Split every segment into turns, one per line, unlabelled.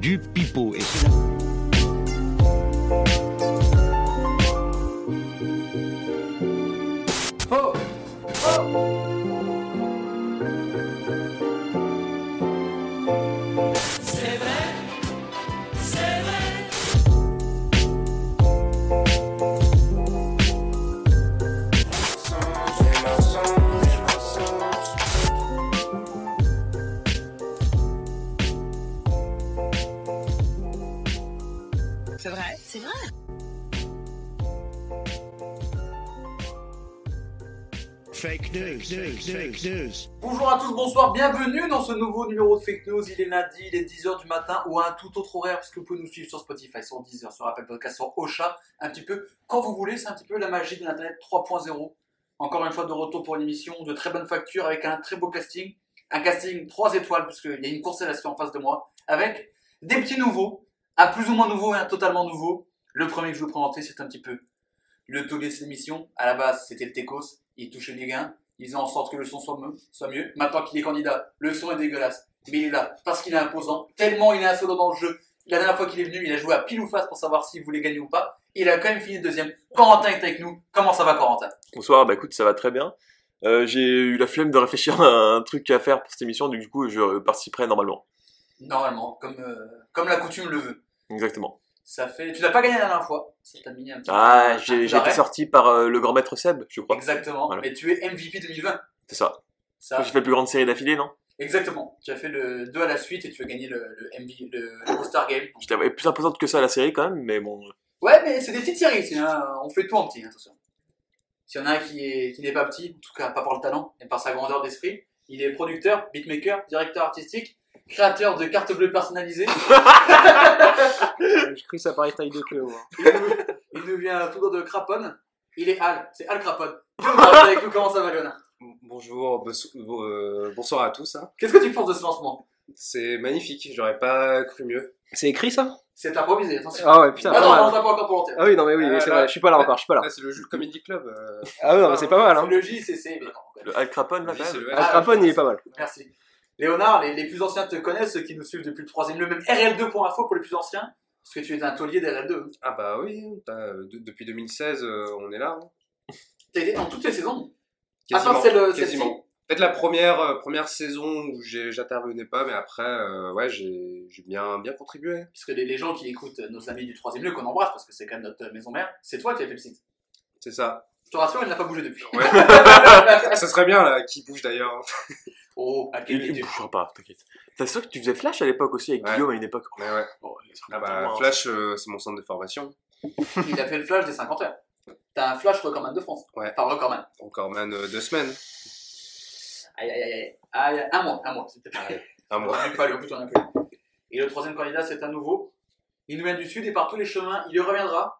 du pipeau.
Oh
C'est vrai C'est vrai
Fake news, fake news.
Bonjour à tous, bonsoir, bienvenue dans ce nouveau numéro de Fake News. Il est lundi, il est 10h du matin ou à un tout autre horaire, puisque vous pouvez nous suivre sur Spotify, sur Deezer, sur Apple Podcast, sur Ocha, un petit peu quand vous voulez. C'est un petit peu la magie de l'Internet 3.0. Encore une fois, de retour pour une émission de très bonne facture avec un très beau casting. Un casting 3 étoiles, puisqu'il y a une constellation en face de moi, avec des petits nouveaux, un plus ou moins nouveau et un totalement nouveau. Le premier que je vais vous présenter, c'est un petit peu le taulier de cette émission. À la base, c'était le Tecos, il touchait les gains. Ils faisaient en sorte que le son soit mieux, soit mieux. Maintenant qu'il est candidat, le son est dégueulasse. Mais il est là parce qu'il est imposant, tellement il est insolent dans le jeu. La dernière fois qu'il est venu, il a joué à pile ou face pour savoir s'il voulait gagner ou pas. Il a quand même fini deuxième. Corentin est avec nous. Comment ça va, Corentin
Bonsoir, bah écoute, ça va très bien. Euh, j'ai eu la flemme de réfléchir à un truc à faire pour cette émission, donc du coup, je participerai normalement.
Normalement, comme, euh, comme la coutume le veut.
Exactement.
Ça fait. Tu n'as pas gagné la dernière fois. Ça t'a mis un petit
Ah, j'ai
un petit
j'ai été
arrêt.
sorti par euh, le grand maître Seb, je crois.
Exactement.
Voilà.
Mais tu es MVP 2020.
C'est ça.
Ça,
J'ai fait la plus grande série d'affilée, non
exactement. Tu as fait le 2 à la suite et tu as gagné le, le MVP, le, le All-Star Game.
J'étais ouais, plus imposante que ça la série quand même, mais bon. euh,
Ouais, mais c'est des petites séries, c'est, hein, on fait tout en petit, hein, attention. S'il y en a un qui est- qui n'est pas petit, en tout cas pas par le talent, mais par sa grandeur d'esprit, il est producteur, beatmaker, directeur artistique, créateur de cartes bleues personnalisées,
J'ai cru que ça paraît taille de queue. moi.
il, nous- il nous vient tout droit de Craponne, il est Al, c'est Al Craponne. Léon Craponne avec nous, comment ça va Léonard
Bonjour, bonso- bon- euh, bonsoir à tous. hein.
Qu'est-ce que tu penses de ce lancement
C'est magnifique, j'aurais pas cru mieux.
C'est écrit ça
C'est improvisé, attention.
Ah ouais, putain.
Ah
pas
non,
mal.
non, on t'a pas encore pour l'antenne.
Ah oui, non, mais oui,
Euh,
c'est
là-
vrai, je suis pas là encore, je suis pas là.
Là, Ah, c'est le jeu Comedy Club. euh,
Ah ouais, non, mais c'est pas mal, hein.
Le JCC, mais non,
Le Al Capone, là,
lui,
quand
c'est
même.
le-
Ah,
Ah, Rapone, il est pas mal.
Merci. Léonard, les, les plus anciens te connaissent, ceux qui nous suivent depuis le troisième lieu, même RL2.info pour les plus anciens, parce que tu es un taulier d'RL2.
Ah bah oui, t'as- de- depuis 2016, euh, on est là. hein.
T'as été dans toutes les saisons.
Quasiment.
c'est le- euh, celle-ci.
quasiment. Peut-être la première, euh, première saison où j'ai- j'intervenais pas, mais après, euh, ouais, j'ai j'ai bien, bien contribué.
Puisque les, les gens qui écoutent euh, nos amis du troisième lieu, qu'on embrasse, parce que c'est quand même notre euh, maison mère, c'est toi qui as fait le site.
C'est ça.
Je te rassure, elle n'a pas bougé depuis.
Ouais. ça serait bien, là, qui bouge d'ailleurs. hein.
oh, à quel
Il il
milieu.
bougera pas, t'inquiète. T'as sûr que tu faisais Flash à l'époque aussi, avec
Ouais.
Guillaume à une époque
Ouais, ouais.
Oh, il se
Ah
remonte à
bah,
moi, hein.
Flash, euh, c'est mon centre de formation.
Il a fait le flash des 50 heures. T'as un flash recordman de France.
Ouais.
Enfin, recordman.
Encore man, euh, deux semaines.
Aïe, aïe, aïe, aïe. Aïe, un mois, un mois. C'était pas
Un mois.
On n'aime pas, lui, écoute, on n'aime plus. Et le troisième candidat, c'est un nouveau. Il nous vient du sud et par tous les chemins, il y reviendra.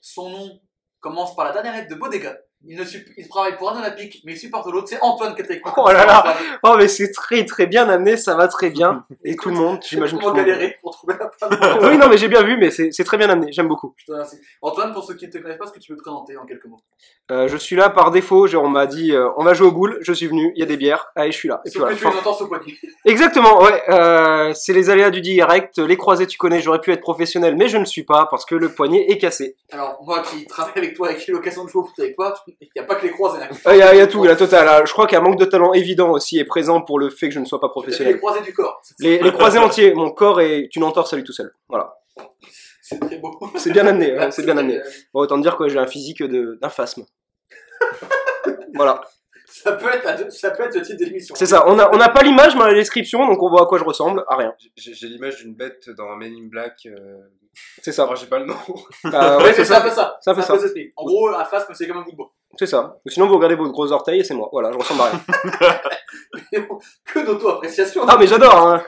Son nom commence par la dernière lettre de Bodega. Il, ne sup- il travaille pour un Olympique, mais il supporte l'autre. C'est Antoine qui est avec nous.
Oh là là. Oh, mais c'est très très bien amené, ça va très bien. Et tout le monde, j'imagine. tout
Comment
le monde.
galérer pour trouver la femme
Oui, non, mais j'ai bien vu, mais c'est c'est très bien amené, j'aime beaucoup.
Je te remercie. Antoine, pour ceux qui ne te connaissent pas, est-ce que tu peux te présenter en quelques mots
Euh, je suis là par défaut, genre, on m'a dit euh, on va jouer au boule, je suis venu, il y a des bières, allez, je suis là. Et puis
Sauf que
voilà.
tu les entends se poigner.
Exactement, ouais. Euh, c'est les aléas du direct, les croisés, tu connais, j'aurais pu être professionnel, mais je ne suis pas parce que le poignet est cassé.
Alors, moi qui travaille avec toi et qui ai l'occasion de jouer au foot avec toi, tu- il n'y a pas que les croisés. hein.
Ah, Il y, a- y a tout, la totale. hein. Je crois qu'un manque de talent évident aussi est présent pour le fait que je ne sois pas
Tu as fait les
professionnel.
croisés du corps.
Les, les croisés entiers, mon corps est une entorse à lui tout seul. Voilà.
C'est très beau.
C'est bien amené, ouais, c'est bien amené.
Euh,
Bon, autant dire que j'ai un physique de- d'un phasme. Voilà,
Ça peut être, la- ça peut être le titre de l'émission.
c'est ça. On n'a on a pas l'image, mais on a la description, donc on voit à quoi je ressemble. À rien.
J'ai- J'ai l'image d'une bête dans un Men in Black. euh,
C'est ça.
alors, j'ai pas le nom.
Bah,
Ouais,
ouais,
c'est
c'est
ça, un
ça.
peu ça.
Ça fait
C'est un
ça.
peu ce truc. En gros, un phasme, c'est comme un bout de bois.
C'est ça. Sinon, vous regardez vos gros orteils et c'est moi. Voilà, je ressemble à rien.
que d'auto-appréciation.
Ah, mais j'adore. Hein.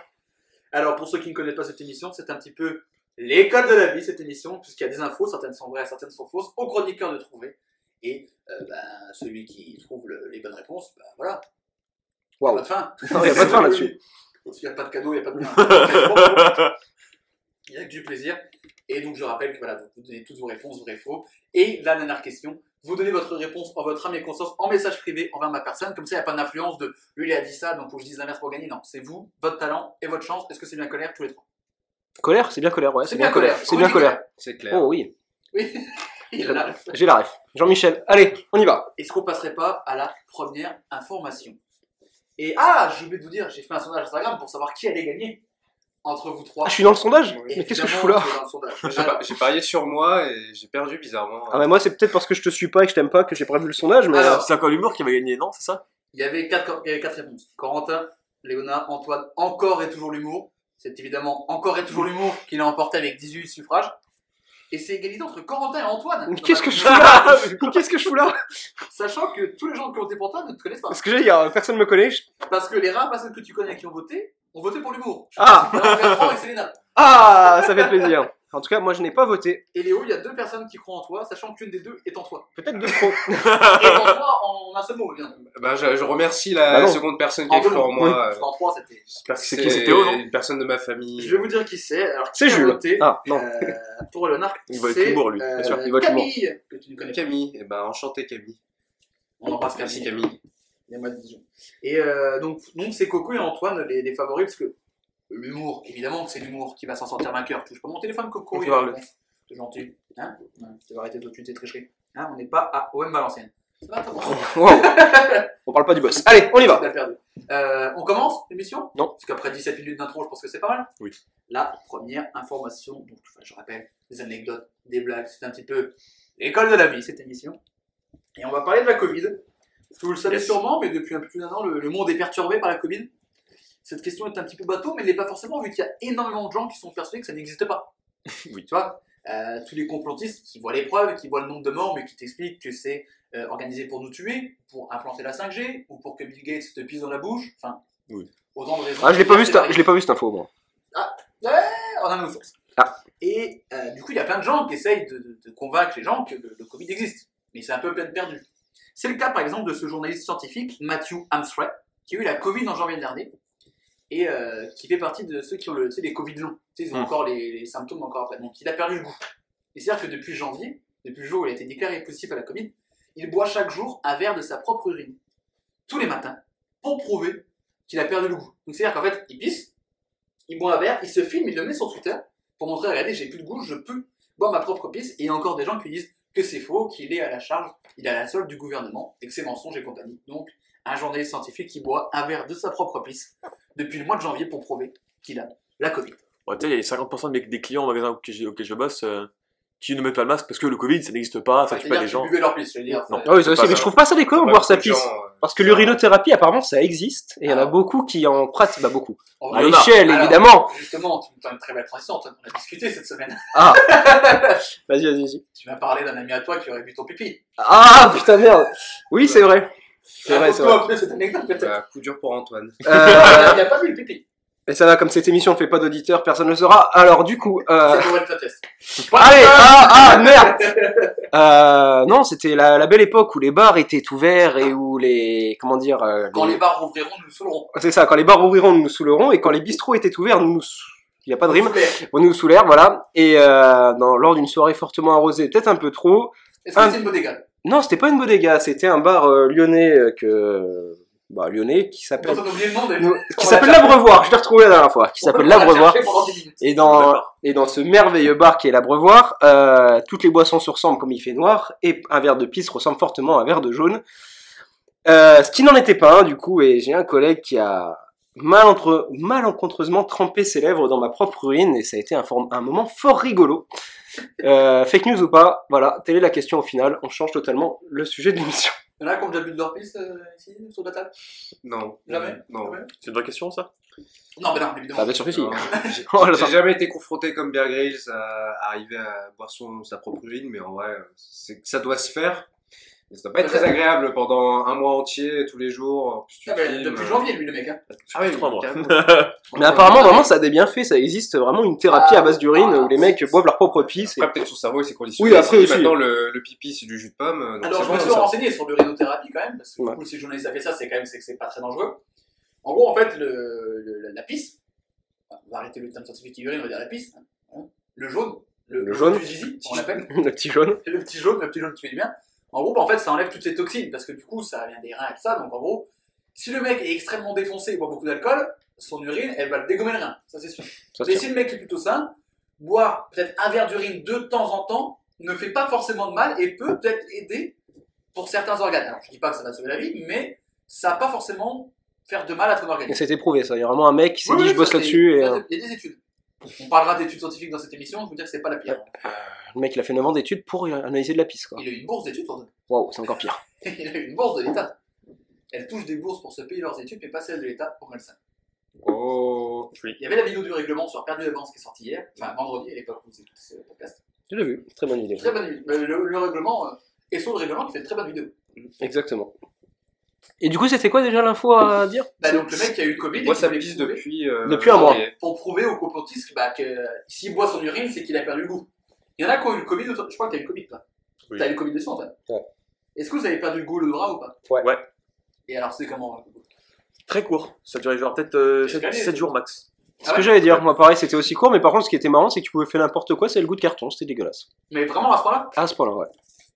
Alors, pour ceux qui ne connaissent pas cette émission, c'est un petit peu l'école de la vie, cette émission, puisqu'il y a des infos, certaines sont vraies, certaines sont fausses, au chroniqueur de trouver. Et euh, ben, celui qui trouve le- les bonnes réponses, ben, voilà.
Waouh.
Pas de fin.
Non, y a pas de fin là-dessus.
Parce qu'il n'y a pas de cadeau, il n'y a pas de gain. Il n'y a que du plaisir. Et donc, je rappelle que voilà, vous vous donnez toutes vos réponses, vrai, faux. Et la dernière question, vous donnez votre réponse en votre âme et conscience, en message privé envers ma personne. Comme ça, il n'y a pas d'influence de lui, il a dit ça, donc faut que je dise l'inverse pour gagner. Non, c'est vous, votre talent et votre chance. Est-ce que c'est bien clair tous les trois
Colère, c'est bien colère, ouais.
C'est bien colère.
C'est bien
Chronique
colère.
C'est clair.
Oh oui,
Oui, il a-
j'ai la ref. Jean-Michel, allez, on y va.
Est-ce qu'on passerait pas à la première information Et ah, j'ai oublié de vous dire, j'ai fait un sondage Instagram pour savoir qui allait gagner entre vous trois.
Ah, je suis dans le sondage
Et
Mais qu'est-ce que je
évidemment,
fous là
t'es dans le sondage.
J'ai pas- j'ai parié sur moi et j'ai perdu bizarrement.
Ah bah moi c'est peut-être parce que je te suis pas et que je t'aime pas que j'ai pas vu le sondage, mais...
Alors,
Ah, C'est encore l'humour qui va gagner, non C'est ça
Il y avait quatre, il y avait quatre réponses. Corentin, Léonard, Antoine, encore et toujours l'humour. C'est évidemment encore et toujours l'humour qu'il a emporté avec 18 suffrages. Et c'est égalité entre Corentin et Antoine.
Mais euh, Qu'est-ce que je fous là Qu'est-ce que je fous là
Sachant que tous les gens qui ont voté pour toi ne te connaissent pas.
Parce que j'ai dit, euh, personne me connaît. je-
Parce que les rares personnes que tu connais qui ont voté, ont voté pour l'humour.
Ah
Alors, Bertrand et Selena.
Ah Ça fait plaisir. En tout cas, moi je n'ai pas voté.
Et Léo, il y a deux personnes qui croient en toi, sachant qu'une des deux est en toi.
Peut-être de trop.
Et en toi, en un seul mot, bien.
Bah, je, je remercie la
Bah non.
seconde personne qui
En
a
deux
cru en
mots.
moi. euh.
Parce qu'en trois, c'était.
J'espère que
C'est qui, c'est Théo, non
une personne de ma famille.
Je vais vous dire qui c'est. Alors, qui
C'est
a
Jules.
voté,
Ah, non.
euh, pour Léonard,
Il va être
c'est,
l'humour, lui, bien
euh,
sûr,
il va être
Camille, que tu ne connais pas.
Camille, eh ben, enchanté Camille.
On embrasse
Merci
Camille.
Camille.
Il y a moi de Dijon. Et euh, donc, donc c'est Coco et Antoine les, les favoris parce que l'humour, évidemment que c'est l'humour qui va s'en sortir vainqueur. Touche pas mon téléphone, Coco.
On
il
parle.
répond. C'est gentil. Hein Ouais, Tu vas arrêter de tuer tes tricheries. Hein, on n'est pas à OM Valenciennes. Ça va, t'as pas-
Wow. On parle pas du boss. Allez, on y va.
T'as perdu. Euh, on commence l'émission
Non.
Parce qu'après 17 minutes d'intro, je pense que c'est pas mal.
Oui.
La première information, donc enfin, je rappelle, des anecdotes, des blagues, c'est un petit peu l'école de la vie, cette émission. Et on va parler de la Covid. Parce que vous le savez
Yes.
sûrement, mais depuis un peu plus d'un an, le, le monde est perturbé par la Covid. Cette question est un petit peu bateau, mais elle n'est pas forcément vu qu'il y a énormément de gens qui sont persuadés que ça n'existe pas.
Oui.
Tu vois euh, tous les complotistes qui voient les preuves, qui voient le nombre de morts, mais qui t'expliquent que c'est euh, organisé pour nous tuer, pour implanter la 5G, ou pour que Bill Gates te pisse dans la bouche. Enfin,
Oui.
autant de raisons.
Ah, je l'ai pas vu,
C'est
cette-
vrai.
je l'ai pas vu cette info, moi.
Eh, On a nos sources.
Ah.
Et euh, du coup, il y a plein de gens qui essayent de, de- de convaincre les gens que le, le Covid existe. Mais c'est un peu peine perdue. C'est le cas, par exemple, de ce journaliste scientifique, Matthew Armstrong, qui a eu la Covid en janvier dernier, et euh, qui fait partie de ceux qui ont le, tu sais, les Covid longs. Tu sais, ils ont
Hmm.
encore les, les symptômes encore après. Donc, il a perdu le goût. Et c'est-à-dire que depuis janvier, depuis le jour où il a été déclaré positif à la Covid, il boit chaque jour un verre de sa propre urine, tous les matins, pour prouver qu'il a perdu le goût. Donc c'est-à-dire qu'en fait, il pisse, il boit un verre, il se filme, il le met sur Twitter pour montrer, regardez, j'ai plus de goût, je peux boire ma propre pisse. Et il y a encore des gens qui disent que c'est faux, qu'il est à la charge, il est à la solde du gouvernement, et que c'est mensonge et compagnie. Donc, un journaliste scientifique qui boit un verre de sa propre pisse depuis le mois de janvier pour prouver qu'il a la Covid.
Bon, Tu sais, il y a 50% de mes- des clients au magasin auquel je, auquel je bosse euh, qui ne mettent pas le masque parce que le Covid, ça n'existe pas, ça tue pas
C'est-à-dire
les
qu'ils
gens.
buvaient leur pisse, je veux dire.
Non.
Ah oui, ça
C'est
aussi,
pas
mais
ça.
je trouve pas ça déconnant
Bah,
de boire sa pisse.
euh,
Parce que l'urinothérapie, apparemment, ça existe, et il y en a
Ah.
beaucoup qui en pratiquent, bah beaucoup.
On va-
À
Ah, il y en a.
l'échelle,
Alors.
évidemment.
Justement, tu as une très belle transition, on a discuté cette semaine.
Vas-y, vas-y, vas-y.
Tu m'as parlé d'un ami à toi qui aurait bu ton pipi.
Ah, putain, merde. Oui, c'est vrai. C'est vrai, c'est
Raconte-toi
vrai.
un peu Ah, cette anecdote peut-être.
Bah, coup dur pour Antoine.
Euh,
Il n'a pas bu le pipi.
et ça va, comme cette émission ne fait pas d'auditeurs, personne ne le saura. Alors, du coup, euh...
C'est pour être test.
Allez, ah, ah, merde Euh, non, c'était la, la belle époque où les bars étaient ouverts et où les comment dire euh,
Quand
les-
les bars rouvriront, nous le saoulerons.
c'est ça quand les bars ouvriront nous nous saoulerons et quand les bistrots étaient ouverts nous nous sou- il y a pas de rime
Super. Est-ce
on nous saoulèrent voilà et euh, dans- lors d'une soirée fortement arrosée peut-être un peu trop
que
Un-
c'est une bodega
non c'était pas une bodega c'était un bar euh, lyonnais euh, que bah lyonnais qui s'appelle
On a oublié le nom d'ailleurs.
nous-
On
qui
va
s'appelle
la chercher.
l'Abreuvoir je l'ai retrouvé la dernière fois qui
On peut
s'appelle
pas la
l'Abreuvoir
chercher pendant 10 minutes.
et dans et dans ce merveilleux bar qui est l'Abreuvoir, euh, toutes les boissons se ressemblent comme il fait noir, et un verre de pisse ressemble fortement à un verre de jaune. Euh, ce qui n'en était pas un, du coup, et j'ai un collègue qui a malentre- malencontreusement trempé ses lèvres dans ma propre urine, et ça a été un, form- un moment fort rigolo. Euh, fake news ou pas, voilà, telle est la question au final, on change totalement le sujet de l'émission.
Il y en a qui ont déjà bu de leur piste euh, ici, sur la table
Non.
Jamais
Oh.
Non.
Jamais
C'est une vraie question, ça
Non, mais non, évidemment.
Ah, bien sûr que si.
Non. J'ai-
Oh, là, ça-
J'ai jamais été confronté comme Bear Grylls à à arriver à boire son, sa propre urine, mais en vrai, c'est- ça doit se faire. Mais ça doit pas être très agréable pendant un mois entier, tous les jours. puis tu
Ah, mais
filmes,
depuis
euh,
janvier, lui, le mec. Hein.
Ah oui,
Trois mois.
carrément.
Mais apparemment, vraiment, ça a des bienfaits, ça existe vraiment une thérapie à base d'urine où les mecs boivent leur propre pisse. et-
Après, peut-être son cerveau, c'est conditionné.
Oui, après
Il s'est dit,
aussi.
Maintenant, le, le pipi, c'est du jus de pomme. euh, donc
Alors,
c'est
je
bon,
me suis
ça.
renseigné sur l'urinothérapie quand même, parce que du
Ouais.
coup, si le journaliste a fait ça, c'est quand même c'est que c'est pas très dangereux. En gros, en fait, le, le- la, la pisse, on va arrêter le terme scientifique qui urine, on va dire la pisse, hein, le jaune, le,
Le jaune.
du zizi, on l'appelle,
Le petit jaune.
le petit jaune, le petit jaune qui fait du bien. En gros, bah, en fait, ça enlève toutes ces toxines parce que du coup, ça vient des reins et tout ça. Donc, en gros, si le mec est extrêmement défoncé et boit beaucoup d'alcool, son urine, elle va le dégommer le rein. Ça, c'est sûr.
Ça,
Mais
c'est-
si le mec est plutôt sain, boire peut-être un verre d'urine de temps en temps ne fait pas forcément de mal et peut peut-être aider pour certains organes. Alors, je dis pas que ça va te sauver la vie, mais ça va pas forcément faire de mal à ton organisme.
C'est éprouvé ça. Il y a vraiment un mec qui s'est
Oui,
dit
oui,
je bosse
ça,
là-dessus
c'est-
et
ça,
euh,
c'est- Il y a des études. On parlera d'études scientifiques dans cette émission, je vous dire que c'est pas la pire.
le mec il a fait 9 ans d'études pour euh, analyser de la pisse quoi.
Il a eu une bourse d'études, pour-
Waouh, c'est encore pire.
il a eu une bourse de l'État. Elle touche des bourses pour se payer leurs études, mais pas celles de l'État pour Nelson.
Oh.
Il y avait la vidéo du règlement sur Perdu d'avance qui est sortie hier, enfin vendredi à l'époque où vous écoutez ce podcast.
Je l'ai vu, très bonne vidéo.
Très bonne vidéo. Le, le- le règlement, euh, et sur le règlement qui fait de très bonne vidéo.
Exactement. Et du coup, c'était quoi déjà l'info à dire
Bah donc le mec qui a eu le Covid, et
Moi,
qui
ça
voulait
pisse
prouver-
depuis. euh,
Depuis un mois.
et-
pour prouver aux complotistes bah, que euh, s'il boit son urine, c'est qu'il a perdu le goût. Il y en a qui ont eu le Covid, je crois que t'as eu le Covid, toi.
Oui.
T'as eu le Covid dessus, toi.
Ouais.
Est-ce que vous avez perdu le goût, l'odorat ou pas
Ouais.
Ouais.
Et alors c'est comment euh,
Très court. Ça durait genre peut-être
Escalier,
7,
ça.
jours max.
Ce
Ah
que
ouais
j'allais dire, moi pareil, c'était aussi court, mais par contre, ce qui était marrant, c'est que tu pouvais faire n'importe quoi, c'est le goût de carton, c'était dégueulasse.
Mais vraiment à ce point-là
À ce point-là, ouais.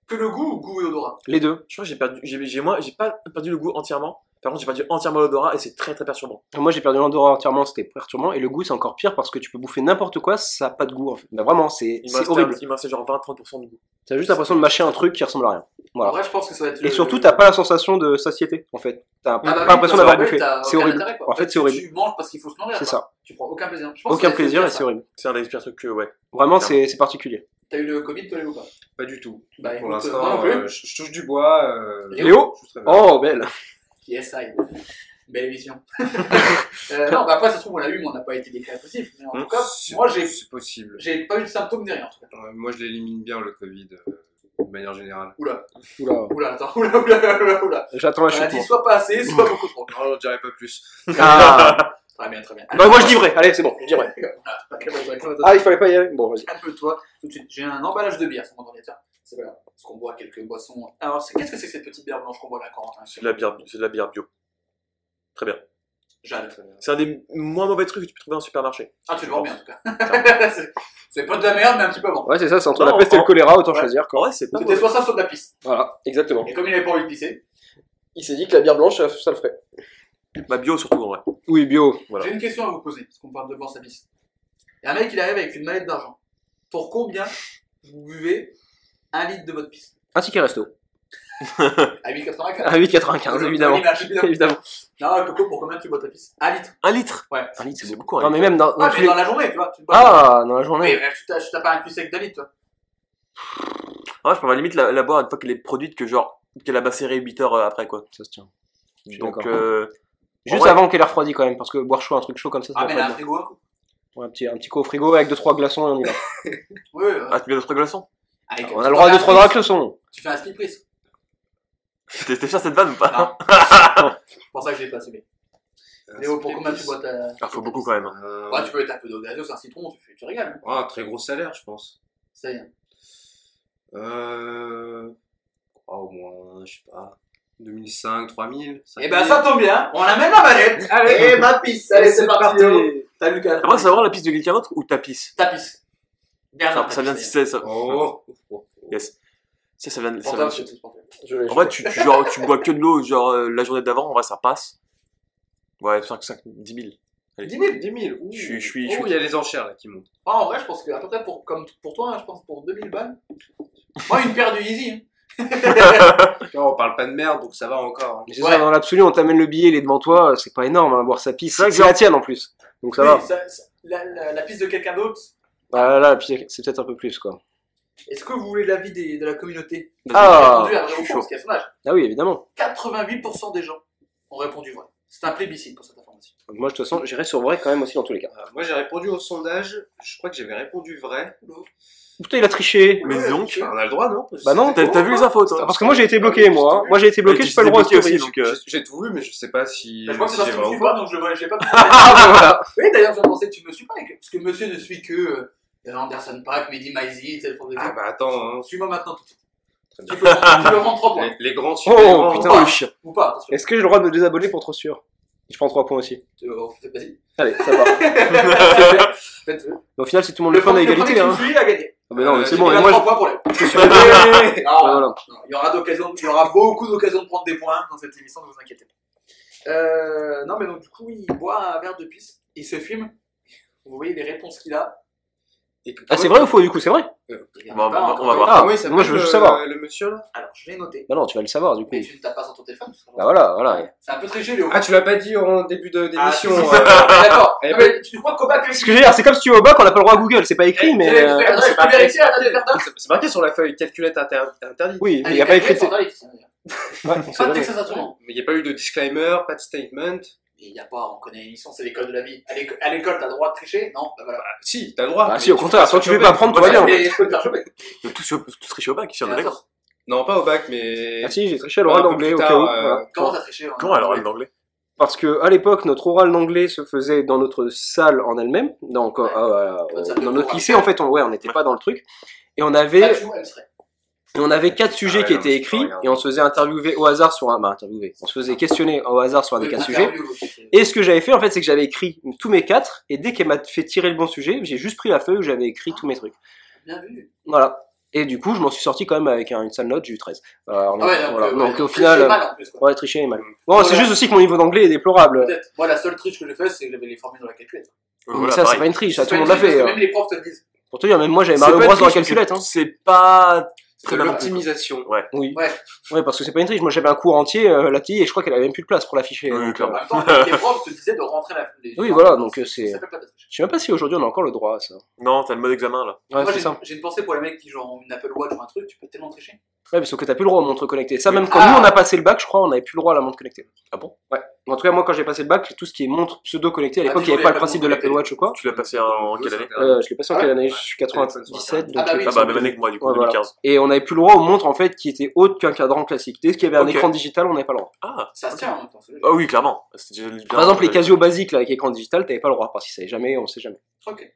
Que le goût ou goût et odorat
Les deux.
Je crois que j'ai perdu, j'ai, j'ai moins, j'ai pas perdu le goût entièrement. Par contre, j'ai perdu entièrement l'odorat et c'est très très perturbant.
Moi, j'ai perdu l'odorat entièrement, c'était perturbant, et le goût, c'est encore pire parce que tu peux bouffer n'importe quoi, ça a pas de goût en fait. Bah vraiment, c'est
Il me
c'est
restait, un-
horrible.
il me restait genre 20-30% de goût.
T'as juste l'impression de mâcher un truc qui ressemble à rien. Voilà.
En vrai, je pense que ça va être.
Et
le-
surtout, t'as pas la sensation de satiété en fait. T'as
Euh, Ah bah
pas
oui,
l'impression
parce
d'avoir
qu'en fait,
bouffé.
t'as
C'est
aucun
horrible.
intérêt, quoi.
En fait, c'est
tu-
horrible.
Tu manges parce qu'il faut se nourrir.
C'est
quoi.
ça.
Tu prends aucun plaisir. Je pense que ça
Aucun
va être le
plaisir
pire,
et
ça.
c'est horrible.
C'est un des pires trucs que, ouais.
Vraiment,
Clairement.
c'est c'est particulier.
T'as eu le Covid, toi, Léo, ou pas
Pas du tout.
Bah,
Pour
écoute, moi non
l'instant,
plus.
euh, je je touche du bois. euh,
Léo
je suis très bien.
Oh, belle
Yes, I. Belle émission. Euh, non, bah après, ça se trouve, on l'a eu, mais on n'a pas été déclaré positif.
Oh.
Mais en
Hmm.
tout cas,
C'est-
moi, j'ai-
C'est possible.
j'ai pas eu de symptômes ni rien, en tout cas.
Euh, Moi, je l'élimine bien le Covid, euh, de manière générale.
Oula,
Oula,
oula, attends, oula, oula, oula, oula.
j'attends la
On a dit
chute. Oh. moi.
soit pas assez, soit beaucoup trop.
Non, j'en dirais pas plus.
Ah
Très bien, très bien.
Bah, moi, je dis vrai. Allez, c'est bon, je dis vrai.
bah,
Ah, il fallait pas y aller Bon, vas-y.
Calme-toi tout de suite. J'ai un emballage de bière sur mon ordinateur. C'est pas grave, parce qu'on boit quelques boissons. Alors, c'est- qu'est-ce que c'est que cette petite bière blanche qu'on boit là, Corentin
C'est de la bière, c'est de la bière bio. Très bien.
Jade.
C'est un des moins mauvais trucs que tu peux trouver en supermarché.
Ah, tu le vois bien, en tout cas. C'est- c'est pas de la merde, mais un petit peu avant.
Ouais, c'est ça, c'est entre
Non,
la peste et
en-
le choléra, autant
ouais.
choisir
En
quoi.
vrai, c'est pas
C'était
mauvais.
soit ça, soit de la piste.
Voilà, exactement.
Et comme il avait pas envie de pisser,
Il s'est dit que la bière blanche, ça, ça le ferait.
Bah, bio surtout en vrai.
Oui, bio.
Voilà.
j'ai une question à vous poser, parce qu'on parle de bourse à pisse. Il y a un mec, il arrive avec une mallette d'argent. Pour combien vous buvez un litre de votre pisse
Un ticket resto.
À 8,95
À 8,95 évidemment. évidemment.
Non, Coco, pour combien tu bois ta pisse Un litre.
Un litre
Un litre,
C'est beaucoup, un
Non, mais même dans, dans
Ah,
tous
mais
les-
dans la journée, tu vois. Tu bois
Ah, dans la
Mais
journée.
euh, tu t'as tu t'as pas un cul sec d'un litre, toi.
Ah, je préfère limite la, la boire une fois qu'elle est produite que genre qu'elle a macéré 8 heures euh, après quoi.
Ça se tient. Je suis
Donc
d'accord.
euh,
Juste
ouais.
avant qu'elle ait refroidi quand même, parce que boire chaud, un truc chaud comme ça, ça
Ah,
va
mais
pas
là, un
bien.
frigo. hein.
Ouais, un petit, un petit coup au frigo avec 2-3 glaçons et on y va.
Oui, euh,
ah, tu mets d'autres glaçons
avec-
on
tu
a le droit à
fais un
2-3
split-
glaçons.
Tu fais un split prise.
T'es t'es fier de cette vanne ou pas
Non. C'est pour ça que je l'ai pas semé. Léo, pour combien tu bois ta.
Ah, faut beaucoup quand même. hein.
Euh,
Bah, Ouais, tu peux mettre un peu d'eau gazeuse, un citron, tu, fais- tu régales.
ah, un très gros salaire, je pense.
Ça y est.
Euh... ah, au moins, je sais pas, 2005, 3000.
Eh ben, ça tombe bien. On amène la mallette. Allez, ma pisse. Allez, c'est parti. Léo. T'as lu qu'à
Après, c'est vraiment la piste de quelqu'un d'autre ou ta pisse
Ta pisse. Dernière
ça, ça vient de
pisse,
ça, ça,
Oh, oh, oh.
yes. ça, ça vient de
d'ailleurs. Pour
ça
toi,
vient de-
c'est tout, pour toi.
En vrai, tu, tu- genre, tu bois que de l'eau genre euh, la journée d'avant, en vrai, ça passe. Ouais, 5, 5, 10 000.
10 000.
10 000. ouh.
Je suis- je suis- je
Oh,
suis-
il y a les enchères là qui montent.
Ah, en vrai, je pense que, à peu près, pour, comme pour toi, hein, je pense pour 2000 balles. Moi, une paire de Yeezy. hein.
Tu vois, on parle pas de merde, donc ça va encore. hein.
Mais c'est
Ouais.
ça, dans l'absolu, on t'amène le billet, il est devant toi, c'est pas énorme, hein, boire sa pisse.
C'est vrai
C'est
que
la tienne en plus. Donc ça
Oui,
va.
ça- ça- la, la, la piste de quelqu'un d'autre.
Ah là là, puis c'est peut-être un peu plus quoi.
Est-ce que vous voulez l'avis des- de la communauté
Ah,
Qui a répondu à vrai
je
ou
suis
faux,
chaud.
parce qu'il y a son âge.
Ah oui, évidemment.
88% des gens ont répondu vrai. C'est un plébiscite pour cette information.
Moi, de toute façon, j'irai sur vrai quand même aussi dans tous les cas.
Euh, Moi j'ai répondu au sondage, je crois que j'avais répondu vrai.
Putain, il a triché.
Mais donc,
Enfin, on a le droit, non
Bah non. Ah,
t'as t'as vu les infos toi
Parce que moi, j'ai été bloqué, moi. hein. Moi, j'ai été bloqué,
Ouais,
j'ai pas le droit
t'es bloqué
aussi.
aussi, donc euh,
J'ai- J'ai tout vu, mais je sais pas si.
Bah, je crois que
si
c'est parce
j'ai
que tu
vrai ou
me suis
faux.
pas, donc je ne j'ai pas.
Ah bah voilà.
oui, d'ailleurs, je pensais que tu me suis pas, parce que monsieur ne suit que euh, Anderson Pack, Mehdi Maizi, c'est le problème.
Ah bah attends, hein.
Suis-moi maintenant tout de suite.
Très bien.
Tu peux prendre- tu peux prendre 3 points.
les, les
euh,
grands super
Oh
grands.
putain, le chien.
Ou pas, attention.
Est-ce que j'ai le droit de me désabonner pour trop sûr Je prends 3 points aussi.
Euh, on fait- Vas-y.
Allez, ça va.
Faites-le.
Au final, si tout le monde
Le
le fait, on a
premier le premier
égalité.
qui me
Hein.
suit a gagné.
Ah bah non, mais c'est
Euh,
bon.
Il
Et
a
moi,
3 points pour Ah, lui.
je-
Non,
Ah, voilà.
non, Il y aura d'occasions, il y aura beaucoup d'occasions de prendre des points dans cette émission, ne vous inquiétez pas. Euh, non, mais donc du coup, il boit un verre de pisse, il se filme. Vous voyez les réponses qu'il a.
Et
Ah, c'est vrai ou faux du coup C'est vrai
Il
Bon, on
regarde
va-
pas
on va
encore.
voir.
Ah,
Comment il s'appelle
moi, je veux
le-
juste savoir.
Le monsieur là
Alors, je l'ai noté.
Bah non, tu vas le savoir du coup.
Mais tu ne tapes pas sur ton téléphone. parce que-
Bah voilà, voilà.
C'est un peu triché, Léo.
Ah, tu l'as pas dit en début de- d'émission.
si, si, si.
euh,
D'accord.
Eh
Non,
ben,
mais tu crois qu'au bac,
Ce que je veux dire, c'est comme si tu vas au bac, on n'a pas le droit à Google, c'est pas
Eh,
écrit, mais.
Allez,
euh,
faire-
c'est
je
pas-
peux vérifier la date de perte
C'est c'est marqué sur la feuille, calculette inter- interdite.
Oui, il n'y a
eh,
pas écrit.
Pas
Ouais, on sait
de
jamais.
Texas Instruments.
Mais il n'y a pas eu de disclaimer, pas de statement.
Mais il n'y a pas, on connaît l'émission, c'est l'école de la vie. À l'éco- à l'école, t'as le droit de tricher Non, bah voilà.
Ah, si, t'as le droit.
Ah
mais
si, au
tu
contraire,
peux
soit tu veux
choper.
pas apprendre, tout va
Ouais,
eh,
bien.
Mais je peux te faire choper.
Donc, tout, se- tout serait au bac, si on est
Mais
d'accord.
Non, pas au bac, mais.
Ah si, j'ai triché à l'oral
Un peu
d'anglais
eh, plus
au cas
tard,
où.
euh,
voilà.
Comment t'as triché hein
Comment alors en anglais
Parce que à l'époque, notre oral d'anglais se faisait dans notre salle en elle-même, donc euh,
Ouais.
euh,
Votre salle de
dans notre
cours,
lycée en fait, on ouais, on n'était
Ouais.
pas dans le truc. Et on
Ah,
avait,
tu vois, elle serait.
et on avait quatre sujets
Ah ouais,
qui
non,
étaient
mais c'est pas
écrits
grave.
et on se faisait interviewer au hasard sur un, bah interviewer, on se faisait questionner au hasard sur un des
Oui,
quatre
interview,
sujets.
ok.
Et ce que j'avais fait en fait, c'est que j'avais écrit tous mes quatre et dès qu'elle m'a fait tirer le bon sujet, j'ai juste pris la feuille où j'avais écrit tous mes trucs.
Bien vu.
Voilà. Et du coup, je m'en suis sorti quand même avec un- une sale note, j'ai eu 13. Euh,
Ah ouais,
voilà.
euh,
Donc
ouais,
au final,
c'est
euh,
mal en plus, quoi.
ouais, tricher est mal. Bon,
Voilà.
c'est juste aussi que mon niveau d'anglais est déplorable.
Peut-être. Moi, la seule triche que j'ai faite, c'est que j'avais les formules dans la calculette.
Mais
Euh, Voilà,
ça, c'est
pareil.
pas une triche, ça,
C'est
tout le
pas
monde l'a
une triche,
fait.
parce
euh.
que Même les profs te le disent.
Pour te dire, même moi j'avais
C'est
Mario
pas
Bros dans la
triste,
calculette.
c'est-
Hein.
C'est pas
C'est
très
de
mal.
l'optimisation.
Oui.
Ouais.
Ouais, parce que c'est pas une triche. Moi j'avais un cours entier, euh, la petite, et je crois qu'elle avait même plus de place pour l'afficher.
Oui,
donc,
clairement.
En même temps, les profs te disaient de rentrer la. les-
Oui, voilà, donc, euh, c'est-
Ça s'appelle pas de la triche.
Je sais même pas si aujourd'hui on a encore le droit à ça.
Non, t'as le mode examen là.
Ouais,
Moi,
c'est
j'ai-
ça.
j'ai une pensée pour les mecs qui genre, ont une Apple Watch ou un truc, tu peux tellement tricher.
Ouais, mais sauf que t'as plus le droit aux montres connectées. Ça, même quand
Ah.
nous on a passé le bac, je crois, on avait plus le droit à la montre connectée.
Ah bon
Ouais. En tout cas, moi quand j'ai passé le bac, tout ce qui est montre pseudo connectée, à
Ah,
l'époque il
toujours
n'y avait pas
les
le principe de
montres
l'Apple
connectées.
Watch ou quoi.
Tu l'as passé en, en quelle année
Euh, je l'ai passé en
Ah,
quelle année Je suis
téléphone sur
97, donc.
Ah, bah
euh,
oui.
Ah bah, même année que moi, du coup,
Ouais, voilà.
2015.
Et on avait plus le droit aux montres en fait qui étaient hautes qu'un cadran classique. Dès qu'il y avait un
Ok.
écran digital, on n'avait pas le droit.
Ah,
Ça se tient en même temps. c'est logique.
ah oui, clairement. C'était déjà-
Par exemple, les Casio basiques là, avec écran digital, t'avais pas le droit parce qu'ils savaient jamais, on sait jamais.
Ok.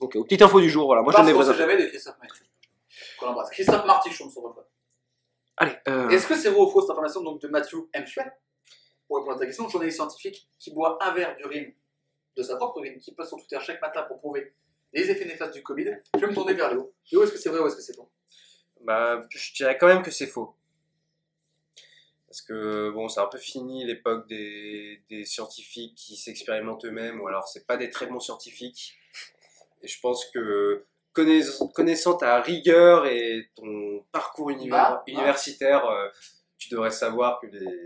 Donc, euh, petite info du jour, voilà. Moi, je
Parce
donne des
qu'on
vraies
sait
infos.
jamais de Christophe Marty. Qu'on embrasse. Christophe Martichon sur votre vote.
Allez, euh,
Est-ce que c'est vrai ou faux cette information donc, de Matthew M. Schwab Pour répondre à ta question, journaliste scientifique qui boit un verre d'urine, de sa propre urine, qui passe sur Twitter chaque matin pour prouver les effets néfastes du Covid, je vais me tourner vers Léo. Léo, est-ce que c'est vrai ou est-ce que c'est faux
Bah, je dirais quand même que c'est faux. Parce que, bon, c'est un peu fini l'époque des, des scientifiques qui s'expérimentent eux-mêmes, ou alors c'est pas des très bons scientifiques. Et je pense que, connaiss- connaissant ta rigueur et ton parcours univers-
Ah, ah.
universitaire, euh, tu devrais savoir que les-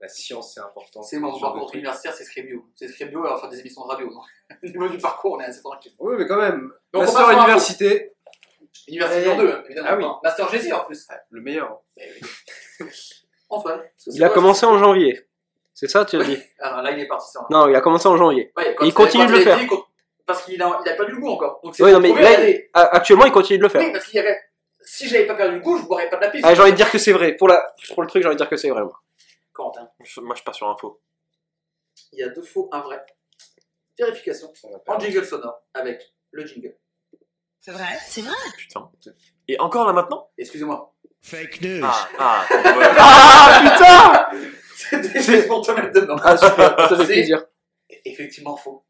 la science, c'est important.
C'est mon
ce genre de
parcours
truc.
universitaire, c'est Scribio. C'est Scribio, alors faire des émissions de radio. donc. Au niveau du parcours, on est assez tranquille.
Oui, mais quand même,
Donc, on
master
passe à la
université,
Université
Eh,
en 2, hein, évidemment.
ah oui.
Hein. Master GC en plus.
le meilleur.
Antoine. est-ce que c'est
il a
vrai,
commencé en janvier. C'est ça, tu as dit
Oui. Alors Ah, là, il est parti sur un-
Non, il a commencé en janvier.
Ouais,
Et il continue de le faire.
parce qu'il a, il a perdu le goût encore. Donc c'est
Ouais, non, mais
prouvé,
là,
regardez.
il- a- Ah, actuellement, il continue de le faire.
Oui, parce qu'il y avait. Si j'avais pas perdu le goût, je boirais pas de la piste.
Ah, j'ai envie de dire que c'est vrai. Pour, la... Pour le truc, j'ai envie de dire que c'est vrai. moi.
Quentin,
Je- Moi, je pars sur info.
hein. il y a deux faux, un vrai. Vérification. En jingle sonore, avec le jingle.
C'est vrai C'est vrai
Putain. Et encore là maintenant
Excusez-moi.
Fake news.
Ah, ah, ouais.
Ah putain
C'était juste pour te mettre dedans.
Ah super, ça fait
C'est
plaisir.
Effectivement faux.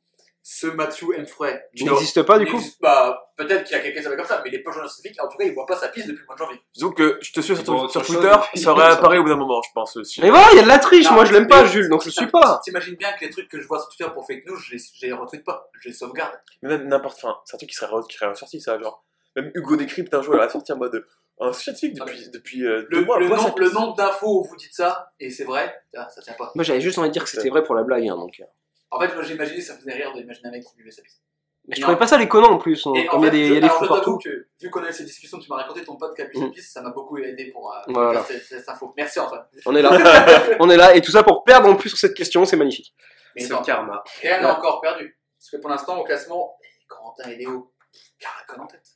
Ce Matthew M. Frey.
Tu
Non.
n'existes pas du
il
coup
existe- bah, Peut-être qu'il y a quelqu'un qui s'appelle comme ça, mais il est pas scientifique. En tout cas, il boit pas sa piste depuis le mois de janvier.
Disons que je te suis sur,
Ils ont
sur
autre
Twitter,
chose.
ça réapparaît au bout d'un moment, je pense aussi.
Mais voilà, il y a de la triche,
Non,
moi je l'aime pas
mais-
Jules, donc je le suis pas.
T'imagines bien que les trucs que je vois sur Twitter pour fake news, je les- je les retweet pas. Je les sauvegarde.
Mais même n'importe, enfin, c'est un truc qui serait, re- qui serait ressorti, ça, genre. Même Hugo Décrypte, un jour, il a sorti en mode. euh, Un scientifique
Ah,
depuis, depuis euh,
Le,
deux mois.
le
Moi, ça-
nombre, le nombre d'infos où vous dites ça, et c'est vrai, ça, ça tient pas.
Moi j'avais juste envie de dire que c'était vrai pour la blague, hein, donc. euh.
En fait, moi j'imaginais, ça faisait rire d'imaginer un mec qui buvait sa piste.
Mais je
Non.
trouvais pas ça déconnant en plus, on-
Et
comme il y a des,
je-
il y a des
alors,
fous
je
partout.
t'avoue que, vu qu'on a eu cette discussion, tu m'as raconté ton pote qui a bu
Mm.
sa piste, ça m'a beaucoup aidé pour euh,
Voilà.
faire cette, cette info. Merci Antoine.
On est là, on est là, et tout ça pour perdre en plus sur cette question, c'est magnifique.
Mais
C'est
non,
le karma.
rien n'a encore perdu. Parce que pour l'instant, au classement, Corentin et Léo, caracol en tête.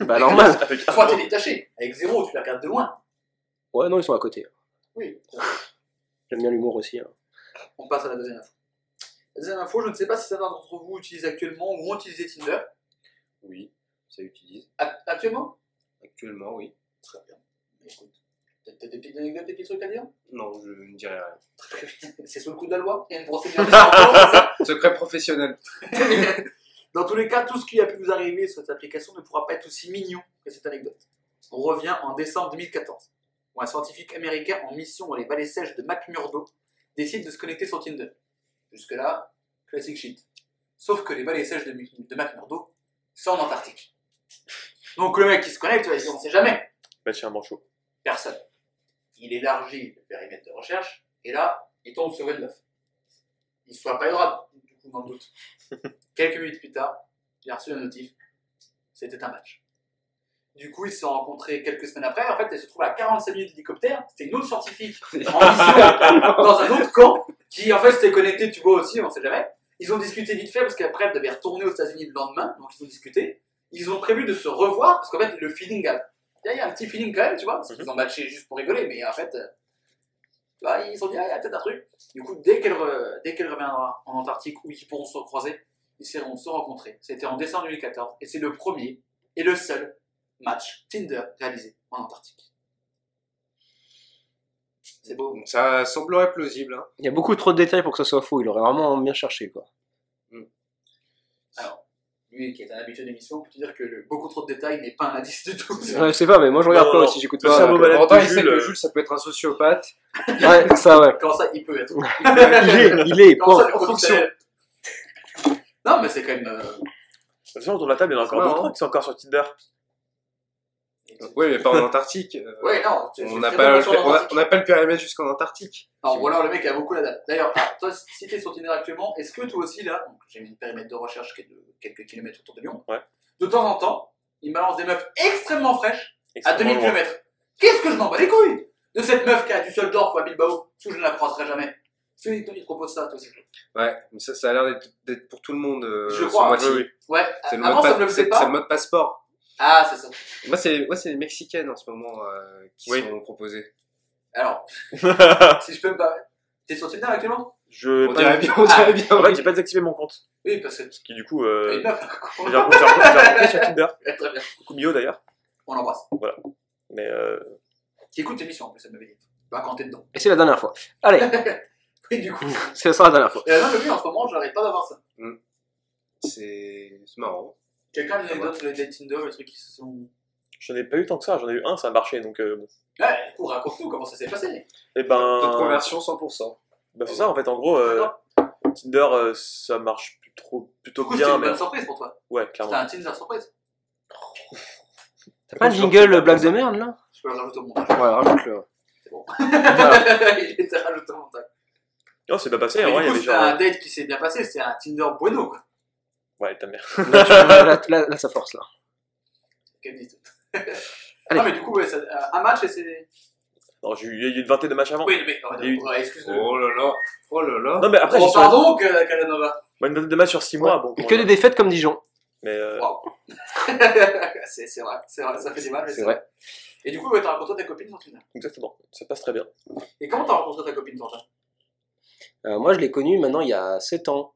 Bah normal.
Avec
Toi, t'es détaché. Avec zéro, tu la regardes de loin.
Ouais, non, ils sont à côté.
Oui.
J'aime bien l'humour aussi. hein.
On passe à la deuxième info. La deuxième info, je ne sais pas si certains d'entre vous utilisent actuellement ou ont utilisé Tinder.
Oui, ça utilise.
Ac- Actuellement
Actuellement, oui.
Très bien. Écoute, t'as t'as des petites anecdotes, des petits trucs à dire
Non, je ne dirais rien.
C'est sous le coup de la loi Il y a une procédure de ça
Secret professionnel.
Dans tous les cas, tout ce qui a pu vous arriver sur cette application ne pourra pas être aussi mignon que cette anecdote. On revient en décembre 2014, où un scientifique américain en mission dans les vallées sèches de McMurdo décide de se connecter sur Tinder. Jusque-là, classic shit. Sauf que les balais sèches de, Mc- de McMurdo sont en Antarctique. Donc le mec qui se connecte, il dit, on sait jamais.
Bah, tiens, un manchot.
Personne. Il élargit le périmètre de recherche, et là, il tombe sur une meuf. Il se voit pas grave, du coup, dans le doute. Quelques minutes plus tard, il a reçu un notif. C'était un match. Du coup, ils se sont rencontrés quelques semaines après. En fait, elle se trouve à 45 minutes d'hélicoptère. C'était une autre scientifique en mission dans un autre camp qui, en fait, s'était connectée, tu vois aussi, on sait jamais. Ils ont discuté vite fait parce qu'après, elle devait retourner aux États-Unis le lendemain. Donc, ils ont discuté. Ils ont prévu de se revoir parce qu'en fait, le feeling a. Il y a- il y a un petit feeling quand même, tu vois, parce qu'ils ont matché juste pour rigoler, mais en fait, euh, tu vois, ils se sont dit, ah, il y a peut-être un truc. Du coup, dès qu'elle re- dès qu'elle reviendra en Antarctique où ils pourront se croiser, ils seront se rencontrer. C'était en décembre 2014 et c'est le premier et le seul match Tinder réalisé en Antarctique. C'est beau.
Donc ça semblerait plausible. Hein.
Il y a beaucoup trop de détails pour que ça soit faux. Il aurait vraiment bien cherché, quoi.
Lui qui est un habitué d'émission, on peut te dire que le- beaucoup trop de détails n'est pas un indice du tout.
Ouais, je sais pas, mais moi je regarde
Non,
pas
non,
aussi, j'écoute
le
pas.
cerveau
donc,
malade
Pourtant,
de
il sait
Jules,
que
euh,
Jules, ça peut être un sociopathe.
Ouais, ça, ouais.
Comment ça, il peut être.
Il est, il est,
Comment
point.
ça, le professionnel Non, mais c'est quand même. euh,
De toute façon, autour de la table, il y en a encore
Ouais,
deux,
hein.
trois qui sont encore sur Tinder.
Oui, mais pas en Antarctique. Euh,
Ouais, non. c'est-
On
c'est
n'a
très
pas,
bon
le-
sur
on a-
l'Antarctique.
on n'a pas le périmètre jusqu'en Antarctique.
Non, voilà, le mec a beaucoup la date. D'ailleurs, ah, toi, si t'es sur Tinder actuellement, est-ce que toi aussi, là, donc, j'ai mis le périmètre de recherche qui est de quelques kilomètres autour de Lyon,
Ouais.
de temps en temps, il me balance des meufs extrêmement fraîches
Ah,
à
Extrêmement
2000
loin.
km. Qu'est-ce que je m'en bats les couilles de cette meuf qui a du Düsseldorf ou à Bilbao, sous je ne la croiserai jamais. Tu il te propose ça, toi aussi.
Ouais, mais ça, ça a l'air d'être- d'être pour tout le monde. euh,
Je
ce
crois,
mois-ci.
Oui, oui.
Ouais, euh,
C'est le,
avant
mode
ça
pa-
ne le faisait
c'est- c'est le
pas.
mode passeport.
Ah, c'est ça.
Moi, c'est moi, c'est les Mexicaines en ce moment euh, qui
Oui.
sont proposées.
Alors, si je peux me permettre. T'es sur Tinder actuellement
Je.
On dirait bien, on
Ah,
dirait bien. Ah,
En fait,
oui.
j'ai pas désactivé mon compte.
Oui, parce que
Ce qui, du coup,
t'as une
euh.
meuf.
J'ai un compte j'ai un compte- j'ai un compte sur Tinder.
Eh, Très bien.
Coucou Mio d'ailleurs.
On l'embrasse.
Mais euh.
Qui écoute l'émission en plus, elle m'avait dit. Bah, quand t'es dedans.
Et c'est la dernière fois. Allez,
Oui, du coup.
c'est ça la dernière fois.
Et là, le but, en ce moment, j'arrive pas d'avoir ça.
C'est c'est marrant.
Quelqu'un a une anecdote sur les dates Tinder, les trucs qui se sont.
J'en ai pas eu tant que ça, j'en ai eu un, ça a marché donc euh, bon.
Ouais, du coup, raconte-nous comment ça s'est passé.
Et
Taux de
ben.
conversion 100%.
Bah, c'est ça en fait, en gros, euh,
Ah,
Tinder euh, ça marche plus trop,
Du
plutôt
coup, c'était
bien,
une
mais.
bonne surprise pour toi.
Ouais,
C'était
clairement.
un Tinder surprise.
T'as pas un jingle euh, blague de merde là
Je peux le rajouter au montage.
Ouais, rajoute-le.
Il était rajouté au montage.
Non, Oh, c'est pas passé,
Mais
en vrai, il
du
y
coup,
avait
c'était un
genre.
date qui s'est bien passé, c'était un Tinder bueno, quoi.
Ouais, ta mère.
Là, tu- là, là, là, ça force là.
Quelle dit
Allez.
Non, mais du coup, ouais, ça- euh, un match et c'est.
Non, j'ai eu il y a eu une vingtaine de matchs avant.
Oui, mais.
Il y a eu-
Ouais, excuse-moi.
Oh là là. Oh là là.
Non, mais après, j'ai
Oh,
sur-
pardon, que- Calanova.
Moi, une vingtaine de matchs sur 6 mois, bon.
Et que
comment
des
dire.
défaites comme Dijon.
Mais euh,
Waouh. C'est c'est vrai, c'est vrai, ça fait du mal, mais
C'est
c'est vrai. Et du coup, ouais, t'as rencontré ta copine sur Tinder.
exactement, ça passe très bien.
Et comment t'as rencontré ta copine, Torja
Euh, moi, je l'ai connu maintenant il y a 7 ans,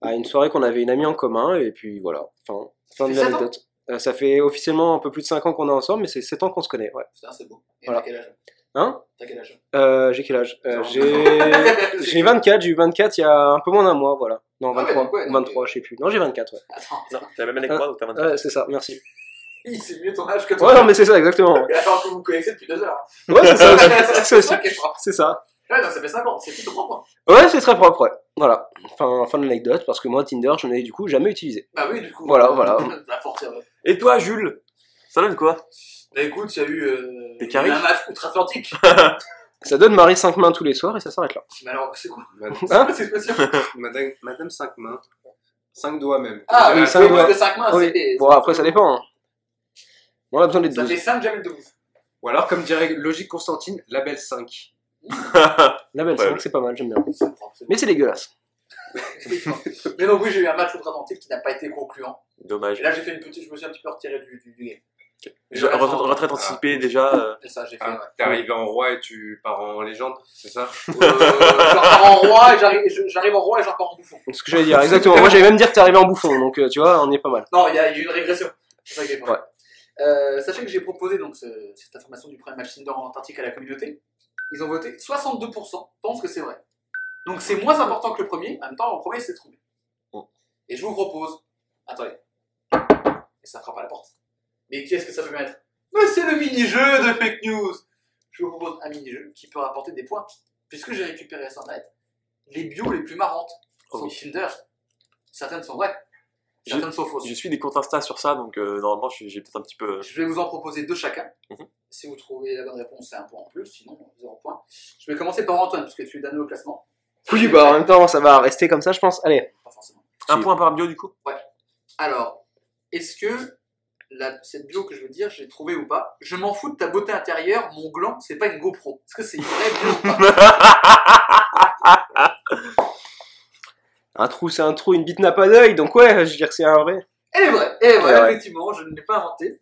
à une soirée qu'on avait une amie en commun, et puis voilà, fin, fin de
Ça fait sept
l'anecdote. Euh, ça fait officiellement un peu plus de 5 ans qu'on est ensemble, mais c'est 7 ans qu'on se connaît, ouais.
Putain, c'est beau. Et
Voilà.
t'as quel âge
Hein
T'as quel âge
Euh, J'ai quel âge Euh,
Non.
J'ai j'ai 24, j'ai eu 24 il y a un peu moins d'un mois, voilà. Non,
Ah ouais,
23,
donc ouais, donc-
23, je sais plus. Non, j'ai 24, ouais.
Attends,
Non, t'es la même année que
Ah.
moi, donc t'as 24.
Ouais, c'est ça, merci.
il c'est mieux ton âge que toi.
Ouais, non, mais c'est ça, exactement. ouais.
Alors que vous vous connaissez depuis deux heures.
Ouais, c'est ça, c'est
c'est ça
aussi-
qui est propre.
c'est ça.
Ouais, non, ça fait 5 ans, c'est plutôt propre.
Ouais, c'est très propre, ouais. Voilà. Fin, fin de l'anecdote, parce que moi, Tinder, je n'ai du coup jamais utilisé.
Bah oui, du coup.
Voilà, voilà.
La fortière.
Et toi, Jules Ça donne quoi
Bah écoute, il y a eu. Euh,
Des
il y a eu
caries
un match outre-Atlantique.
Ça donne Marie 5 mains tous les soirs et ça s'arrête là.
Mais alors, c'est quoi
Madame,
Ah.
Hein
C'est quoi ça
Madame, Madame 5 mains. 5 doigts même.
Ah,
Oui,
oui,
ça,
ça, parce
ouais.
que 5 mains,
Oui.
c'est.
Bon, après, ça dépend. hein. On a besoin des
Ça
12.
fait 5 Jamel de bouffe.
Ou alors, comme dirait Logique Constantine, label 5.
La belle
Ouais,
5,
ouais.
c'est pas mal, j'aime bien.
C'est propre, c'est
Mais c'est dégueulasse.
bon. Mais donc, oui, j'ai eu un match outre-Atlantique qui n'a pas été concluant. Et
Dommage.
là, j'ai fait une petite. Je me suis un petit peu retiré du, du, du game. Mais
Je-
j'aurais
retraite,
sans-
retraite anticipée déjà. euh,
C'est ça, j'ai fait.
Ah,
ouais.
T'es arrivé en roi et tu pars en légende, c'est ça
Euh, je repars en roi et j'arrive- je- j'arrive en roi et je repars en bouffon.
C'est ce que j'allais dire, exactement. Moi, j'allais même dire que t'es arrivé en bouffon, donc euh, tu vois, on y est pas mal.
Non, il y, a il y a eu une régression. C'est ça qui est vrai.
Ouais.
Euh, sachez que j'ai proposé donc ce- cette information du premier match Tinder en Antarctique à la communauté. Ils ont voté 62% pensent que c'est vrai. Donc c'est moins important que le premier. En même temps, le premier s'est trompé.
Mm.
Et je vous propose. Attendez. Et ça frappe à la porte. Mais qui est-ce que ça peut mettre Mais c'est le mini-jeu de fake news Je vous propose un mini-jeu qui peut rapporter des points puisque j'ai récupéré sur net, les bios les plus marrantes
Oh
sur
oui.
Tinder, certaines sont vraies,
Je-
certaines sont fausses.
Je suis des comptes Insta sur ça, donc euh, normalement, je- j'ai peut-être un petit peu.
Je vais vous en proposer deux chacun.
Mhm.
Si vous trouvez la bonne réponse, c'est un point en plus, sinon zéro point. Je vais commencer par Antoine, parce que tu es dernier au classement.
Oui, bah en même temps, ça va rester comme ça, je pense. Allez.
Pas forcément.
Un point par bio, du coup
Alors, est-ce que la- cette bio que je veux dire, j'ai trouvé ou pas Je m'en fous de ta beauté intérieure, mon gland, c'est pas une GoPro. Est-ce que c'est une vraie bio ou pas
Un trou, c'est un trou, une bite n'a pas d'œil, donc ouais, je veux dire que c'est un vrai.
Elle est vraie, elle est vraie,
Ouais, ouais.
effectivement, je ne l'ai pas inventée.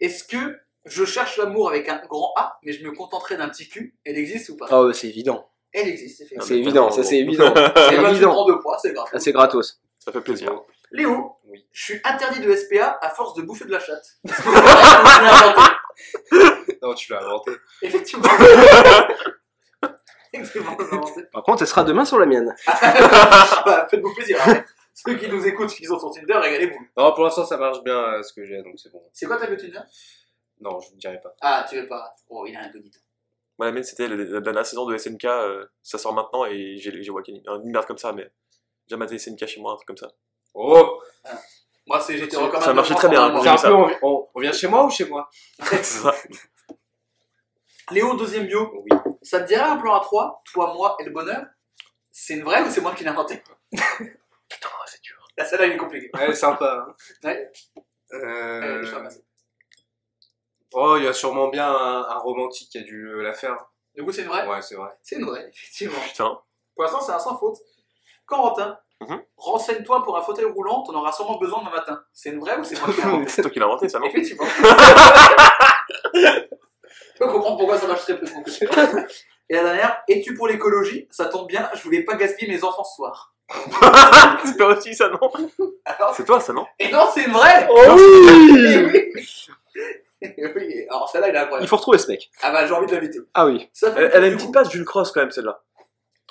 Est-ce que je cherche l'amour avec un grand A, mais je me contenterai d'un petit Q Elle existe ou pas
Oh, c'est évident.
Elle existe,
Ah,
effectivement.
C'est
mais
évident,
pas
ça
bon.
c'est évident.
Elle
c'est
est
évident.
de poids, c'est grave.
Ah, c'est gratos.
Ça fait plaisir.
Léo,
Oui.
je suis interdit de SPA à force de bouffer de la chatte. Est-ce que c'est vrai ou je l'ai inventé
Non, tu l'as inventé.
Effectivement. Effectivement, je l'ai inventé.
Par contre, elle sera demain sur la mienne.
Bah, Faites-vous plaisir. hein. Ceux qui nous écoutent, qui sont sur Tinder, régalez-vous.
Non, pour l'instant, ça marche bien euh, ce que j'ai, donc c'est bon.
C'est quoi ta bio Tinder
Non, je ne dirai pas.
Ah, tu veux pas Oh, il a un incognito.
Moi, la mienne, c'était la, la dernière saison de SNK. euh, ça sort maintenant et j'ai j'ai Wakani. Une merde comme ça, mais j'ai maté SNK chez moi, un truc comme ça.
Oh
Moi, c'est j'étais
Ça
encore
marchait très bien,
C'est un
ça.
peu, on, vi- on- on vient chez moi ou chez moi
C'est ça.
Léo, deuxième bio.
Oui.
Ça te dirait un plan à trois Toi, moi et le bonheur C'est une vraie ou c'est moi qui l'ai inventé Putain, c'est dur. La celle-là, elle est compliquée.
Elle est sympa. hein.
Ouais.
Euh,
Euh, je te remercie.
Oh, il y a sûrement bien un, un romantique qui a dû euh, la faire.
Du coup, c'est une vraie
Ouais, c'est vrai.
C'est une vraie, effectivement.
Putain.
Pour l'instant, c'est un sans faute. Corentin,
Mhm.
renseigne-toi pour un fauteuil roulant, t'en auras sûrement besoin demain matin. C'est une vraie ou c'est moi qui l'ai inventé
C'est toi qui l'as inventé, ça, non
Effectivement. Je peux comprendre pourquoi ça marche très peu. donc. Et la dernière, es-tu pour l'écologie Ça tombe bien, je voulais pas gaspiller mes enfants ce soir.
C'est toi aussi, ça, non
Alors,
C'est toi, ça, non
et non, c'est vrai
Oh
Eh
oui
oui Eh oui, Alors celle-là, elle est
Il
incroyable.
faut retrouver ce mec.
Ah bah, j'ai envie de l'inviter.
Ah oui.
Ça fait,
Elle,
que
elle a une
du coup-
petite passe Jules Cross, quand même, celle-là.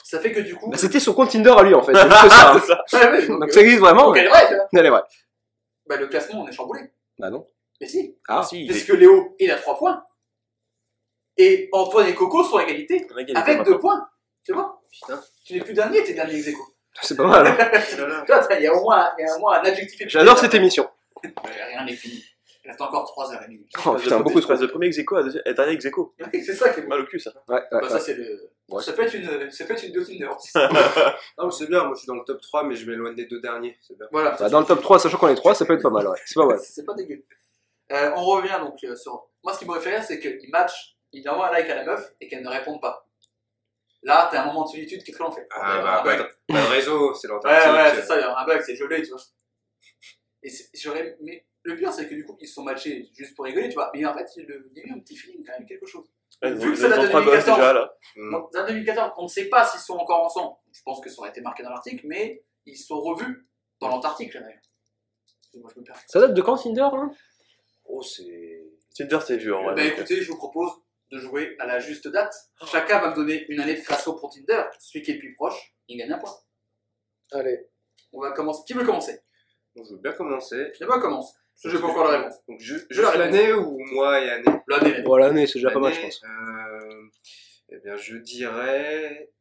ça fait que du coup...
Bah, c'était son compte Tinder à lui en fait. C'est juste ça. hein.
C'est ça.
Ah oui,
Donc
donc,
ça existe vraiment.
donc elle est vraie, celle-là.
mais Elle est vraie.
Bah, le classement, on est chamboulé.
Bah non.
Mais si,
Ah,
si, il
parce
est
que Léo, il a 3 points. Et Antoine et Coco sont à égalité,
on a gagné,
avec
maintenant.
2 points. Tu vois
Putain.
Tu n'es plus dernier, t'es dernier ex aequo.
C'est pas
Oh
mal. hein.
Toi, Il y a au moins, il y a au moins un adjectif. épicé.
J'adore cette émission.
Euh, Rien n'est fini. Il reste encore 3h30.
Oh
Je passe
putain,
de-
beaucoup
je
trop.
passe de premier ex aequo à deuxi- à dernier ex aequo.
C'est ça qui est bon.
Mal au cul, ça.
Ouais, ouais,
Bah,
ouais.
ça, c'est le.
Ouais.
Ça peut être une, ça peut être une Dolphin Nerd.
Non, mais c'est bien, moi je suis dans le top 3, mais je m'éloigne des deux derniers. C'est bien.
Voilà.
Bah, dans le top 3, sachant qu'on est 3, ça peut être pas mal. Ouais. C'est pas mal.
C'est pas dégueu. Euh, on revient donc euh, sur. Moi, ce qui m'aurait fait rire, c'est qu'il match, il envoie un like à la meuf et qu'elle ne répond pas. Là, t'as un moment de solitude qui est très long. Fait.
Ah,
Ouais,
bah,
un
bah,
bug.
Pas de réseau, c'est
Ouais, ouais,
l'Antarctique.
c'est ça, il y a un bug, c'est gelé, tu vois. Et c'est- j'aurais. Mais le pire, c'est que du coup, ils se sont matchés juste pour rigoler, tu vois. Mais en fait, il y a eu- il y a eu un petit feeling quand même, quelque chose.
Ouais,
Vu
vous-
que ça
vous
date
êtes
de
trois gosses,
2014.
déjà, là.
Mm.
Bon, en 2014, on ne sait pas s'ils sont encore ensemble. Je pense que ça aurait été marqué dans l'article, mais ils se sont revus dans l'Antarctique, là, d'ailleurs. Excusez-moi, je me perds.
Ça date de quand Tinder là
Oh, c'est.
Tinder, c'est vieux, en
bah
vrai.
écoutez, je vous propose de jouer à la juste date. Chacun va me donner une année de crasso pour Tinder. Celui qui est le plus proche, il gagne un point.
Allez.
On va commencer. Qui veut commencer
Bon, je veux bien commencer.
Je pas commence. Je n'ai pas encore la réponse.
Donc, ju-
Je la
juste l'année ou moi et année
L'année, l'année.
Bon, l'année, c'est déjà pas mal, je
L'année,
pense.
euh, Eh bien, je dirais,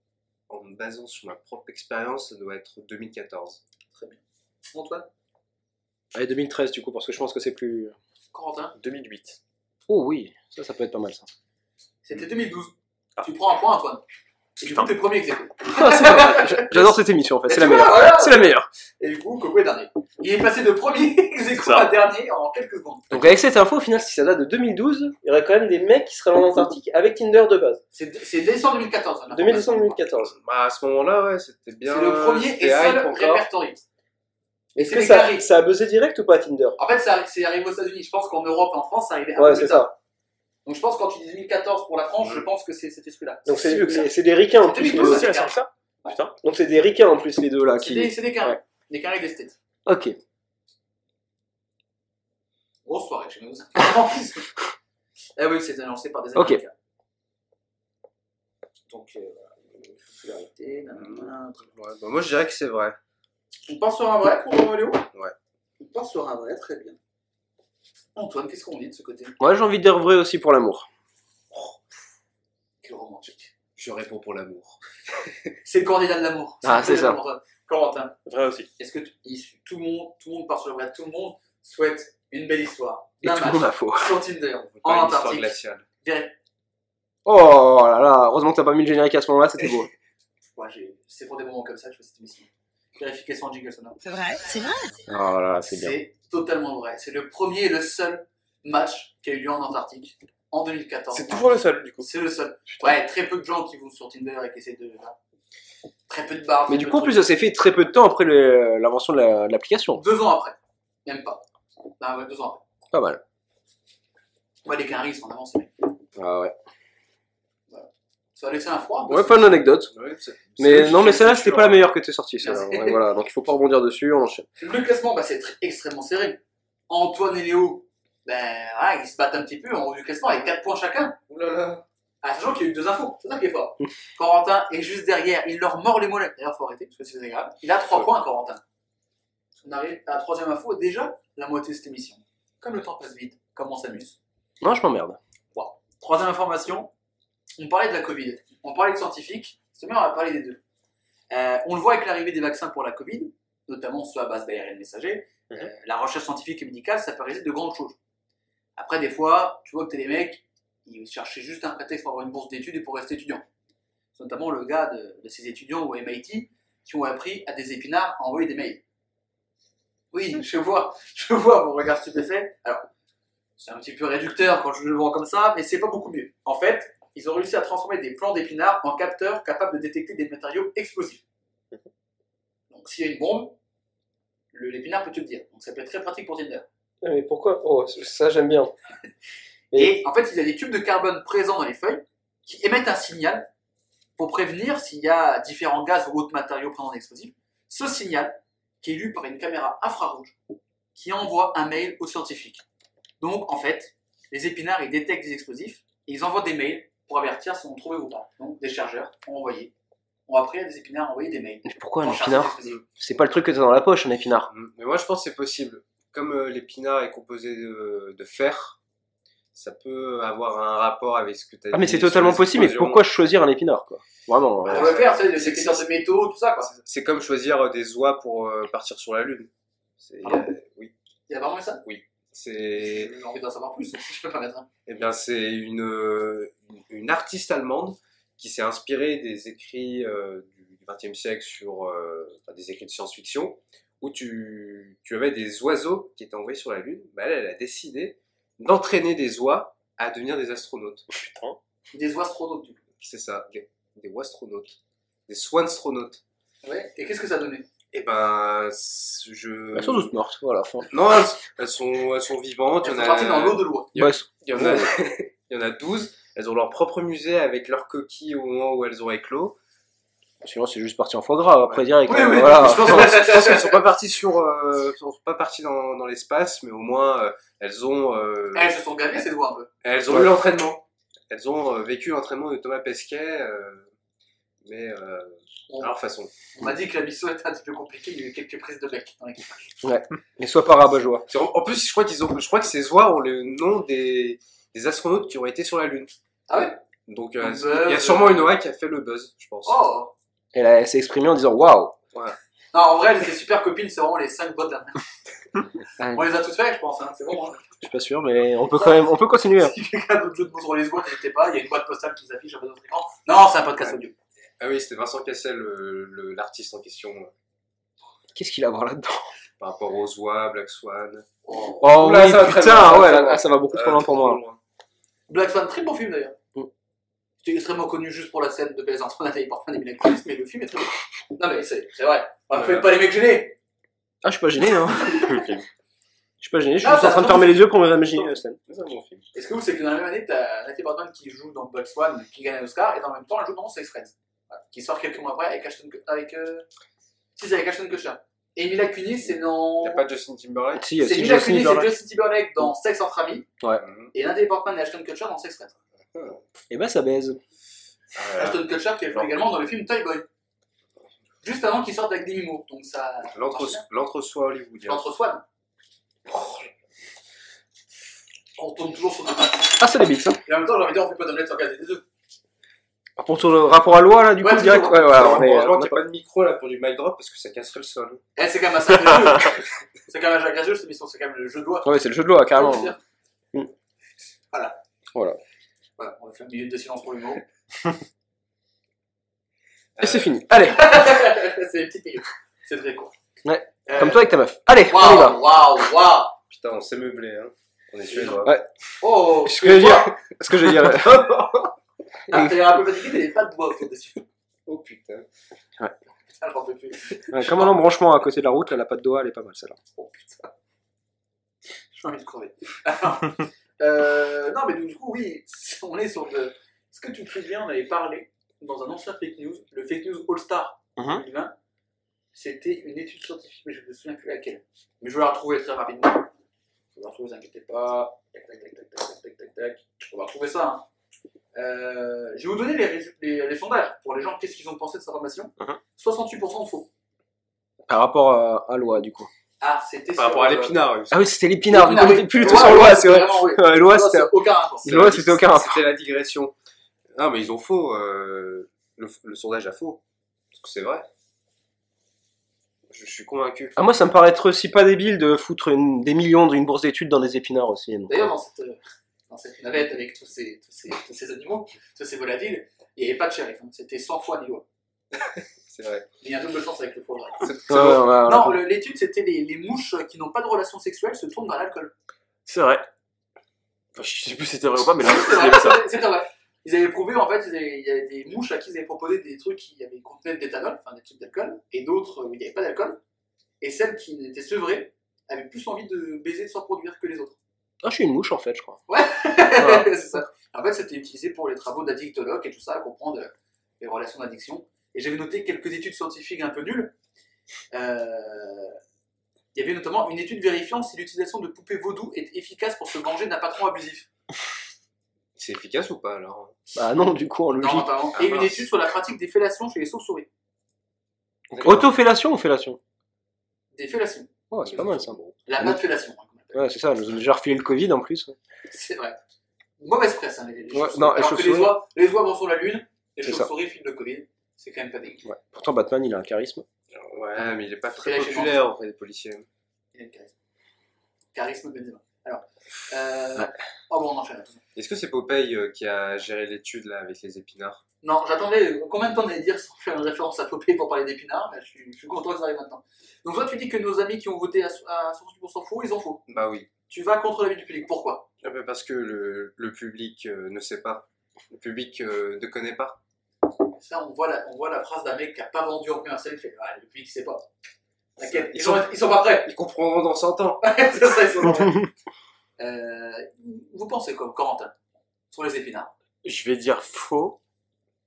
en me basant sur ma propre expérience, ça doit être 2014.
Antoine,
Allez, 2013 du coup, parce que je pense que c'est plus.
Corentin,
2008.
Oh oui, ça, ça peut être pas mal ça.
c'était 2012.
Ah.
Tu prends un point, Antoine. Et du coup,
Putain.
t'es premier ex aequo.
Ah, c'est pas mal. J'a- J'adore cette émission en fait,
Et
c'est la
tu vois,
meilleure.
voilà.
C'est la meilleure.
Et du coup, Coco est dernier. Il est passé de premier ex aequo
Ça.
à dernier en quelques secondes.
Donc avec cette info, au final, si ça date de 2012, il y aurait quand même des mecs qui seraient en Antarctique avec Tinder de base.
C'est c'est décembre 2014.
Ah,
hein, la formation.
2012-2014.
Bah, à ce moment-là, ouais, c'était bien.
C'est le premier
c'était
et seul
hype encore.
répertorié.
Est-ce
C'est
que
les
ça,
Caraïbes.
ça a buzzé direct ou pas Tinder
En fait, ça- c'est arrivé aux États-Unis. Je pense qu'en Europe et en France, ça arrivait un
Ouais,
peu plus
c'est
tard.
ça.
Donc je pense que quand tu dis 2014 pour la France, je pense que c'est- c'était celui-là.
Donc
Si vieux que ça.
c'est c'est des ricains en
C'est
plus. les
2012,
deux.
aussi,
c'est
la
clair.
ça Putain.
Donc c'est des ricains en plus les deux là.
C'est
Qui...
des, c'est des carrés.
Ouais.
Des carrés d'esthète.
Ok.
Grosse soirée, je sais même pas où ça. Eh oui, c'est annoncé par des
Ok.
Américains. Donc, euh, voilà. popularité, nanana.
Ouais, bah, moi, je dirais que c'est vrai.
On part sur un vrai pour euh, Léo
Ouais.
On part sur un vrai, très bien. Antoine, qu'est-ce qu'on dit de ce côté
Moi j'ai envie de dire vrai aussi pour l'amour.
Quel romantique.
Je réponds pour l'amour.
C'est le candidat de l'amour.
Ah, c'est ça.
Corentin,
Vrai aussi.
est-ce que tu- il- tout le monde, tout le monde part sur le vrai, tout le monde souhaite une belle histoire
Et
d'un
tout le
match
monde a faux.
sur Tinder
On veut
en
pas une histoire
Antarctique.
glaciale.
Direct.
Oh là là, heureusement que t'as pas mis le générique à ce moment-là, c'était beau.
Ouais, j'ai- c'est pour des moments comme ça que je fais cette émission. Vérification jingle sonore.
C'est vrai, c'est vrai.
Oh là là,
C'est totalement vrai. C'est le premier et le seul match qui a eu lieu en Antarctique en 2014.
C'est toujours le seul, du coup.
C'est le seul. Ouais, très peu de gens qui vont sur Tinder et qui essaient de. Très peu de barres.
Mais
très
du
peu
coup, en
de
plus,
trucs.
ça s'est fait très peu de temps après le- l'invention de la- de l'application.
Deux ans après. Même pas. Ben, ouais, deux ans après.
Pas mal.
Ouais, les Canaries ils sont en avance, mais.
Ah ouais.
Ça va laisser un froid.
Ouais, fin d'anecdote.
Ouais, c'est-
Mais
c'est
non, mais
logique,
celle-là,
c'est
c'était
sûr.
pas la meilleure que t'es sortie, celle-là.
Merci.
Ouais, voilà, donc il faut pas rebondir dessus, on enchaîne.
Le classement, bah, c'est très- extrêmement serré. Antoine et Léo, ben, voilà, ils se battent un petit peu en haut du classement avec 4 points chacun.
Ouh là là.
Ah, sachant qu'il y a eu deux infos, c'est ça qui est fort. Corentin est juste derrière, il leur mord les mollets. D'ailleurs, faut arrêter parce que c'est désagréable. Il a 3 points, Corentin. On arrive à la troisième info, déjà la moitié de cette émission. Comme le temps passe vite, comme on s'amuse.
Non, je m'emmerde.
Troisième information, on parlait de la Covid, on parlait de scientifiques, ce matin on va parler des deux. Euh, on le voit avec l'arrivée des vaccins pour la Covid, notamment ceux à base d'ARN messager, euh, la recherche scientifique et médicale, ça peut réaliser de grandes choses. Après, des fois, tu vois que t'es des mecs, ils cherchaient juste un prétexte pour avoir une bourse d'études et pour rester étudiant. C'est Notamment le gars de, de ces étudiants au MIT qui ont appris à des épinards à envoyer des mails. Oui, je vois, je vois mon regard stupéfait. Alors, c'est un petit peu réducteur quand je le vois comme ça, mais c'est pas beaucoup mieux. En fait, ils ont réussi à transformer des plans d'épinards en capteurs capables de détecter des matériaux explosifs. Donc s'il y a une bombe, le- l'épinard peut te le dire. Donc ça peut être très pratique pour Tinder.
Mais pourquoi Oh, ça, j'aime bien.
Et en fait, il y a des tubes de carbone présents dans les feuilles qui émettent un signal pour prévenir s'il y a différents gaz ou autres matériaux présents dans l'explosif. Ce signal, qui est lu par une caméra infrarouge, qui envoie un mail aux scientifiques. Donc, en fait, les épinards, ils détectent des explosifs et ils envoient des mails pour avertir si on trouvait ou pas. Donc, des chargeurs ont envoyé. On a appris à des épinards à envoyer des mails.
Mais pourquoi un
pour chercher des
épinard
explosifs.
C'est pas le truc que t'as dans la poche, un épinard.
Mm. Mais moi, je pense que c'est possible. Comme euh, l'épinard est composé de, de fer, ça peut avoir un rapport avec ce que tu as
Ah, mais c'est totalement possible, mais pourquoi choisir un épinard, quoi Vraiment.
On
euh,
va le faire, tu sais, les
C'est-
détecteurs de métaux, tout ça, quoi.
C'est comme choisir euh, des oies pour euh, partir sur la Lune. C'est.
Pardon
euh, oui.
Il y a vraiment ça
C'est.
J'ai envie d'en savoir plus, si je peux me permettre. hein.
Eh bien, c'est une, euh, une artiste allemande qui s'est inspirée des écrits euh, du XXe siècle sur euh, enfin, des écrits de science-fiction où tu, tu avais des oiseaux qui étaient envoyés sur la Lune. Bah, elle, elle a décidé d'entraîner des oies à devenir des astronautes.
Putain.
Des oies astronautes, du coup.
C'est ça, des, des oies astronautes, des swanastronautes.
Ouais. Et qu'est-ce que ça donnait
Et ben, c'est- je.
Elles sont toutes mortes, voilà. Enfin,
Non, elles, elles sont, elles sont vivantes.
Elles
il y
sont
en a-
parties dans l'eau de l'oie.
Yeah.
ouais, c'est-
Il y en a, il y en a 12. Elles ont leur propre musée avec leurs coquilles au moment où elles ont éclos.
sinon, c'est juste parti en foie gras, après direct.
Oui,
hein,
oui,
voilà.
Je pense, je pense qu'elles sont pas parties sur, euh, sont pas parties dans, dans l'espace, mais au moins euh, elles ont, euh,
Elles se sont gavées, ces doigts un peu.
elles ont eu l'entraînement. Elles ont euh, vécu l'entraînement de Thomas Pesquet, euh, mais euh,
Bon.
à leur façon.
On m'a dit que la mission était un petit peu compliquée, il y a eu quelques prises de bec dans l'équipe.
Mais sois pas rabat-joie.
C'est- En plus, je crois qu'ils ont, je crois que ces oies ont le nom des, des astronautes qui ont été sur la Lune.
Ah ouais
Donc euh,
Le
c'est- il y a
buzz.
sûrement une oie qui a fait le buzz, je pense.
Oh
Et là, elle s'est exprimée en disant Waouh
Non, en vrai, elles étaient super copines, c'est vraiment les 5 bottes là. On les a toutes faites, je pense, hein. c'est bon. hein.
Je suis pas sûr, mais on peut quand même on peut continuer. hein.
Si quelqu'un d'autre d'autre sur les boîtes, n'hésitez pas, il y a une boîte postale qui s'affiche à votre écran. Non, c'est un podcast audio.
Ah oui, c'était Vincent Cassel, le- le- l'artiste en question, euh,
Qu'est-ce qu'il a à voir là-dedans
par rapport aux oies, Black Swan.
Oh.
Oh
Oula,
oui,
ça va très
putain,
loin,
ouais,
ça va.
là, ça va beaucoup trop
Euh,
loin pour moi.
Black Swan, très bon film d'ailleurs.
Mm.
C'était extrêmement connu juste pour la scène de Belles Antoinette et par plein des miraculistes, mais le film est très bon. Non, mais c'est c'est vrai. Bah,
Ouais.
Faites pas les mecs gênés
Ah, je suis pas gêné, hein. Je suis pas gêné, je suis
Ah,
juste
ça
en train de
se trouve-
fermer les yeux pour euh, m'imaginer la scène.
C'est un bon film.
Est-ce que vous savez que dans la même année, t'as Nathalie Portman qui joue dans Black Swan, qui gagne un Oscar, et dans le même temps, elle joue dans Sex Friends, voilà, qui sort quelques mois après avec Ashton Kutcher. Avec, euh... Si, c'est avec Ashton Kutcher. Et Mila Kunis, c'est dans.
Y'a pas Justin Timberlake
Si, euh,
C'est
si,
Mila
Justin
Kunis et
Timberlake.
Justin Timberlake dans Sex entre amis,
Mhm.
et Nathalie Portman et Ashton Kutcher dans Sex Friends.
Et bah, ça baise.
Ah,
Ashton Kutcher qui a joué également dans le film Toy Boy. Juste avant qu'il sorte avec Demi Moore, donc ça.
Euh, l'entre- L'entre-soi hollywoodien.
L'entre Swan. Oh. On tourne toujours sur deux pattes.
Ah, c'est des bits, hein. Ah,
Et en même temps, j'ai envie de dire, on fait pas d'omelette sans casser des œufs.
Par contre, sur le rapport à loi, là, du
Ouais,
coup,
toujours.
direct, ouais, voilà, on est,
Heureusement
on
qu'il
est
n'y a pas de micro là pour du mic drop parce que ça casserait le sol.
Eh, c'est quand même un sacré jeu. C'est quand même un sacré jeu, cette émission, c'est quand même le jeu de doigts.
pas- Ouais, c'est le jeu de loi, carrément. Mm.
Voilà.
Voilà.
Voilà, on va faire une minute de silence pour l'humour.
Et c'est fini. Allez,
c'est une petite minute. C'est très court.
Ouais.
Euh,
comme toi avec ta meuf. Allez, on y va.
Waouh, waouh, waouh.
Putain, on s'est meublé, hein. On est suédois.
Oh,
Ce que je veux dire, ce que je veux dire, euh,
Ah, t'as l'air un peu fatigué, mais il n'y a pas de doigts autour dessus.
Oh putain.
Putain, j'en peux plus.
euh, comme un embranchement à côté de la route, là, la patte d'oie, elle est pas mal, celle-là.
Oh putain. J'ai envie de crever. Alors, euh, non, mais donc, du coup, oui, on est sur de. Est-ce que tu te souviens, on avait parlé dans un ancien fake news, le fake news All-Star
Uh-huh.
Mhm.
2020. C'était une étude scientifique, mais je ne me souviens plus laquelle. Mais je vais la retrouver très rapidement. Je vais la retrouver, ne vous inquiétez pas. Tac, tac, tac, tac, tac, tac, tac, tac. On va retrouver ça. hein. Euh, je vais vous donner les, résu- les- les sondages pour les gens, qu'est-ce qu'ils ont pensé de cette information
Uh-huh.
Mhm.
68% de faux.
Par rapport euh, à, à loi, du coup.
Ah, c'était
Par rapport à l'épinard, oui.
Ah oui, c'était l'épinard, du coup, on
L'épinard,
était plus
oui.
le tout sur
Ouais,
loi,
ouais,
c'est vrai.
vraiment, oui.
Ouais, loi,
Non,
c'était.
c'est aucun rapport.
Le loi, c'était aucun rapport.
C'était la digression. Ah, mais ils ont faux. euh, le, le sondage a faux. Parce que c'est vrai. Je, je suis convaincu.
Ah, moi, ça me paraît être aussi pas débile de foutre une- des millions d'une bourse d'études dans des épinards aussi. donc.
D'ailleurs, dans cette, euh, dans cette navette avec tous ces, tous, ces, tous ces animaux, tous ces volatiles, il n'y avait pas de shérif. hein. C'était 100 fois des lois.
C'est vrai.
Il y a un double sens avec le pauvre.
C'est- c'est
Ouais, ouais,
bon.
on va- on va-
Non, le- l'étude, c'était les, les mouches qui n'ont pas de relation sexuelle se tournent vers l'alcool.
C'est vrai. Enfin, je sais plus si c'était vrai ou pas, mais là, c'est
C'est
ça.
vrai, C'était vrai. Ils avaient prouvé, en fait, ils avaient- il y avait des mouches à qui ils avaient proposé des trucs qui avaient contenaient de l'éthanol, enfin des trucs d'alcool, et d'autres où il n'y avait pas d'alcool. Et celles qui étaient sevrées avaient plus envie de baiser, de s'en produire que les autres.
Ah, je suis une mouche, en fait, je crois. Voilà.
c'est ça. En fait, c'était utilisé pour les travaux d'addictologues et tout ça, à comprendre euh, les relations d'addiction. Et j'avais noté quelques études scientifiques un peu nulles. Euh, Il y avait notamment une étude vérifiant si l'utilisation de poupées vaudou est efficace pour se venger d'un patron abusif.
C'est efficace ou pas alors
Bah, non, du coup, en
Non,
logique.
apparemment.
Ah,
et une
mince.
étude sur la pratique des fellations chez les chauves-souris.
Autofellation ou fellation
Des fellations.
Ouais, c'est pas mal ça.
La
Oui.
pas de fellation. hein, qu'on appelle.
Ouais, c'est ça, ils nous ont déjà refilé le Covid en plus. ouais.
C'est vrai. Mauvaise presse, hein, les, les
Ouais,
chauves-souris.
non, les
Alors que les
chauves-souris-
oies, les oies vont sur la lune, les
C'est ça.
chauves-souris filent le Covid. C'est quand même pas dégueu.
Ouais. Pourtant, Batman, il a un charisme.
Ouais, Ah, mais il est pas
C'est
très
la
populaire auprès des policiers.
Il a le charisme. Charisme Benzema. Alors, euh... oh bon, on enchaîne. attention.
Est-ce que c'est Popeye euh, qui a géré l'étude là avec les épinards
Non, j'attendais euh, combien de temps d'aller dire sans faire une référence à Popé pour parler d'épinards mais je, suis, je suis content que ça arrive maintenant. Donc toi, tu dis que nos amis qui ont voté à, so- à 68% faux, ils ont faux.
Bah oui.
Tu vas contre l'avis du public. Pourquoi
Ah bah Parce que le, le public euh, ne sait pas. Le public euh, ne connaît pas.
Ça, on voit la, on voit la phrase d'un mec qui a pas vendu en commercial. Il fait ah, le public sait pas. T'inquiète, ils,
Ils
sont... ils sont pas prêts.
Ils comprendront dans 100 ans.
C'est ça, ils sont pas prêts. Euh, vous pensez quoi, Corentin Sur les épinards.
Je vais dire faux.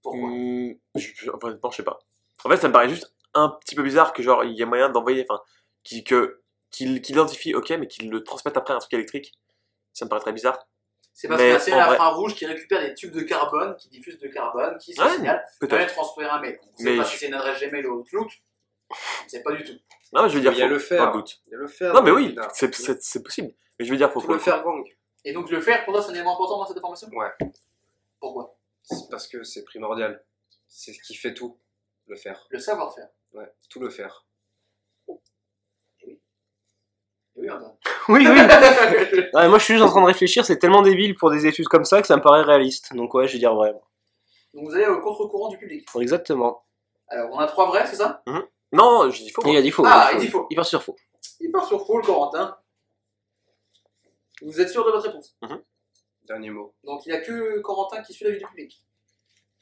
Pourquoi
Hmm, je, je- honnêtement, je sais pas. En fait, ça me paraît juste un petit peu bizarre que genre il y a moyen d'envoyer, enfin, qui- que qu'il qu'il identifie, ok, mais qu'il le transmette après à un truc électrique. Ça me paraît très bizarre.
C'est parce
Mais
que la série
en
à
vrai-
infrarouge qui récupère des tubes de carbone, qui diffusent de carbone, qui se
Ouais,
signalent, va
Peut-être.
transférer un mail. On ne sait
Mais
pas
je-
si c'est une adresse Gmail ou Outlook. On ne sait pas du tout.
Non, mais je vais dire
Mais il y a
faux.
le fer.
Dans doute.
Il y a le fer.
Non, mais
dans
oui,
l'épinard.
c'est- c'est c'est possible. Mais je vais dire faux.
Tout
pour
le
coup.
fer gang.
Et donc le faire, pour toi, c'est un élément important dans cette information
Ouais.
Pourquoi
C'est parce que c'est primordial. C'est ce qui fait tout. Le fer.
Le savoir-faire.
Ouais, tout le fer.
Et Eh Oui, Antoine.
Oui, oui. Ouais, moi, je suis juste en train de réfléchir. C'est tellement débile pour des études comme ça que ça me paraît réaliste. Donc, ouais, je vais dire vrai.
donc vous allez au contre-courant du public.
Exactement.
Alors, on a trois vrais, c'est ça
Non, je dis faux.
Et il a dit faux.
Ah,
a
il dit faux.
Il part sur faux.
Il part sur faux, le Corentin. Vous êtes sûr de votre réponse
Dernier mot.
Donc il n'y a que Corentin qui suit l'avis du public.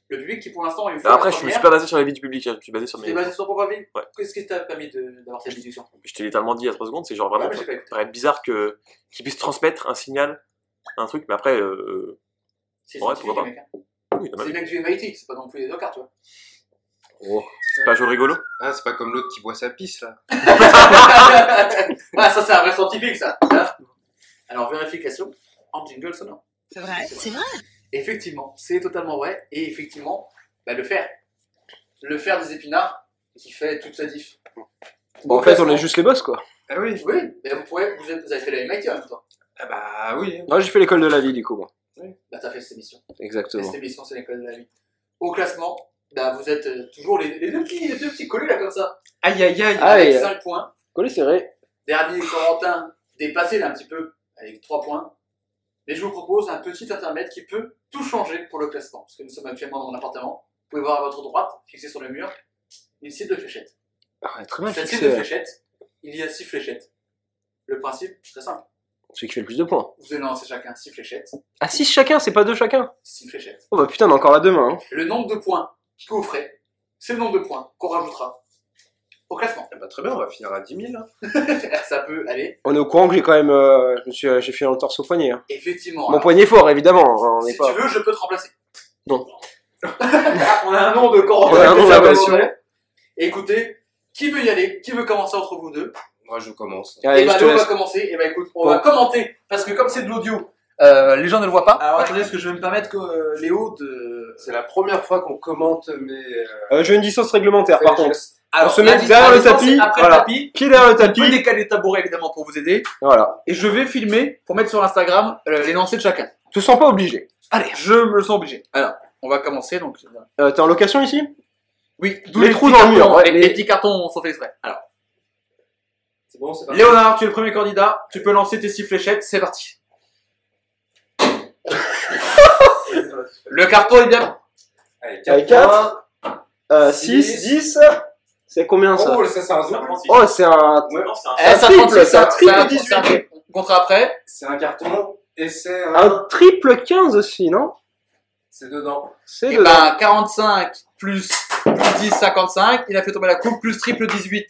Le public qui, pour l'instant, est faux.
Bah, Après,
la
je me suis
première.
pas basé sur la vie du public, hein. je me suis basé sur
Tu t'es
mes.
basé sur ton propre avis
Ouais.
Qu'est-ce qui t'a permis de- d'avoir cette discussion
Je t'ai littéralement dit il y a 3 secondes, c'est genre vraiment.
Ouais, mais j'ai pas
ça me paraît bizarre que qu'il puisse transmettre un signal, un truc, mais après. Euh...
C'est
Ouais,
scientifique,
pourquoi
les mecs, hein.
euh, Oui, non,
C'est
mais
les mecs du MIT, c'est pas non plus des docards, tu vois.
c'est pas un jeu rigolo.
Ah, c'est pas comme l'autre qui boit sa pisse là.
ah, ça, c'est un vrai scientifique, ça. Hein Alors, vérification en jingle sonore.
C'est vrai, c'est vrai.
Effectivement, c'est totalement vrai. Et effectivement, bah, le fer. Le fer des épinards qui fait toute sa diff.
Bon, en fait, on est juste les boss, quoi.
Ah oui.
Oui, mais vous, pouvez, vous, êtes- vous avez fait la MIT en même temps.
Ah bah oui.
Non, j'ai fait l'école de la vie, du coup, moi.
Bah, t'as fait cette émission. Et
Exactement.
cette émission, c'est l'école de la vie. au classement, bah, vous êtes euh, toujours les, les deux petits, les deux petits collés là comme ça.
Aïe aïe aïe.
Ah,
avec
et, euh,
5 points.
Collé serré.
Dernier Corentin dépassé là un petit peu avec 3 points. Mais je vous propose un petit intermède qui peut tout changer pour le classement. Parce que nous sommes actuellement dans mon appartement. Vous pouvez voir à votre droite, fixé sur le mur, une cible de fléchettes.
Ah, très bien
Cette
fixé.
cible de fléchettes, il y a 6 fléchettes. Le principe, c'est très simple.
Celui qui fait le plus de points.
Vous allez lancer chacun 6 fléchettes.
Ah, 6 chacun, c'est pas 2 chacun.
6 fléchettes.
Oh bah putain, on a encore la deux mains. hein.
Le nombre de points que vous ferez, c'est le nombre de points qu'on rajoutera au classement.
Eh ben, très bien, on va finir à 10 000. hein.
Ça peut aller,
On est au courant que j'ai quand même. euh, je me suis, j'ai fait un torse au poignet. hein.
effectivement.
Mon
Alors,
poignet est fort, évidemment. hein, On est
si
pas.
tu veux, je peux te remplacer.
Non.
Ah, on a un nom de corps.
On a un nom d'appellation.
Écoutez, qui veut y aller Qui veut commencer entre vous deux
Moi, je commence.
Allez,
Et bah,
je te
on va
laisse.
commencer. Et bah, écoute, on
Bon.
va commenter. Parce que comme c'est de l'audio, euh, les gens ne le voient pas. Alors, attendez, est-ce que je vais me permettre que euh, Léo de.
C'est la première fois qu'on commente mes. euh,
Euh, je veux une distance réglementaire, par contre.
Alors,
se
la
met
dis-
derrière
la
le
distance,
tapis,
c'est Après
voilà.
le tapis.
Pied derrière le
Je peux
tapis.
décaler le tabouret évidemment pour vous aider.
Voilà.
Et je vais filmer pour mettre sur Instagram euh, les lancers de chacun.
Te sens pas obligé.
Allez, je me sens obligé. Alors, on va commencer donc.
Euh, T'es en location ici
Oui, d'où
Les
les
trous
petits
dans le mur,
cartons,
ouais,
les,
les-
les petits cartons sont faits exprès. Alors,
C'est bon, c'est parti.
Léonard, tu es le premier candidat. Tu peux lancer tes six fléchettes. C'est parti. Le carton est bien.
Allez,
Avec
4
4. Euh,
Six.
6, 10. C'est combien ça
Oh, ça, c'est un double.
Oh, c'est un.
Ouais.
Non, c'est un-
C'est un
Eh, ça,
triple,
36,
c'est un triple
ça,
18.
c'est un- On comptera après.
C'est un carton et c'est un.
Un triple 15 aussi, non
C'est dedans.
C'est
Et
de-
ben, 45 plus, plus 10, 55. Il a fait tomber la coupe. Plus triple 18.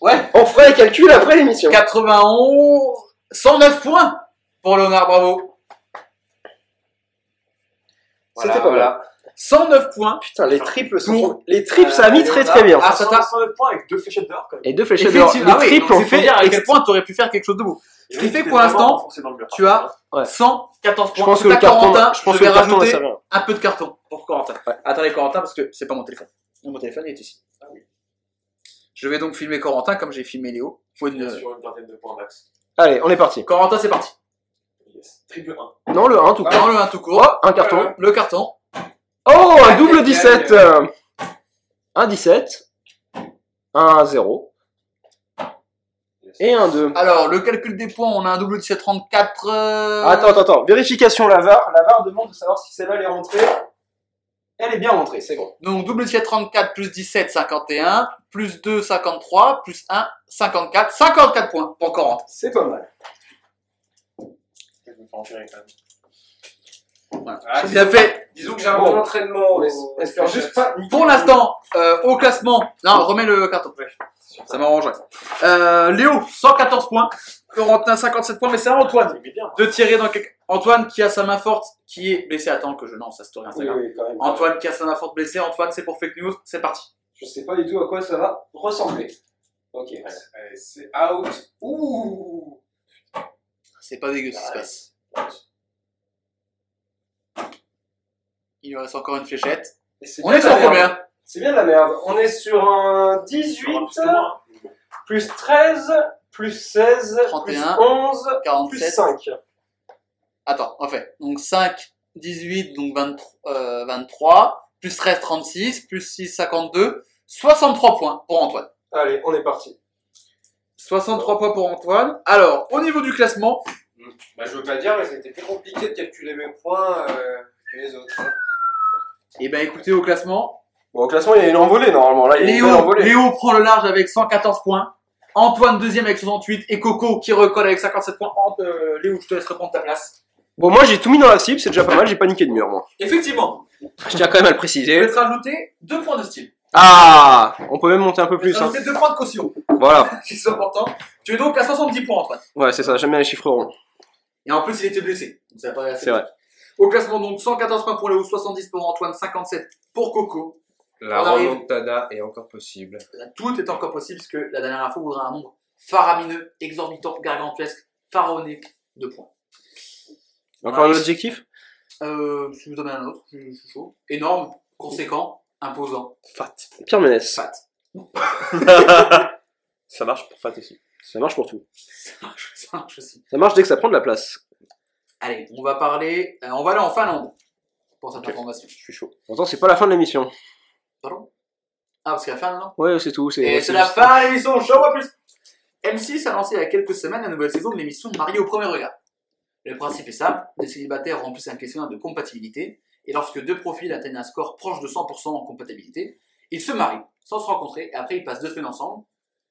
Ouais.
On fera les calculs après l'émission.
91, 109 points pour Léonard Bravo.
C'était
Voilà,
pas mal.
voilà.
109 points.
Putain, les triples sont
Pour-
trop- Les triples, ça a mis très très bien.
Ah, ça t'a.
109 points avec deux fléchettes d'or quand même.
Et deux fléchettes d'or. Les
ah oui,
triples
donc
ont
c'est pour
fait.
dire à
ex-
quel point t'aurais pu faire quelque chose de beau. Ce qui
Et
fait
oui,
pour
t'es vraiment
l'instant,
enfoncé dans le mur.
Tu as
Ouais.
114 points.
Je pense que
C'est
le
à
carton.
Corentin,
Je pense
je
que
vais
le carton va
rajouter
servir.
un peu de carton pour Corentin.
Ouais.
Attendez Corentin parce que c'est pas mon téléphone. Non, Mon téléphone il est ici.
Ah
Je vais donc filmer Corentin comme j'ai filmé Léo. Faut une-
Bien sûr, une vingtaine de points max.
Allez, on est parti.
Corentin, c'est parti.
Yes. Triple 1.
Non, le 1 tout court.
Dans le 1 tout court. Euh,
Oh, un carton.
Le carton. Ah.
Oh, un double
aïe,
17.
aïe.
euh, Un 17. Un 0. Et un 2.
Alors, le calcul des points, on a un double de 734. euh,
Attends, attends, attends. Vérification Lavar. Lavar demande de savoir si celle-là elle est rentrée. Elle est bien rentrée, c'est bon.
Donc double 34 plus 17, 51, plus 2, 53, plus 1, 54, 54 points pour 40.
C'est pas mal.
Je vais me faire enterrer quand même.
Ah,
J'ai bien fait.
Disons que j'ai un bon entraînement. au-
Espère juste pas.
Pour l'instant, euh, au classement, non, remets le carton. Ça m'arrangerait. Euh, Léo, 114 points. Corentin, 57 points, mais c'est à Antoine
Mais
hein.
bien.
de tirer dans quelques... Antoine qui a sa main forte, qui est blessé. Attends que je lance sa story
Oui,
Instagram.
oui, quand même.
Antoine qui a sa main forte blessée. Antoine, c'est pour fake news. C'est parti.
Je sais pas du tout à quoi ça va ressembler. Ok.
Allez, C'est out. Ouh.
C'est pas dégueu ce qui se passe. Il lui reste encore une fléchette.
Et c'est
On
bien
est
de la
sur
merde.
combien
C'est bien de la merde. On est sur un
Tu auras
18,
plus que moi, hein.
plus 13, plus 16,
31,
plus 11, plus
47.
5.
Attends, on fait. Donc 5, 18, donc 23, euh, 23, plus 13, 36, plus 6, 52, 63 points pour Antoine.
Allez, on est parti.
63 points pour Antoine. Alors, au niveau du classement,
Bah, je veux pas dire, mais c'était plus compliqué de calculer mes points euh, que les autres. hein.
eh ben écoutez, au classement,
Bon, au classement, il y a une envolée normalement. Là, Ah, il y a une belle
Léo,
envolée.
Léo prend le large avec 114 points. Antoine deuxième avec 68 et Coco qui recolle avec 57 points. Ant- euh, Léo, je te laisse reprendre ta place.
Bon, moi j'ai tout mis dans la cible, c'est déjà pas mal, j'ai paniqué de mur, moi.
Effectivement,
Je tiens quand même à le
je vais
préciser.
te rajouter 2 points de style.
Ah On peut même monter un peu
Je vais
plus.
te
Hein.
rajouter 2 points de caution,
Voilà.
c'est important. Tu es donc à 70 points, Antoine.
Ouais, c'est ça, jamais les chiffres ronds.
Et en plus, il était blessé. Donc, ça paraît assez
C'est vrai.
Au classement, donc 114 points pour Léo, 70 pour Antoine, 57 pour Coco.
La
On arrive.
remontada est encore possible.
Là, Tout est encore possible parce que la dernière info voudra un nombre faramineux, exorbitant, gargantuesque, pharaonique de points.
Encore un objectif
Euh, si vous en avez un autre, je je suis chaud. Énorme, conséquent, imposant.
Fat. Pierre Ménès.
Fat.
Ça marche pour Fat aussi.
Ça marche pour tout.
Ça marche aussi.
Ça marche dès que ça prend de la place.
Allez, on va parler. euh, on va aller en Finlande pour cette
Ok.
information.
Je suis chaud.
Pourtant, c'est pas la fin de l'émission.
Pardon Ah, parce qu'à la fin, non
Ouais, c'est tout.
Et c'est la fin de l'émission, show à plus M6 a lancé il y a quelques semaines la nouvelle saison de l'émission Marié au premier regard. Le principe est simple, les célibataires remplissent un questionnaire de compatibilité, et lorsque deux profils atteignent un score proche de 100% en compatibilité, ils se marient, sans se rencontrer, et après ils passent deux semaines ensemble.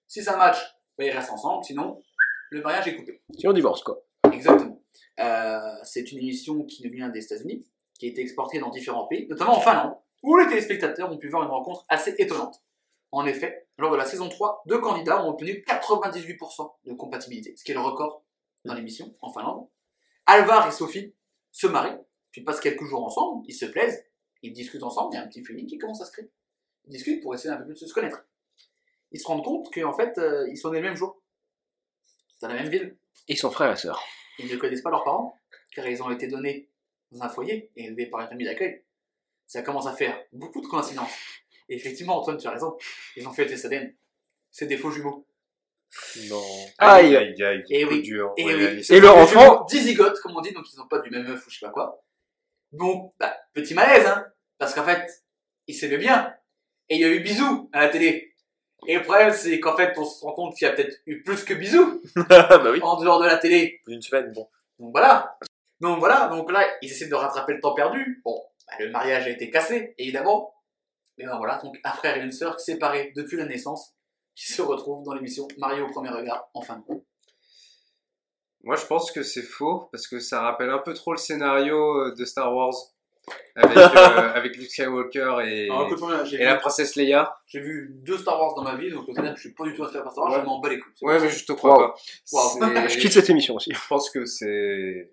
Si ça match, ben, ils restent ensemble, sinon, le mariage est coupé.
Si on divorce, quoi.
Exactement. Euh, c'est une émission qui nous vient des États-Unis, qui a été exportée dans différents pays, notamment en Finlande, où les téléspectateurs ont pu voir une rencontre assez étonnante. En effet, lors de la saison 3, deux candidats ont obtenu 98% de compatibilité, ce qui est le record dans l'émission en Finlande. Alvar et Sophie se marient, puis passent quelques jours ensemble, ils se plaisent, ils discutent ensemble, il y a un petit feeling qui commence à se créer. Ils discutent pour essayer un peu plus de se connaître. Ils se rendent compte qu'en fait, euh, ils sont nés le même jour, dans la même ville.
Ils sont frères et sœurs.
Ils ne connaissent pas leurs parents, car ils ont été donnés dans un foyer et élevés par une famille d'accueil. Ça commence à faire beaucoup de coïncidences. Et effectivement, Antoine, tu as raison. Ils ont fait le test ADN. C'est des faux jumeaux.
Non.
Aïe. Eh
aïe, aïe.
Et
coup
oui.
dur.
Et
Ouais,
oui.
allez,
Et leur
Des
enfant
jumeaux Dizygotes, comme on dit, donc ils n'ont pas du même œuf ou je sais pas quoi. Donc, bah, petit malaise, hein. Parce qu'en fait, ils s'aimaient bien. Et il y a eu bisous à la télé. Et le problème, c'est qu'en fait, on se rend compte qu'il y a peut-être eu plus que bisous
bah oui,
en dehors de la télé.
une semaine, bon.
Donc voilà. Donc voilà, donc là, ils essaient de rattraper le temps perdu. Bon, bah, le mariage a été cassé, évidemment. Mais ben voilà, donc un frère et une sœur séparés depuis la naissance, qui se retrouvent dans l'émission Mariés au premier regard, en fin de compte.
Moi, je pense que c'est faux parce que ça rappelle un peu trop le scénario euh, de Star Wars avec, euh, avec Luke Skywalker et,
Alors, écoute, moi, J'ai
et la
vu,
princesse Leia.
j'ai vu deux Star Wars dans ma vie, donc au final, je suis pas du tout inspiré par Star Wars,
Ouais.
je m'en bats les couilles.
Ouais, mais je te crois
Wow.
pas.
Wow.
C'est-
Je quitte cette émission aussi.
je pense que c'est.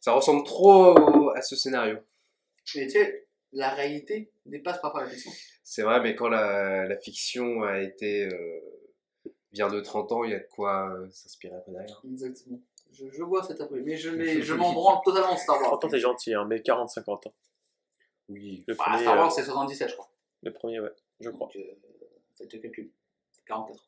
Ça ressemble trop à ce scénario.
Mais tu sais, la réalité dépasse parfois la fiction.
C'est vrai, mais quand la, la fiction a été. euh, vient de 30 ans, il y a de quoi euh, s'inspirer après derrière.
Exactement. Je, je vois cet après Mais je, mais je m'en branle totalement de Star Wars.
30 ans, t'es gentil, hein, mais 40-50 ans.
Oui.
Le
Bah,
premier,
Star
euh,
Wars, c'est 77, je crois.
le premier, ouais, je crois.
Donc, euh, faites le calcul. 44.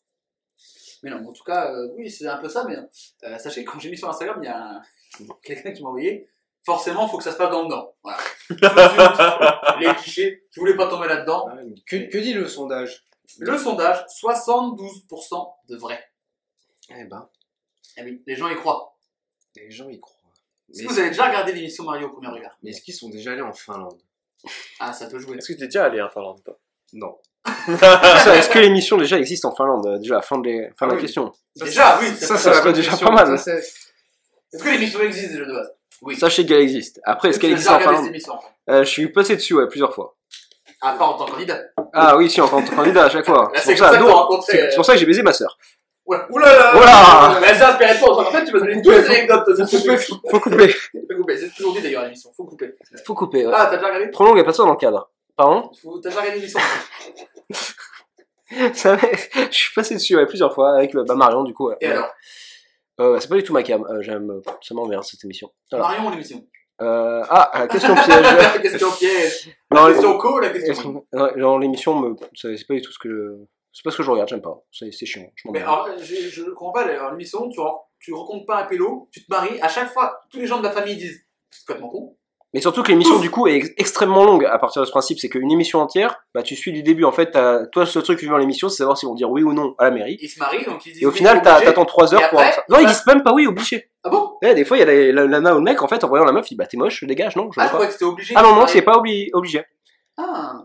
Mais non, en tout cas, euh, oui, c'est un peu ça, mais euh, sachez que quand j'ai mis sur Instagram, il y a un- quelqu'un qui m'a envoyé. Forcément, il faut que ça se passe dans le Nord. Voilà. Tout de suite, les clichés, je voulais pas tomber là-dedans.
Que, que dit le sondage
Le sondage, 72% de vrai.
Eh
Ah
ben,
Eh oui, les gens y croient.
les gens y croient.
Est-ce
Mais,
que vous avez déjà regardé l'émission Mario au premier regard
mais est-ce qu'ils sont déjà allés en Finlande
Ah, ça peut jouer.
Est-ce que t'es déjà allé en Finlande, toi
Non.
Ça, Est-ce que l'émission déjà existe en Finlande euh, Déjà, fin de, les- fin de la
Ah oui.
question.
Déjà, oui,
Ça,
ça,
ça
ça
va
serait
déjà
déjà
pas
pas
mal.
mal.
Est-ce que l'émission existe déjà de base Oui.
Sachez qu'elle existe. Après, est-ce
Est-ce que
qu'elle
vous avez déjà
existe en
regardé cette émission
Finlande
en fait
Euh, Je suis passé dessus, ouais, plusieurs fois.
Ah, pas en tant que candidat.
Ah oui, si, en tant que candidat à chaque fois.
Là,
C'est
c'est
pour
comme
ça,
ça
nous, hein.
qu'on rencontrait,
c'est-
euh,
c'est pour ça que j'ai baisé ma sœur.
Oula Oulala
Oula
Mais ça, inspiré de toi. En fait, tu m'as donné deux anecdotes. de ce film.
Faut couper.
Faut couper. C'est toujours dit d'ailleurs à l'émission. Faut couper.
Faut couper, ouais.
Ah, t'as déjà regardé
Trop longue, elle passe dans le cadre. Pardon
Faut- T'as déjà regardé l'émission
Ça va- Je suis passé dessus, ouais, plusieurs fois, avec euh, bah, Marion, du coup. ouais.
Et alors
Euh, C'est pas du tout ma cam, euh, j'aime, euh, ça m'emmerde cette émission. Voilà.
Marion ou l'émission
Euh, ah, la question piège.
Question piège.
Non,
Question co, la question. oui.
Est-ce que- ouais, genre, l'émission, me... c'est c'est pas du tout ce que je... C'est pas ce que je regarde, j'aime pas. C'est c'est chiant, je m'en
Mais alors, je, je comprends pas, alors, l'émission, tu, ren- tu rencontres pas un pélo, tu te maries, à chaque fois, tous les gens de la famille disent C'est complètement con.
Mais surtout que l'émission, du coup, est ex- extrêmement longue à partir de ce principe. C'est qu'une émission entière, bah, tu suis du début. En fait, t'as- toi, ce truc vivant l'émission, c'est savoir s'ils vont dire oui ou non à la mairie.
Ils se marient, donc ils disent
Et au
oui,
final,
t'es
t'as-
obligé.
t'attends 3
Et
heures pour
après,
avoir ça. Non, ils
bah-
disent même pas oui, obligé.
Ah bon
Eh, des fois, il y a la, la, la nana ou le mec, en fait, en voyant la meuf, il dit bah, t'es moche, dégage, non, je
Ah, je
veux pas.
croyais que c'était obligé.
Ah
de
non,
se
non,
marier.
c'est pas obli- obligé.
Ah,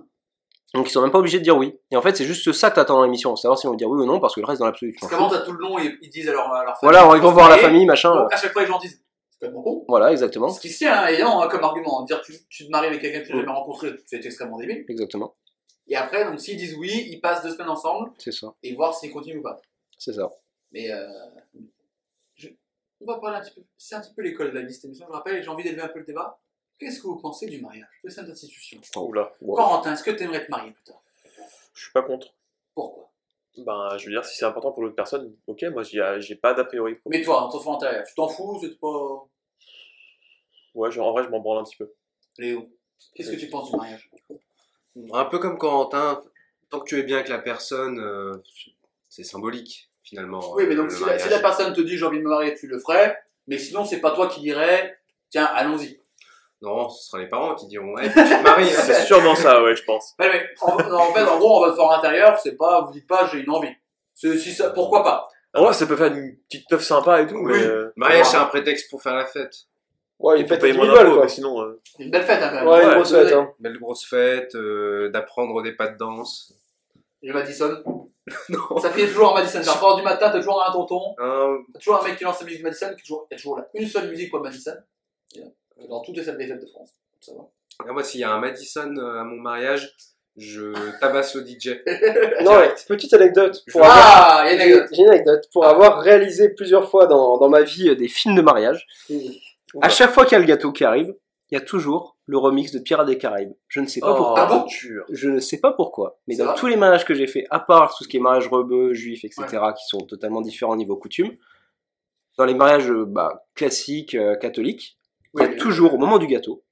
Donc, ils sont même pas obligés de dire oui. Et en fait, c'est juste ça que t'attends dans l'émission, savoir s'ils vont dire oui ou non, parce que le reste, dans l'absolu, tu t'en
parce qu'avant,
fous.
t'as tout le long, ils, ils disent alors à leur famille.
Voilà, ils vont voir la
Et-
famille, machin. euh,
Donc, à chaque fois, les gens disent C'est complètement con.
Voilà, exactement.
Ce qui se tient, hein, ayant hein, comme argument, dire tu, tu te maries avec quelqu'un que tu n'as jamais rencontré, c'est extrêmement débile.
Exactement.
Et après, donc s'ils disent oui, ils passent deux semaines ensemble
C'est ça.
et voir s'ils continuent ou pas.
C'est ça.
Mais euh, je- on va parler un petit peu, c'est un petit peu l'école de la vie cette émission, je rappelle, et j'ai envie d'élever un peu le débat. Qu'est-ce que vous pensez du mariage, de cette institution
Oula, wow.
Corentin, est-ce que tu aimerais te marier plus tard
je suis pas contre.
Pourquoi
Ben, je veux dire, si c'est important pour l'autre personne, ok, moi j'y a- j'ai pas d'a priori.
Mais toi, en ton fond intérieur, tu t'en fous, c'est pas.
Ouais, je- en vrai, je m'en branle un petit peu.
Léo, qu'est-ce que tu penses du mariage
Un peu comme Corentin, tant que tu es bien avec la personne, euh, c'est symbolique finalement.
Oui, mais
euh,
donc
le
si la, si la
mariage.
personne te dit j'ai envie de me marier, tu le ferais, mais sinon c'est pas toi qui dirais tiens, allons-y.
Non, ce sera les parents qui diront, ouais, faut que tu te maries. hein.
C'est sûrement ça, ouais, je pense.
Mais, mais, en, en fait, en gros, en votre fort intérieur, c'est pas, vous dites pas, j'ai une envie. C'est- Si ça, pourquoi pas
En vrai, ça peut faire une petite teuf sympa et tout,
Oui.
mais. euh,
Mariage, c'est un prétexte pour faire la fête.
Ouais,
il
une
faut
fête
payer
à 10
moins
000 balles,
d'impôts,
quoi.
mais sinon. euh,
C'est Une belle fête, hein, quand même.
Ouais, une
Ouais,
grosse fête, hein.
Belle grosse fête, euh, d'apprendre des pas de danse.
Le Madison.
Non.
Ça finit toujours en Madison. Genre, 4 du matin, t'as toujours un tonton,
Hein,
t'as toujours un mec qui lance la musique de Madison, qui toujours, il y a toujours là, une seule musique pour le Madison. Et là, Dans toutes les salles des fêtes de France. Ça va.
Ah, moi, s'il y a un Madison euh, à mon mariage, je tabasse le DJ.
Non, ouais, petite anecdote. Pour avoir-
Ah, il y a une
J'ai
anecdote.
j'ai une anecdote. Pour avoir réalisé plusieurs fois dans, dans ma vie euh, des films de mariage,
Mmh.
à chaque fois qu'il y a le gâteau qui arrive, il y a toujours le remix de Pirates des Caraïbes. Je ne sais pas
oh,
pourquoi.
Ah bon
dur.
Je ne sais pas pourquoi, mais
C'est
dans
vrai
tous les mariages que j'ai fait, à part tout ce qui est mariage rebeu, juif, etc., qui sont totalement différents au niveau coutume, dans les mariages euh, bah, classiques, euh, catholiques, il y a
Oui.
toujours, au moment du gâteau,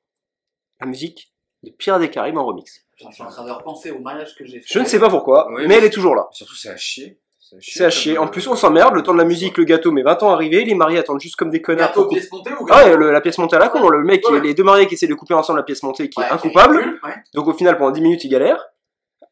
la musique de Pirates des Caraïbes en remix.
Putain, Je suis en train de repenser au mariage que j'ai fait.
Je ne sais pas pourquoi,
Oui,
mais
mais-
elle est toujours là.
Surtout, c'est à chier.
C'est à chier.
comme,
En plus,
euh,
on s'emmerde, le temps de la musique, le gâteau, mais 20 ans arrivé, les mariés attendent juste comme des connards.
Gâteau
Pour couper-
pièce montée ou
Ah ouais, le- la pièce montée à la con, le mec, qui-
Ouais.
les deux mariés qui essaient de couper ensemble la pièce montée, qui
Ouais,
est incoupable.
ridicule, ouais.
Donc au final, pendant 10 minutes, ils galèrent.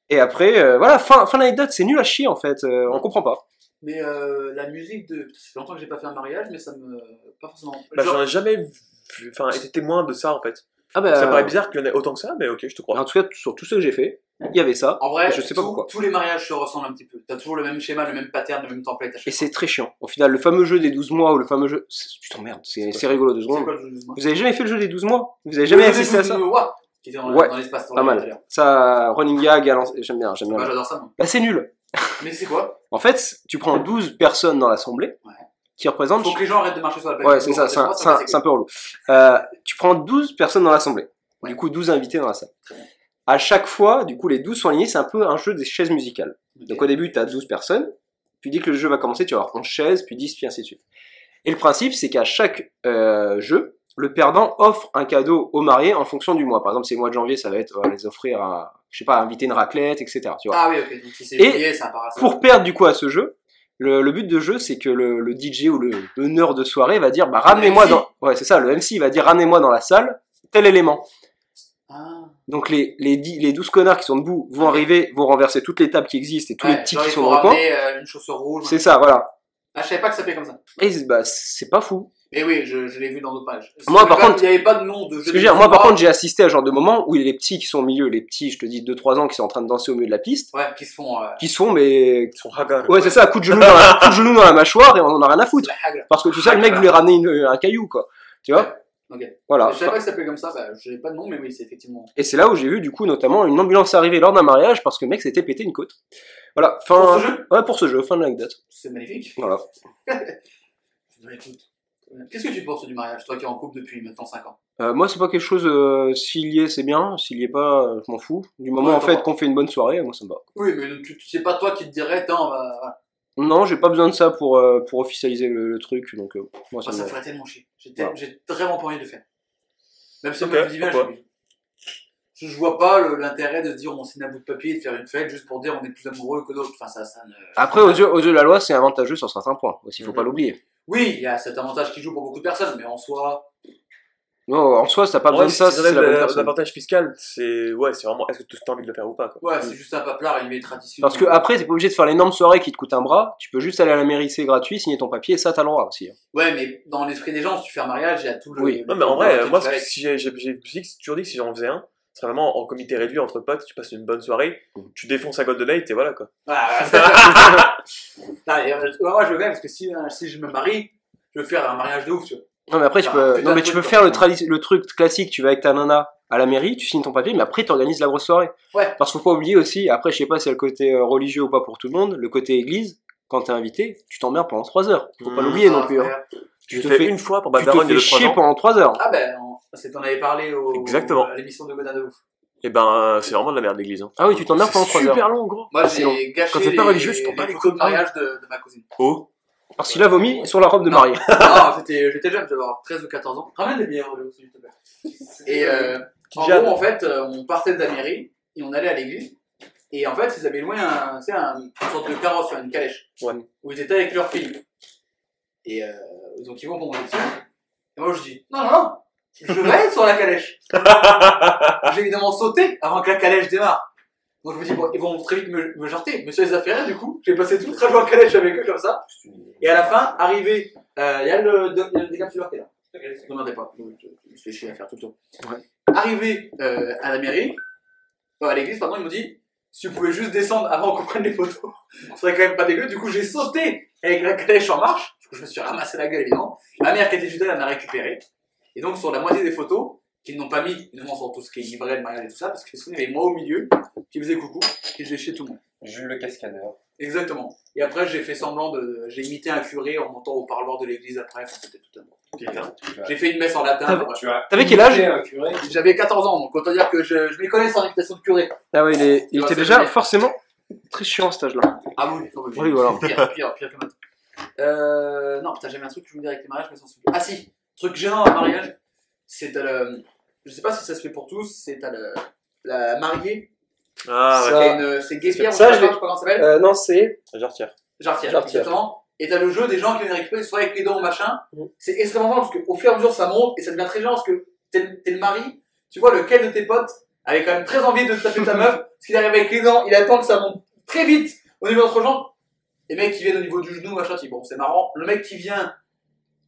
Et après, euh, voilà, fin, fin d'anecdote, c'est nul à chier en fait, euh, on comprend pas.
Mais euh, la musique de. Ça fait longtemps que j'ai pas fait un mariage, mais ça me. Pas forcément.
Bah,
Genre-
j'en ai jamais vu- enfin, été témoin de ça, en fait.
Ah
bah,
Ça me paraît bizarre qu'il y en ait autant que ça, mais ok, je te crois.
En tout cas, sur tout ce que j'ai fait, il y avait ça,
En vrai,
Je sais pas
tous-
pourquoi.
tous les mariages se ressemblent un petit peu. T'as toujours le même schéma, le même pattern, le même template. à chaque
et c'est très chiant. Au final, le fameux jeu des 12 mois ou le fameux jeu. c'est- Tu t'emmerdes, c'est c'est rigolo deux
fois. C'est
secondes.
quoi le jeu de moi
Vous avez jamais fait le jeu des 12 mois Vous avez jamais
Le jeu
assisté à
des
ça
Zouzous, ouah, Qui était dans
Ouais,
la- dans l'espace.
Pas mal. Ça, running gag, à l'ancienne- j'aime bien, j'aime bien.
Moi j'adore ça, moi.
Bah, c'est nul.
Mais c'est quoi
En fait, tu prends 12 personnes dans l'assemblée
Ouais.
qui représentent.
Faut que les gens arrêtent de marcher sur la planète.
Ouais, c'est ça, c'est un,
Moi,
c'est un-
me fait-
c'est un peu relou. Euh, tu prends 12 personnes dans l'assemblée.
Ouais.
Du coup, 12 invités dans la salle.
Très bien.
À chaque fois, du coup, les 12 sont alignés, c'est un peu un jeu des chaises musicales. Donc au début, tu as 12 personnes, puis dès que le jeu va commencer, tu vas avoir 11 chaises, puis 10, puis ainsi de suite. Et le principe, c'est qu'à chaque euh, jeu, le perdant offre un cadeau au marié en fonction du mois. Par exemple, c'est le mois de janvier, ça va être euh, les offrir un, je sais pas, inviter une raclette, etc. Tu vois.
Ah oui, ok. Donc si c'est
Et
lié, c'est un parasol.
Pour perdre du coup à ce jeu, le, le but de jeu c'est que le, le DJ ou le honneur de soirée va dire bah ramenez-moi
Le MC.
dans ouais c'est ça le MC va dire ramenez-moi dans la salle tel élément.
Ah,
Donc les les dix- les 12 connards qui sont debout vont
Ouais.
arriver vont renverser toutes les tables qui existent et tous les
ouais,
petits
genre,
qui
il
sont
faut
dans le coin.
ramener, euh, une chaussure rouge.
C'est ça voilà.
Ah, je savais pas que ça s'appelait comme ça.
Et c'est- bah c'est pas fou.
Mais oui, je, je l'ai vu dans d'autres pages.
Moi, par contre-
Il n'y avait pas de nom de jeu.
Ce que je veux dire, moi par contre j'ai assisté à un genre de moment où il y a les petits qui sont au milieu, les petits je te dis 2-3 ans qui sont en train de danser au milieu de la piste,
Ouais, qui se font. euh,
qui se font mais
Ils sont ragas.
ouais c'est ça coup de genou dans la, coup de genou dans la mâchoire et on en a rien à foutre
la hagle.
parce que tout ça le mec voulait ramener une- un caillou quoi. Tu vois
Ok.
Voilà.
Je savais pas que ça s'appelait comme ça, bah, je n'avais pas de nom, mais oui, c'est effectivement.
Et c'est là où j'ai vu du coup notamment une ambulance arriver lors d'un mariage parce que le mec s'était pété une côte. Voilà, fin.
Pour ce jeu
Ouais, pour ce jeu, fin de l'anecdote.
C'est magnifique.
Voilà.
Bah, écoute, euh, Qu'est-ce que tu penses du mariage, toi qui es en couple depuis maintenant 5 ans
Euh, moi, c'est pas quelque chose. euh, s'il y est, c'est bien. S'il y est pas, euh, je m'en fous. Du moment
Ouais,
en
d'accord.
fait qu'on fait une bonne soirée, moi ça me va.
Oui, mais tu, tu sais pas toi qui te dirais, tiens, on va- voilà.
Non, j'ai pas besoin de ça pour euh, pour officialiser le, le truc. Donc euh, moi
Enfin,
ça me
Oh, ça
va.
ferait tellement chier. J'ai
Voilà.
tel- j'ai vraiment pas envie de le faire. Même si on
Ok,
me le dit bien,
pourquoi
j'ai- je, je vois pas le- l'intérêt de se dire on signe un bout de papier et de faire une fête juste pour dire on est plus amoureux que d'autres. Enfin, ça, ça ne...
Après, aux yeux, aux yeux de la loi, c'est avantageux sur certains points. Aussi, faut
Mhm.
pas l'oublier.
Oui, il y a cet avantage qui joue pour beaucoup de personnes, mais en soi,
Non, en soi, ça t'as pas besoin
Ouais,
de ça.
c'est
si c'est la bonne
vrai,
personne.
l'avantage fiscal, c'est ouais, c'est vraiment est-ce que tu as envie de le faire ou pas quoi.
ouais, c'est juste un paplard, il met tradition.
Parce que après, t'es pas obligé de faire l'énorme soirée qui te coûte un bras. Tu peux juste aller à la mairie, c'est gratuit, signer ton papier, et ça t'as le droit aussi. hein.
Ouais, mais dans l'esprit des gens, si tu fais un mariage, il y a tout le.
Oui.
Non mais en vrai,
le-
moi
le-
si j'ai j'ai- j'ai toujours dit que si j'en faisais un, ce serait vraiment en comité réduit entre potes, tu passes une bonne soirée,
Mm.
tu défonces à Golden Night et voilà quoi.
Ah, ah, ah. Non, et, euh, moi, je veux bien, parce que si, euh, si je me marie, je veux faire un mariage de ouf, tu vois.
Non mais Bah, après tu
Ah,
peux,
putain,
non, mais tu
truc,
peux
quoi.
faire le, tradi- le truc classique, tu vas avec ta nana à la mairie, tu signes ton papier, mais après tu organises la grosse soirée.
Ouais.
Parce qu'il faut pas oublier aussi, après je sais pas si y a le côté euh, religieux ou pas pour tout le monde, le côté église, quand t'es invité, tu t'emmerdes pendant 3 heures. Faut pas
Mmh.
l'oublier
Ah,
non plus. hein. Bah,
frère.
Tu te
l'ai fait
fais,
une fois pour
tu te
Badaron il y a
fais
3
chier
ans.
pendant 3 heures.
Ah ben, on- c'est t'en avais parlé au,
Exactement.
à l'émission de Godin de ouf.
Et ben euh, c'est vraiment de la merde l'église. Hein.
Ah oui, tu t'emmerdes pendant 3
C'est
heures.
super long gros.
Moi,
Ah, c'est long.
j'ai gâché
Quand t'es
les,
pas religieux, tu t'en bats les
photos de
couilles.
mariage de, de ma cousine.
Oh.
Parce qu'il a vomi sur la robe de
Non.
mariée.
non, j'étais j'étais jeune, j'avais 13 ou 14 ans. Ramène les meilleurs, euh, s'il te plaît. Et euh, en
Jade.
gros, en fait, euh, on partait de la mairie et on allait à l'église. Et en fait, ils avaient loué un, tu sais, un, une sorte de carrosse, enfin, une calèche,
Ouais.
où ils étaient avec leur fille. Et euh, donc ils vont pour mon élection. Et moi, je dis, non, non, non, Je vais être sur la calèche. J'ai évidemment sauté avant que la calèche démarre. Donc je me dis, bon, ils vont très vite me, me jarter. Monsieur les affaires, du coup, j'ai passé tout le trajet en calèche avec eux comme ça. Et à la fin, arrivé, euh, il y a le, de- il y a le décapsuleur qui est là. Ne demandez pas, je je me suis chier à faire tout le temps. Arrivé euh, à la mairie, euh, à l'église, pardon, ils m'ont dit, si vous pouvez juste descendre avant qu'on prenne les photos, ce serait quand même pas dégueu. Du coup, j'ai sauté avec la calèche en marche, parce que je me suis ramassé la gueule évidemment. Ma mère qui était juste là, elle m'a récupéré. Et donc, sur la moitié des photos, qu'ils n'ont pas mis, évidemment, sur tout ce qui est livret, le mariage et tout ça, parce que sinon, il y avait moi au milieu, qui faisais coucou, qui faisait chier tout le monde.
Jules le cascadeur.
Exactement. Et après, j'ai fait semblant de. J'ai imité un curé en montant au parloir de l'église après, enfin, c'était tout un monde. J'ai fait une messe en latin.
Ah
bref.
Tu as
T'avais quel âge
imité un curé.
J'avais 14 ans, donc autant dire que je, je m'y connais sans invitation de curé.
Ah ouais, il, est- il
Ouais,
était
c'est
déjà
vrai.
forcément très chiant cet âge-là.
Ah oui, non, mais j'ai-
Oui, voilà.
Pire, pire, pire que maintenant. Euh, non, putain, j'avais un truc que je voulais dire avec les mariages, mais sans souvenir. Ah si, truc gênant à un mariage, c'est à le. Je sais pas si ça se fait pour tous, c'est à le. La mariée,
Ah,
Ça-
ouais,
qui a une- c'est Guépière, ou
Ça,
je
je
sais
l'ai-
pas je sais pas comment ça s'appelle.
Euh, non, c'est.
je retire.
Jartière,
Jartière.
exactement. Et t'as le jeu des gens qui viennent récupérer, soit avec les dents ou machin.
Mm.
C'est extrêmement drôle parce qu'au fur et à mesure ça monte et ça devient très gênant parce que t'es le- t'es le mari, tu vois lequel de tes potes avait quand même très envie de taper ta meuf, parce qu'il arrive avec les dents, il attend que ça monte très vite au niveau de l'autre jambe. Les mecs qui viennent au niveau du genou, machin, tu dis bon c'est marrant. Le mec qui vient,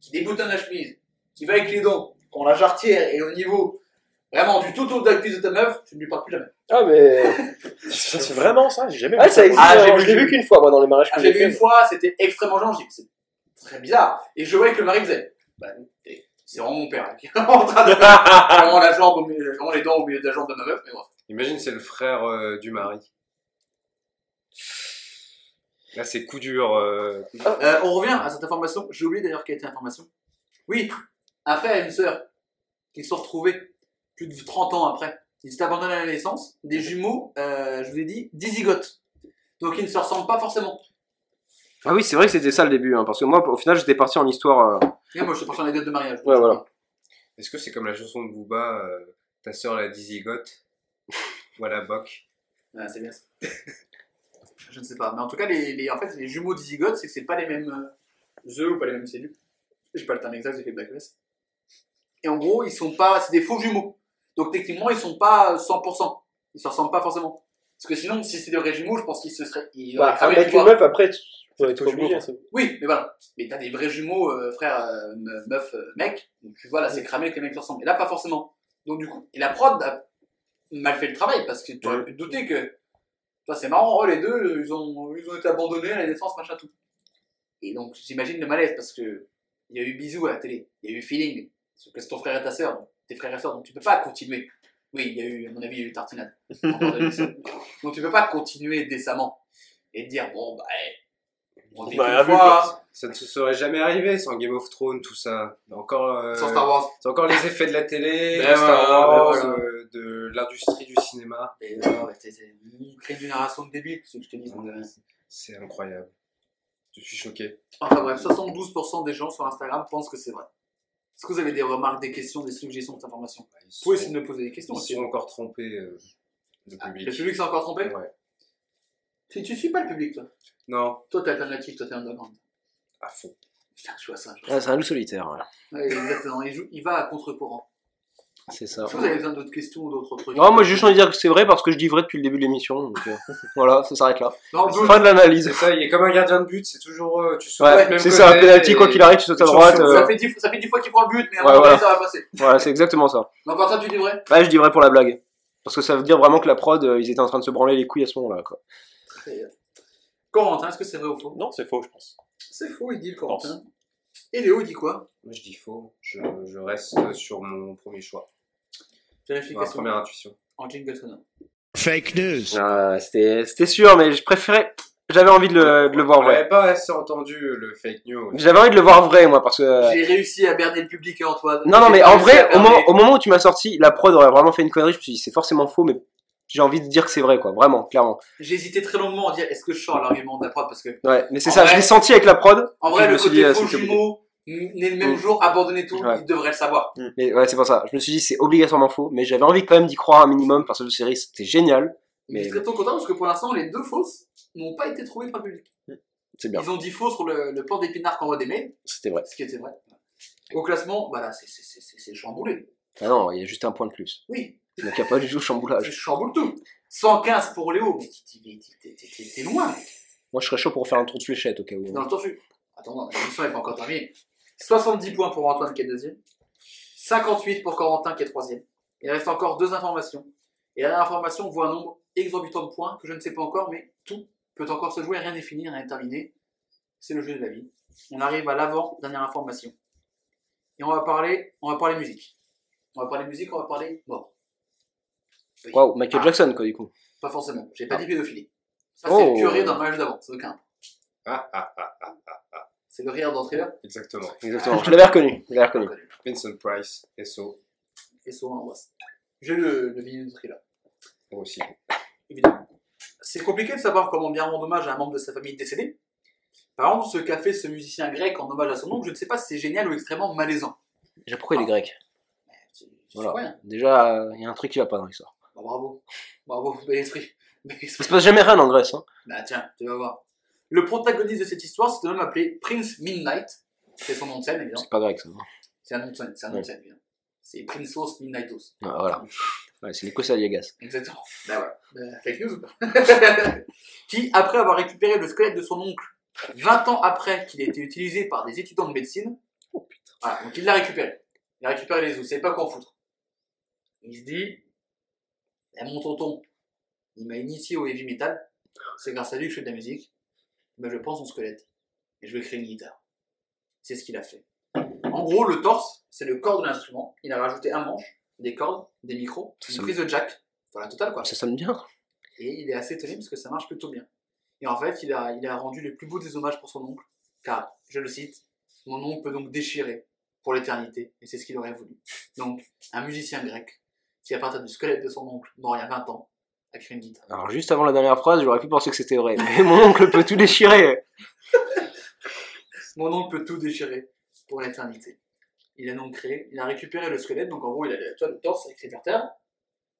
qui déboutonne la chemise, qui va avec les dents, quand la jarretière est au niveau vraiment du tout autour de la cuisse de ta meuf, tu ne lui parles plus jamais.
Ah, mais.
C'est vraiment ça, j'ai jamais
Ah, ça existe.
Ah, j'ai
hein,
vu
je l'ai
le
vu qu'une fois, moi, dans les mariages.
Ah,
que
j'ai
j'ai
vu une
fait.
fois, c'était extrêmement gênant, j'ai dit, c'est très bizarre. Et je voyais que le mari faisait, bah, t'es- c'est vraiment mon père, hein, qui est en train de
Ah.
vraiment la jambe, au milieu- vraiment les dents au milieu de la jambe de ma meuf, mais bref.
Imagine, c'est le frère euh, du mari. Là, c'est coup dur. euh, coup dur.
Oh.
Euh, on revient à cette information, j'ai oublié d'ailleurs quelle était l'information. Oui, un frère et une sœur, qui se sont retrouvés plus de 30 ans après, ils étaient abandonnés à la naissance,
Mhm.
des jumeaux, euh, je vous ai dit, dizygotes. Donc ils ne se ressemblent pas forcément.
Ah oui, c'est vrai que c'était ça le début, hein, parce que moi, au final, j'étais parti en histoire. euh,
Et moi je suis parti en anecdote de mariage.
Ouais, voilà.
Est-ce que c'est comme la chanson de Booba, euh, ta sœur la dizigote ou à la boc
Ah, c'est bien ça. je ne sais pas. Mais en tout cas, les, les- en fait, les jumeaux dizygotes, c'est que c'est pas les mêmes euh, œufs ou pas les mêmes cellules. J'ai pas le terme exact, j'ai fait de la classe. Et en gros, ils sont pas. C'est des faux jumeaux. Donc techniquement, ils sont pas euh, 100%. Ils se ressemblent pas forcément. Parce que sinon, si c'était des vrais jumeaux, je pense qu'ils se seraient. Ils auraient
Bah,
cramé, tu
avec une
vois.
meuf, après, tu tu vas être obligé.
Oui, mais voilà. Mais t'as des vrais jumeaux, euh, frère, euh, me- meuf, euh, mec. Donc tu vois, là, c'est cramé que les mecs se ressemblent. Et là, pas forcément. Donc du coup, et la prod a mal fait le travail parce que tu aurais pu te douter que. Toi, c'est marrant, oh, les deux, ils ont, ils ont été abandonnés à la naissance, machin, tout. Et donc, j'imagine le malaise parce que. Il y a eu bisous à la télé, il y a eu feeling. Sauf que c'est ton frère et ta sœur, donc tes frères et sœurs, donc tu peux pas continuer. Oui, il y a eu, à mon avis, il y a eu tartinade. Encore de la sœur. donc tu peux pas continuer décemment et te dire, bon, bah, eh, on vit
Bah,
qu'une
à vue,
fois,
quoi.
Ça ne se serait jamais arrivé sans Game of Thrones, tout ça. Encore, euh,
Sans Star Wars.
c'est encore les effets de la télé,
Ben
de Star
voilà, ben
Wars,
voilà.
euh, de l'industrie du cinéma.
Et euh, ouais, c'est- c'est- on crée une génération de débiles, c'est ce que je te dis.
C'est incroyable. Je suis choqué.
Enfin bref, 72% des gens sur Instagram pensent que c'est vrai. Est-ce que vous avez des remarques, des questions, des suggestions de cette information
Ils
Vous pouvez
sont-
essayer de me poser des questions.
Ils
aussi.
sont encore trompés, euh, le
Ah,
public.
le public s'est encore trompé
Ouais.
Tu Tu suis pas le public, toi.
Non,
Toi, t'es alternatif, toi, t'es underground.
à fond.
Putain, je vois ça. je vois
Ah, c'est un loup solitaire, ouais.
ça. Ouais, exactement, il, joue, il va à contre-courant.
c'est ça.
Est-ce que vous avez besoin d'autres questions ou d'autres trucs
Non, moi j'ai juste envie de dire que c'est vrai parce que je dis vrai depuis le début de l'émission. Donc euh, voilà, ça s'arrête là.
Non, Jules,
Fin de l'analyse.
C'est ça, il est comme un gardien de but, c'est toujours. euh, tu sautes
Ouais,
du même
c'est
côté
ça, un pénalty,
et-
quoi qu'il arrive, tu sautes à
et tu
droite.
sautes.
euh,
ça, fait 10, ça fait 10 fois qu'il prend le but, mais à un
Ouais,
moment donné,
voilà.
ça va passer.
Voilà, c'est exactement ça.
Donc, quand ça, tu dis vrai
Ouais, je dis vrai pour la blague. Parce que ça veut dire vraiment que la prod, euh, ils étaient en train de se branler les couilles à ce moment-là, quoi.
Corentin, est-ce que c'est vrai ou faux
Non, c'est faux, je pense.
C'est faux, il dit le Corentin. Et Léo, il dit quoi
Moi, je dis faux. Je, je reste sur mon premier choix. Ma
Vérification
première intuition.
en jingle sonore.
Fake news.
Ah, c'était c'était sûr, mais je préférais. J'avais envie de le, de le voir
On
vrai.
n'avait pas assez entendu le fake news.
J'avais envie de le voir vrai, moi, parce que. euh,
J'ai réussi à berner le public et Antoine.
Non, non,
J'ai
mais
pas
en
réussi à
vrai, au
berner.
moment, au moment où tu m'as sorti, la prod aurait vraiment fait une connerie. Je me suis dit, c'est forcément faux, mais j'ai envie de dire que c'est vrai, quoi. Vraiment, clairement.
J'ai hésité très longuement à dire est-ce que je sors l'argument de la prod parce que,
Ouais, mais c'est
En
ça,
vrai-
je l'ai senti avec la prod.
en
puis
vrai,
je
le
me suis dit,
côté
ah,
faux
c'est obligé.
jumeau, n- né le même
Mm.
jour, abandonné tout,
Ouais.
il devrait le savoir.
Mais ouais, c'est pour ça. Je me suis dit, c'est obligatoirement faux, mais j'avais envie quand même d'y croire un minimum parce que la série, c'était génial.
Mais
Mais-
je suis très trop content parce que pour l'instant, les deux fausses n'ont pas été trouvées par le public.
C'est bien,
Ils ont dit faux sur le, le plan d'épinard qu'on voit des mails,
c'était vrai.
bah ce qui était vrai. Au classement, voilà, c'est- c'est c'est- c'est- c'est chamboulé.
Ah non, il y a juste un point de plus.
Oui,
Donc il n'y a pas du tout de
je
chamboulage.
chamboule tout. 115 pour Léo, mais t'es- t'es- t'es- t'es- t'es- t'es loin.
Moi, je serais chaud pour faire un tour de fléchette au cas où.
Dans le torfu. Attends, non, l'émission n'est pas encore terminée. 70 points pour Antoine qui est deuxième. 58 pour Corentin qui est troisième. Il reste encore deux informations. Et la dernière information voit un nombre exorbitant de points que je ne sais pas encore, mais tout peut encore se jouer. Rien n'est fini, rien n'est terminé. C'est le jeu de la vie. On arrive à l'avant dernière information. Et on va parler, on va parler musique. On va parler musique, on va parler mort. Oui.
Waouh, Michael
Ah.
Jackson, quoi, du coup.
Pas forcément. J'ai pas dit pédophilie. Ça
Oh.
c'est le curé d'un match d'avant. C'est aucun.
Ah, ah, ah, ah.
C'est le rire d'entrée là.
Exactement.
Exactement. Je l'avais reconnu. Je l'avais reconnu.
Vincent Price, SO,
Et souvent l'angoisse. J'ai le, le vinyle de thriller.
moi aussi.
évidemment. C'est compliqué de savoir comment bien rendre hommage à un membre de sa famille décédé. Par exemple, ce qu'a fait ce musicien grec en hommage à son oncle, je ne sais pas si c'est génial ou extrêmement malaisant.
Déjà, pourquoi il est grec
C'est- c'est
Voilà.
rien.
Ah. Déjà, euh, il y a un truc qui va pas dans l'histoire.
Bah, bravo. Bravo, bel esprit. Bel
Il
esprit.
se passe jamais rien en Grèce. Hein.
Bah tiens, tu vas voir. Le protagoniste de cette histoire, c'est un homme appelé Prince Midnight. C'est son nom de scène, évidemment.
C'est pas grec, ça.
C'est un nom de scène, c'est un nom de scène, évidemment. C'est Princeos Midnightos.
Ah, voilà. Ouais, c'est l'Écosse à Liagas.
Exactement. Bah voilà. Euh, fake news ou pas Qui, après avoir récupéré le squelette de son oncle, 20 ans après qu'il ait été utilisé par des étudiants de médecine, voilà, donc il l'a récupéré. Il a récupéré les os, il savait pas quoi en foutre. Il se dit, Eh, mon tonton, il m'a initié au heavy metal, c'est grâce à lui que je fais de la musique, ben, je prends son squelette et je vais créer une guitare. C'est ce qu'il a fait. En gros, le torse, c'est le corps de l'instrument. Il a rajouté un manche, des cordes, des micros,
Ça
une
sonne-
prise de jack, voilà, total quoi.
Ça sonne bien.
Et il est assez étonné parce que ça marche plutôt bien. Et en fait, il a, il a rendu les plus beaux des hommages pour son oncle, car, je le cite, mon oncle peut donc déchirer pour l'éternité, et c'est ce qu'il aurait voulu. Donc, un musicien grec, qui à partir du squelette de son oncle, mort il y a 20 ans, a créé une guitare.
Alors, juste avant la dernière phrase, j'aurais pu penser que c'était vrai. Mais mon oncle peut tout déchirer.
Mon oncle peut tout déchirer pour l'éternité. Il a donc créé, il a récupéré le squelette, donc en gros, il a tu vois, le torse avec les vertèbres,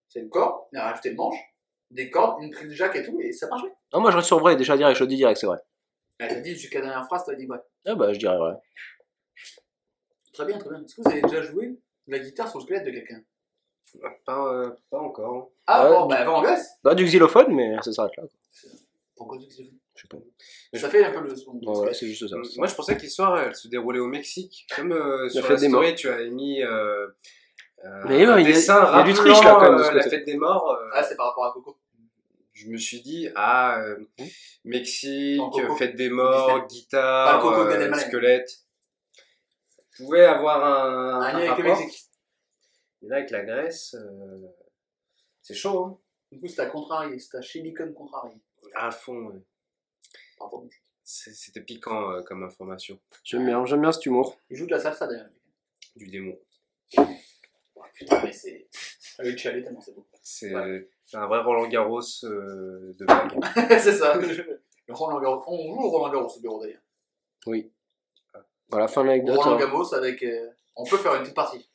c'est le corps, il a rajouté le manche, des cordes, une prise de jack et tout, et ça marche.
Non, moi, je reste sur vrai. Déjà, direct, je le dis direct, c'est vrai.
Elle a dit jusqu'à la dernière phrase, t'as dit, ouais,
Ah, bah, je dirais vrai.
Très bien, très bien. Est-ce que vous avez déjà joué de la guitare sur le squelette de quelqu'un
Pas, euh, pas encore.
Ah
Ouais.
bon, bah va en Grèce
Bah, du xylophone, mais ça s'arrête là.
Pourquoi tu dis que
Je sais pas.
Ça fait un peu le son.
Bon, voilà, c'est juste ça.
Mm,
Moi, je pensais que l'histoire, elle se déroulait au Mexique. Comme euh, sur
fête
la
des
story, tu as mis euh, euh,
Mais
un
ouais, il y a-
dessin
il y a du triche, là,
rappelant,
quand même, de
euh,
ce
la
côté.
fête des morts. euh,
Ah, c'est par rapport à Coco.
je me suis dit, ah, euh, Mexique,
Mmh. Dans Coco.
fête des
Disney.
morts, guitare,
Dans Coco,
euh,
Gad Elmaleh.
squelette. Je pouvais avoir
Un
un,
lien avec le
rapport.
Mexique.
Mais là, avec la Grèce, euh, c'est chaud, hein
Du coup, c'est à contrarié, c'est à Chilicon contrarié.
À fond, ouais.
Pardon.
C'est- c'était piquant euh, comme information
mm.
J'aime bien, j'aime bien cet humour.
Il joue de la salsa d'ailleurs.
du démon.
Ouais, putain, mais c'est. Ah oui, tu allais tellement c'est beau.
C'est c'est un vrai Roland Garros euh, de blague.
c'est ça. Le Roland Garros. On joue au Roland Garros au bureau d'ailleurs.
Voilà, fin de l'anecdote.
Roland
hein.
Gamos avec. euh, On peut faire une petite partie.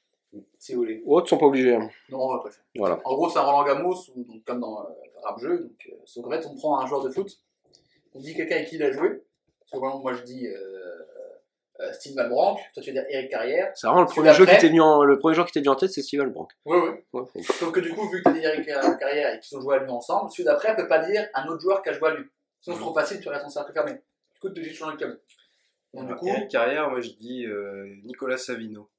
Si vous voulez.
Autres sont pas obligés. hein.
Non, on va pas le faire.
Voilà.
En gros, c'est un Roland Gamos, ou donc, comme dans euh, Rap Jeu, donc euh, Socrate, on prend un joueur de foot, on dit quelqu'un avec qui il a joué. Parce que, par exemple, moi je dis euh, euh, Steve Malbranck, toi tu vas dire Eric Carrière.
C'est vraiment le
Tu
premier jeu qui
l'appelles
t'est venu en, le premier jeu qui t'est venu en tête, c'est Steven Brank.
Ouais, ouais.
Ouais, faut-
Sauf que du coup, vu que t'as dit Eric Car- Carrière et qu'ils ont joué à lui ensemble, celui d'après peut pas dire un autre joueur qui a joué à lui. Sinon, c'est
Mhm.
trop facile, tu restes en cercle fermé. Du coup, tu obligé de changer le câble. Donc, du coup,
Eric Carrière, moi je dis euh, Nicolas Savino.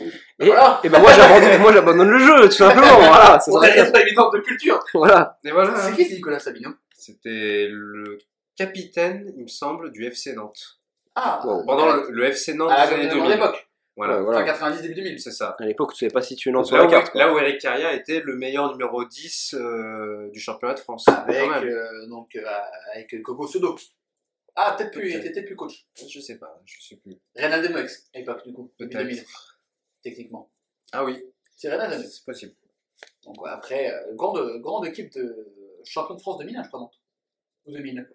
Et,
Voilà.
et ben moi j'abandonne, moi j'abandonne le jeu, tout simplement. Voilà, ça
on a
s'arrête
des
là.
pas évidentes de culture.
Voilà.
Et voilà,
C'est
hein.
qui c'est Nicolas Sabino
c'était le capitaine, il me semble, du FC Nantes.
Ah,
Wow.
Pendant le, le FC Nantes
à
des années
la grande
2000.
époque,
Voilà,
Ouais,
enfin
voilà.
90, début 2000.
c'est ça.
À l'époque, tu savais pas si tu es dans sur
Là
la
où,
carte. quoi.
là où Eric Carrière était le meilleur numéro 10 euh, du championnat de France. Quand
Avec,
même.
euh, donc, euh, avec Coco Sodo. Ah, peut-être plus, il
Peut-être.
était peut-être plus coach.
Je sais pas, je sais plus.
Reynald Demux, à l'époque, du coup, début
Peut-être.
2000, techniquement.
Ah oui,
C'est Reynald Demux.
c'est possible.
Donc, ouais, après, euh, grande, grande équipe de champion de France 2001, je crois, non Ou 2000.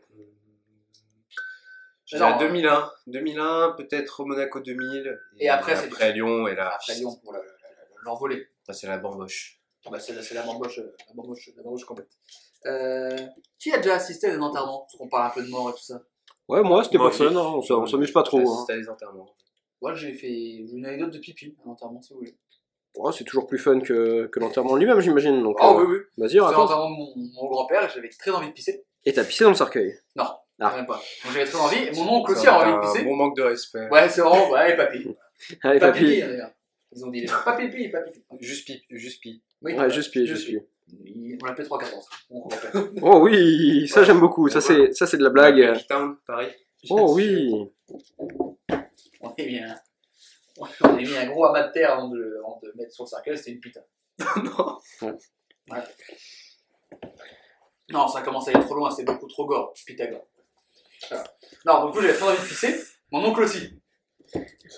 Je
Non,
dirais 2001, 2001, peut-être Monaco 2000.
Et après, c'est-
après Lyon, et là,
Après Lyon, pour le- le- le- l'envoler.
ça, c'est la bamboche.
Ah bah, c'est la- c'est la bamboche, euh, la bamboche, la bamboche complète. Euh, qui a déjà assisté à des enterrements Parce qu'on parle un peu de mort et tout ça.
Ouais, moi c'était
Moi
pas fun,
aussi.
hein, on s'am- on s'amuse pas trop.
J'ai
hein.
assisté à des enterrements.
Moi, j'ai fait une anecdote de pipi, à l'enterrement, si vous voulez.
Ouais, c'est toujours plus fun que, que l'enterrement lui-même, j'imagine. Donc,
Ah,
Oh
euh,
oui, oui.
vas-y,
C'est
raconte.
l'enterrement de mon, mon grand-père et j'avais très envie de pisser.
Et t'as pissé dans le cercueil.
Non,
Ah.
même pas. Donc j'avais très envie. Et mon oncle aussi
C'est
a envie de
Un
pisser.
bon manque de respect.
Ouais, c'est vraiment, ouais, papy.
Allez,
Papy,
papy.
d'ailleurs. Ils ont dit, euh, papy, papy, papy.
Juste pi, juste pi.
Oui,
Ouais, je suis, je
Juste
suis.
Il- On l'appelait 314. On l'appelle.
Oh oui, ça j'aime beaucoup. Ça c'est, ça c'est de la blague.
Cape Town, Paris.
Oh oui.
On est mis un, on est mis un gros amas de terre avant de, le- avant de le mettre sur le cercueil, c'était une putain. non.
Ouais.
Non, ça commence à aller trop loin, c'est beaucoup trop gore, Pythagore. Voilà. Non, donc coup, j'avais très envie de pisser, mon oncle aussi.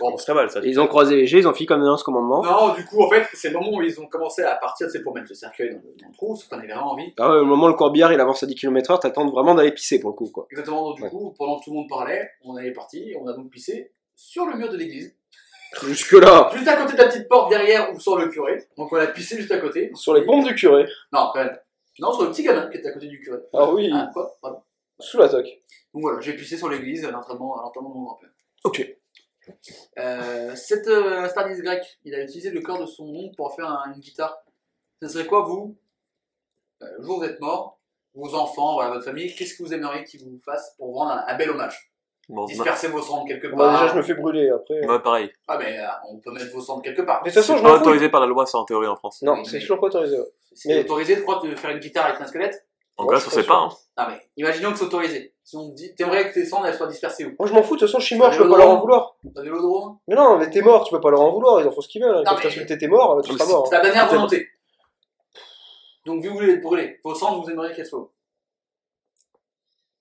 Bon, c'est très mal ça.
Ils ont croisé les jets, ils ont fini comme dans ce commandement.
Non, du coup, en fait, c'est le moment où ils ont commencé à partir, c'est pour mettre le cercueil dans le, dans le trou, sauf qu'on avait vraiment envie.
Ah ouais, au moment où le corbillard il avance à 10 km/h, t'attends vraiment d'aller pisser pour le coup quoi.
Exactement, donc du
Ouais.
coup, pendant que tout le monde parlait, on allait parti, on a donc pissé sur le mur de l'église,
Jusque là.
juste à côté de la petite porte derrière où sort le curé. Donc on a pissé juste à côté.
Sur les pompes du curé.
Non, quand même. Non, sur le petit gamin qui était à côté du curé.
Ah oui.
Ah, quoi Pardon.
Sous la toque.
Donc voilà, j'ai pissé sur l'église à l'entraînement à l'entraînement de mon grand-père.
Ok.
Euh, cette euh, Stardis grec, il a utilisé le corps de son oncle pour en faire un- une guitare. Ce serait quoi, vous Euh, Le jour où vous êtes mort, vos enfants, voilà, votre famille, qu'est-ce que vous aimeriez qu'ils vous fassent pour rendre un, un bel hommage
Bon, ma-
Dispersez vos cendres quelque part.
Bah, me fais brûler après.
Ouais, pareil.
Ah, mais euh, on peut mettre vos cendres quelque part.
toute façon,
C'est pas autorisé par la loi, ça en théorie en France.
Non, c'est toujours
pas autorisé.
C'est
mais-
autorisé, je crois, de faire une guitare avec un squelette
En
Ouais,
Grèce,
je
on
suis
sait
pas
pas. Hein.
Non, mais imaginons que c'est autorisé. Si on te dit, t'aimerais que tes cendres elles soient dispersées où
Moi je m'en fous, de toute façon je suis
mort, je peux pas leur en
vouloir.
Dans des vélodromes
Mais non, mais t'es mort, tu peux pas leur en vouloir, ils en font ce qu'ils veulent. hein.
Ils peuvent mais- t'insulter,
t'es mort, hein.
tu seras mort.
C'est la dernière volonté. Donc, vu que vous voulez être brûlé, vos cendres, vous aimeriez qu'elles soient où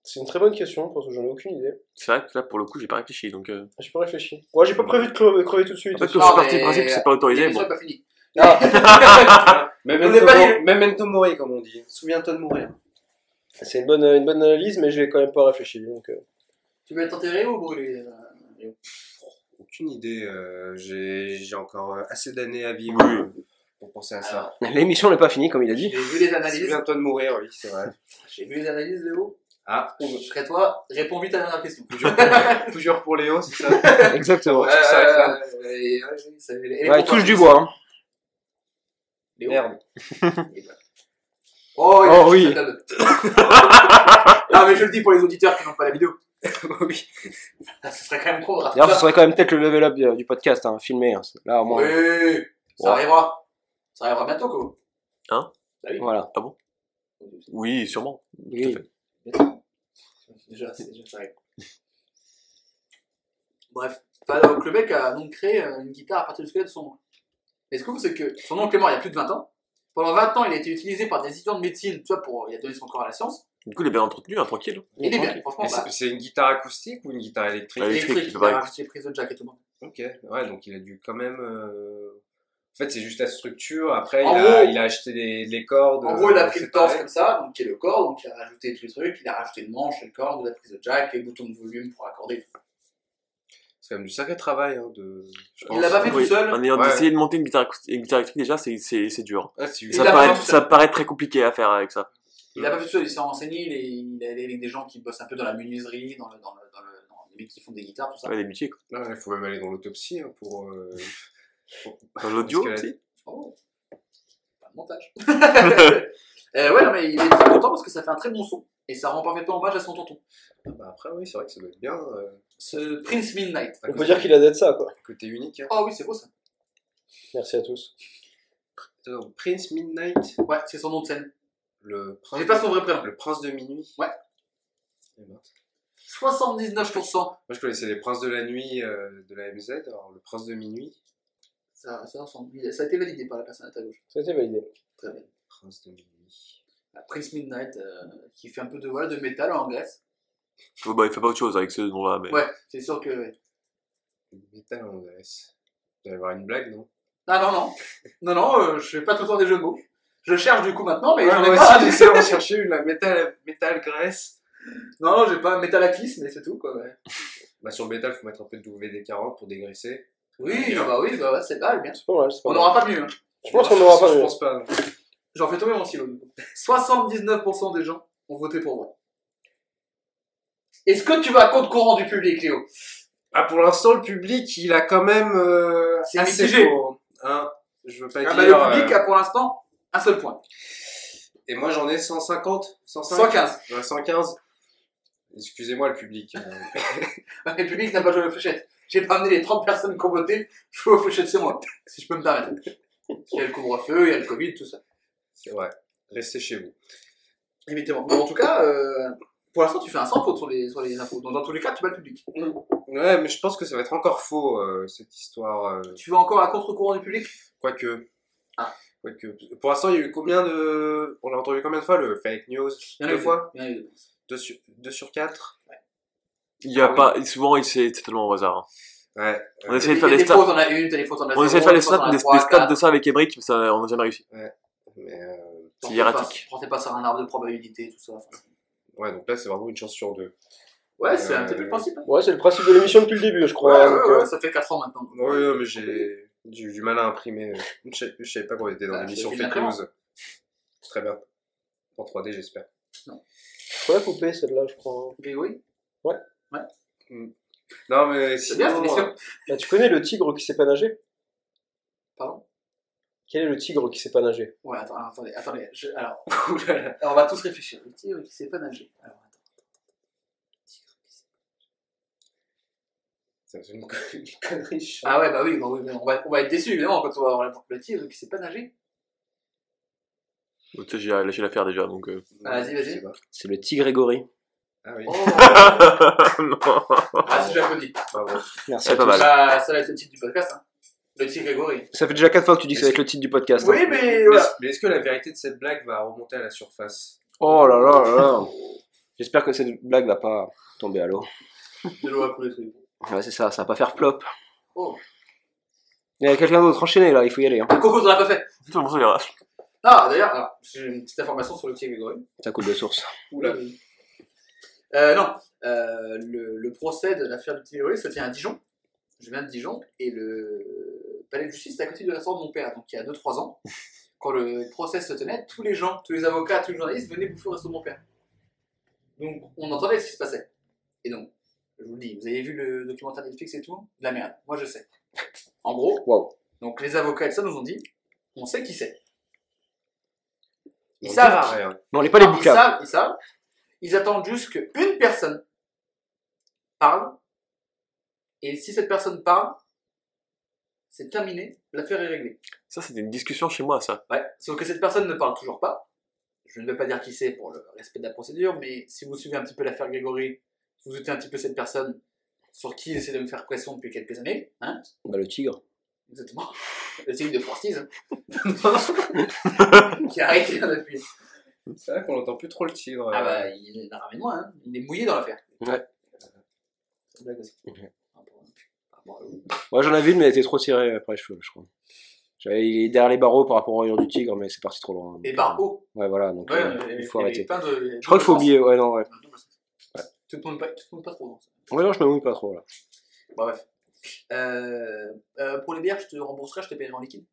C'est une très bonne question, parce que j'en ai aucune idée.
C'est vrai que là, pour le coup, j'ai pas réfléchi. Donc, euh...
J'ai pas réfléchi. Moi j'ai pas prévu de crever, tout de
en
suite.
fait, tout
Non,
ce parti
mais-
du principe, que c'est pas autorisé.
L'émission
Bon,
n'est pas finie.
Memento
Vous avez pas
mori- Memento mori, comme on dit. Souviens-toi de mourir.
C'est une bonne, une bonne analyse, mais j'ai quand même pas réfléchi. Donc, euh,
Tu veux être enterré ou brûlé euh,
Aucune idée. euh, J'ai j'ai encore euh, assez d'années à vivre
Oui.
euh, pour penser à ça.
L'émission n'est pas finie, comme il a
J'ai
dit.
vu les analyses.
Souviens-toi de mourir, oui, c'est vrai.
J'ai vu les analyses, Léo.
Ah,
Après toi, réponds vite à la dernière question. Euh,
toujours pour Léo, c'est ça
Exactement.
Ouais, ça va, ça
Euh, et, ouais, ça- elle est
Ouais,
contente.
touche du bois. hein.
Léo. bah.
Merde.
Oh, il a
Oh,
touché
oui.
sa table. non, mais je le dis pour les auditeurs qui n'ont pas la vidéo.
oui.
Ah, Ce serait quand même con de rater
D'ailleurs, ce
ça.
serait quand même peut-être le level up euh, du podcast, hein, filmé. hein. Là, au moins.
Oui, ça
Ouais.
arrivera. Ça arrivera bientôt, quoi.
Voilà.
oui, sûrement.
Oui.
Déjà, c'est déjà ça arrive. Bref, Enfin, donc, le mec a donc créé euh, une guitare à partir du squelette de son oncle. Et ce que vous, c'est que son oncle est mort il y a plus de 20 ans. Pendant 20 ans, il a été utilisé par des étudiants de médecine, tu vois, pour il a donné son corps à la science.
Du coup, il est bien entretenu, hein, tranquille.
Et il est bien, franchement,
Mais
bah,
c'est- C'est une guitare acoustique ou une guitare électrique Euh,
Allez. électrique,
électrique,
il
il
va
a
être-
rajouté prise de jack et tout. le monde.
Ok, ouais, donc il a dû quand même. euh, En fait, c'est juste la structure. Après, il
En
a,
gros-
il a acheté les, les cordes.
En gros, il a
euh,
pris le
séparées.
torse comme ça, donc qui est le corps, donc il a rajouté tous les trucs, il a rajouté le manche, le corps, la prise de jack, les boutons de volume pour accorder.
C'est quand même du sacré travail. Hein, de... je
Il l'a pas fait tout
Oui.
seul.
En ayant
Ouais.
essayé de monter une guitare, acoustique- une guitare électrique, déjà, c'est- c'est c'est dur.
Ah, c'est-
Il
Ça
l'a
paraît,
fait tout seul.
ça paraît très compliqué à faire avec ça.
Il a pas fait tout seul, il s'est renseigné, il est, il est allé avec des gens qui bossent un peu dans la menuiserie, dans le, dans le, dans le, dans les mecs qui font des guitares, tout ça.
Ouais, des métiers, quoi.
Non, Ah, il faut même aller dans l'autopsie hein, pour. euh, pour-
Dans l'audio,
Parce que-
tu sais.
Oh, pas de montage. Euh, ouais, non, mais il est très content parce que ça fait un très bon son et ça rend parfaitement hommage à son tonton.
Ah, bah, après, oui, c'est vrai que ça doit être bien. euh,
Ce Prince Midnight.
un
On peut
côté-
dire qu'il a d'être ça, quoi.
Côté unique. hein.
Oh oui, c'est beau ça.
Merci à tous.
Attends, Prince Midnight,
Ouais, c'est son nom de scène.
le prince.
J'ai pas son vrai prénom.
Le prince de minuit.
Ouais.
Eh ben,
79%.
Moi, je connaissais les princes de la nuit euh, de la MZ. Alors, le prince de minuit.
Ça, ça, ressemble. Il- ça a été validé par la personne à ta gauche.
Ça a été validé.
Très bien.
Prince de minuit.
Ah, Prince Midnight euh, qui fait un peu de, voilà, de métal en Grèce.
Ouais, bah, il fait pas autre chose avec ce nom-là, mais.
Ouais, c'est sûr que. ouais.
Métal en Grèce. Il doit y avoir une blague, non
Ah non, non. Non, non, euh, je fais pas tout le temps des jeux de mots. Je cherche du coup maintenant, mais
Ouais,
j'en ai
moi
pas.
aussi, j'essaie d'en chercher une, la métal, métal Grèce.
Non, non, j'ai pas métal à kiss, mais c'est tout quoi. ouais.
Bah, sur le métal, faut mettre un peu de WD-40 pour dégraisser.
Oui,
Bien.
bah oui, bah ouais, c'est pas bien.
C'est pas mal, c'est pas
On
mal.
n'aura pas mieux. hein.
Je pense qu'on n'aura pas
Je
mieux.
pense pas. non.
J'en fais tomber mon stylo. du coup. 79% des gens ont voté pour moi. Est-ce que tu vas à compte courant du public, Léo
Ah, pour l'instant, le public, il a quand même. euh,
C'est
assez
mitigé.
faux, hein. Je veux pas
Ah
dire.
bah, le public
euh,
a pour l'instant un seul point.
Et moi j'en ai 150, 105,
115.
Ouais, 115. Excusez-moi le public. euh,
Mais Bah, Le public n'a pas joué aux fléchettes. J'ai pas amené les 30 personnes qui ont voté jouer aux fléchettes, c'est moi. Si je peux me permettre. Il y a le couvre-feu, il y a le Covid, tout ça.
c'est vrai. Restez chez vous.
Évidemment. Bon, en tout cas, euh, pour l'instant, tu fais un sans faute sur les, sur les infos. Donc, dans tous les cas, tu bats le public.
Ouais, mais je pense que ça va être encore faux euh, cette histoire. euh,
Tu vas encore à contre-courant du public
Quoique.
Ah.
Quoique. Pour l'instant, il y a eu combien de. On l'a entendu combien de fois le fake news
Il y en a
Deux
eu
fois
Il y en a eu deux.
deux sur... deux sur quatre
Il y a
Ah oui.
pas, souvent, il- c'est c'est totalement au hasard. hein.
Ouais.
On essaie
Il
de
y a
faire des
des
stats.
fautes, on a une, t'as des fautes, on a
On essaie de faire des stats, des, des stats de ça avec Emmerich, mais ça, on n'a jamais réussi.
Mais, euh,
c'est hiératique.
Prends pas sur un arbre de probabilité, tout ça. Enfin,
Ouais, donc là, c'est vraiment une chance sur deux.
Ouais, c'est un
Euh,
petit peu le principe. hein.
Ouais, c'est le principe de l'émission depuis le début, je
Ouais,
crois.
ouais,
donc,
ouais,
euh,
ça fait 4 ans maintenant.
Ouais, ouais, mais j'ai j'ai eu du mal à imprimer. Je sais- je savais pas qu'on était dans
Ah,
l'émission
c'est bien
fake news. C'est Très bien. En 3D, j'espère.
faut la couper celle-là, je crois. hein.
Ok, oui.
Non, mais
C'est bien, cette
sinon. euh,
émission.
Bah, tu connais le tigre qui sait pas nager
Pardon
Quel est le tigre qui sait pas nager
Ouais, attends, attendez, attendez. je- alors,
Ouh là là.
on va tous réfléchir. Le tigre qui sait pas nager. Alors, attends.
Ça me fait une, con- une connerie. je sais.
Ah ouais, bah oui, bah oui, mais on va, on va être déçu évidemment quand on va avoir la le tigre qui sait pas nager.
Tu sais, j'ai lâché l'affaire déjà, donc. euh,
Ah, vas-y, vas-y.
Je sais pas.
C'est le tigre Grégory.
Ah oui.
Oh
non.
Ah, si j'applaudis.
Bravo.
Merci.
C'est
à
pas
tous.
mal.
Ça, ça va être le titre du podcast. Hein. Le tigre Grégory.
Ça fait déjà 4 fois que tu dis que ça va être le titre du podcast. hein.
Oui, mais
Mais
voilà.
est- Mais est-ce que la vérité de cette blague va remonter à la surface
Oh là là là là. J'espère que cette blague va pas tomber à l'eau.
De l'eau à couler sous les ponts.
Ouais, c'est ça, ça va pas faire plop.
Oh.
Il y a quelqu'un d'autre enchaîné là, il faut y aller. hein.
Coco, on l'a pas fait.
Tout le monde se verra.
Ah, d'ailleurs, alors, j'ai une petite information sur le tigre Grégory.
Ça coule de source.
Oula.
Euh, non, euh, le, le procès de l'affaire du tigre Grégory se tient à Dijon. Je viens de Dijon et le palais de justice est à côté du restaurant de mon père. Donc il y a 2-3 ans, quand le procès se tenait, tous les gens, tous les avocats, tous les journalistes venaient bouffer au restaurant de mon père. Donc on entendait ce qui se passait. Et donc, je vous le dis, vous avez vu le documentaire Netflix et tout De la merde, moi je sais. En gros,
Waouh.
donc les avocats et tout ça nous ont dit, on sait qui c'est. Ils
On
savent
dira
qui-
rien.
Non, on n'est pas les
ils
boucaves.
savent, ils savent. Ils attendent juste qu'une personne parle. Et si cette personne parle, c'est terminé, l'affaire est réglée.
Ça, c'était une discussion chez moi, ça.
Ouais. Sauf que cette personne ne parle toujours pas. Je ne vais pas dire qui c'est pour le respect de la procédure, mais si vous suivez un petit peu l'affaire Grégory, vous doutez un petit peu cette personne sur qui essaie de me faire pression depuis quelques années, hein,
Bah, le tigre.
Exactement. Le signe de Francis. hein. qui a arrêté là depuis.
C'est vrai qu'on n'entend plus trop le tigre.
Ah bah,
euh,
il en a ramené moins, hein. Il est mouillé dans l'affaire.
Ouais.
C'est une blague aussi.
Ouais.
Ah bon. Ah bon.
Moi j'en avais une, mais elle était trop tirée après les cheveux, je crois. J'avais il est derrière les barreaux par rapport au rayon du tigre, mais c'est parti trop loin.
Et Barbeau.
Ouais, voilà, bah, donc
Ouais,
euh,
il y avait-
il faut
il y avait
arrêter.
plein de-
Je crois qu'il faut oublier, ouais, non, ouais.
Tu te demandes pas, tu te demandes pas trop. non, ça.
Ouais, non, je me mouille pas trop là.
Bah, bref. Euh, euh, pour les bières, je te rembourserai, je te paierai en liquide.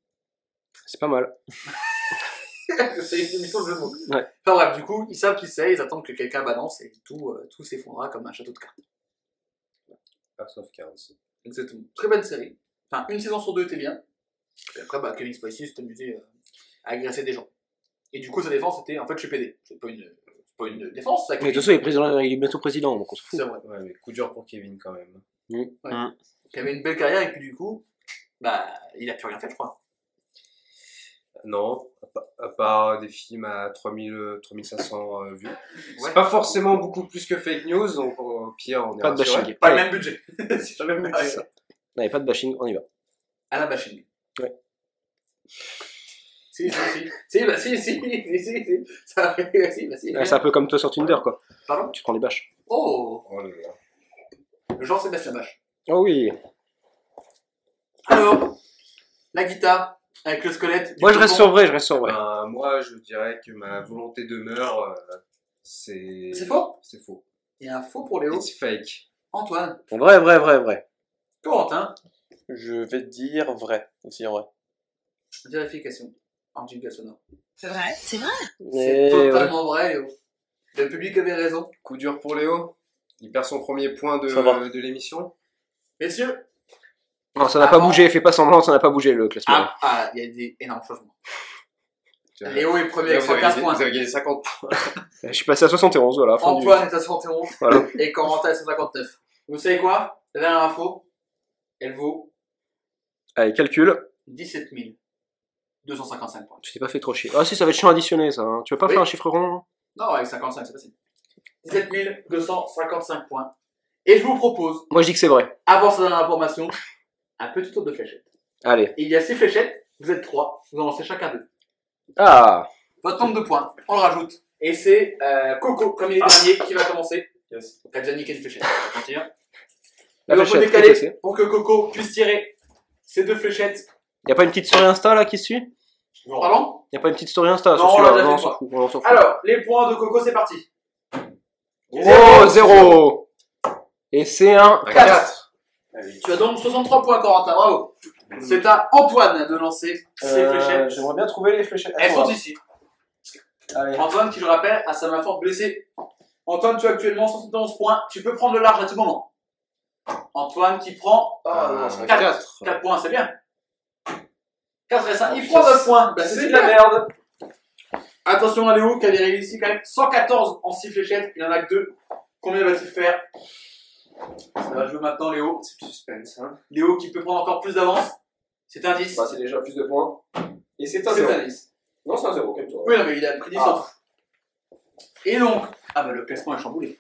C'est pas mal.
c'est une émission de jeu de mots.
Ouais.
Enfin bref, du coup, ils savent qui c'est, ils attendent que quelqu'un balance et tout, euh, tout s'effondrera comme un château de cartes.
House of Cards.
Donc c'est une très bonne série. Enfin, une saison sur deux était bien. Et après, bah, Kevin Spacey s'est amusé euh, à agresser des gens. Et du coup, sa défense était en fait, je suis pédé. C'est pas une, c'est pas une défense, ça.
Mais de
Kevin.
toute façon, il est, président- il est bientôt président, donc on s'en fout.
C'est vrai.
Ouais, mais coup dur pour Kevin quand même.
Il avait une belle carrière et puis du coup, bah, il a plus rien fait, je crois.
Non, à pa- à part des films à 3000, euh, 3500 euh, vues.
Ouais.
C'est pas forcément beaucoup plus que fake news, donc au pire, on est
Pas de
rassuré.
bashing.
Ah, Pas le
Allez,
même budget.
C'est pas même
Ah, ouais.
ça.
allez, pas de bashing, on y va.
À la machine.
Ouais.
Si, si, si. si, bah, si, si, si, si, si. Ça fait, si, bah, si.
Ouais, C'est un peu comme toi sur Tinder, quoi.
Pardon
Tu prends les bâches.
Oh
Oh là là.
Jean-Sébastien Bach.
Oh oui.
Alors, la guitare avec le squelette. du
Moi, je reste
coton.
sur vrai, je reste sur vrai.
Ben, moi, je dirais que ma volonté demeure, euh, c'est.
C'est faux
C'est faux.
Il y a un faux pour Léo.
It's fake.
Antoine, hein?
Vrai, vrai, vrai, vrai.
Corentin,
Je vais dire vrai, aussi en vrai.
vérification Ah, en jingle sonore.
C'est vrai, c'est vrai.
C'est
Eh ouais.
totalement vrai, Léo. Le public avait raison.
Coup dur pour Léo. Il perd son premier point de,
Ça va.
de l'émission.
Messieurs,
Non, ça n'a pas bougé, fais pas semblant, ça n'a pas bougé le classement.
Ah, ah, il y a des énormes changements. Léo est premier
Là,
avec
vous, avez
115
gagné,
points.
vous avez gagné 50
Je suis passé à 71, voilà. fin du-
Antoine est à 71
Voilà.
et Corentin est à 159. Vous savez quoi La dernière info, elle vaut
Allez, calcul.
17 255 points.
Tu t'es pas fait trop chier. Ah si, ça va être chiant à additionner ça. hein. Tu veux pas
Oui.
faire un chiffre rond
Non, avec 55, c'est facile. 17 255 points. Et je vous propose,
Moi je dis que c'est vrai.
avant cette dernière information, un petit tour de fléchettes.
Allez.
Il y a 6 fléchettes, vous êtes 3, vous en lancez chacun deux.
Ah
Votre nombre de points, on le rajoute. Et c'est euh, Coco, comme il est dernier, qui va commencer.
Yes.
T'as déjà niqué une fléchette. On continue.
La
Donc, faut
fléchette,
décaler.
qu'est-ce que c'est
Pour que Coco puisse tirer ces deux fléchettes.
Y a pas une petite story Insta là qui suit
Pardon
Y a pas une petite story Insta
Non,
sur
on l'a
celui-là
déjà
Non, on
fait,
s'en
moi.
fout. on s'en fout.
Alors, les points de Coco, c'est parti.
Oh, zéro Et c'est un...
Quatre.
Un quatre.
Tu as donc 63 points, Corentin, bravo. C'est à Antoine de lancer
Euh,
ses fléchettes.
bien trouver les fléchettes.
Elles sont ici. Antoine, qui je le rappelle, a sa main forte blessée. Antoine, tu as actuellement 71 points. Tu peux prendre le large à tout moment. Antoine qui prend
Ah,
4,
quatre.
points, c'est bien. 4 et 5, il
Oh,
prend
putain,
9 points.
Ah,
bah, c'est
de la merde. Attention à Léo qui avait réussi quand même 114 en 6 fléchettes. Il en a que 2. Combien va-t-il faire Ça va jouer maintenant, Léo.
C'est le suspense, hein.
Léo qui peut prendre encore plus d'avance. C'est un 10.
Bah, c'est déjà plus de points. Et c'est un
C'est
zéro.
un 10.
Non, c'est un zéro, calme-toi.
Oui, non, mais il a pris 10
Ah.
ans. Et donc, ah bah le classement est chamboulé.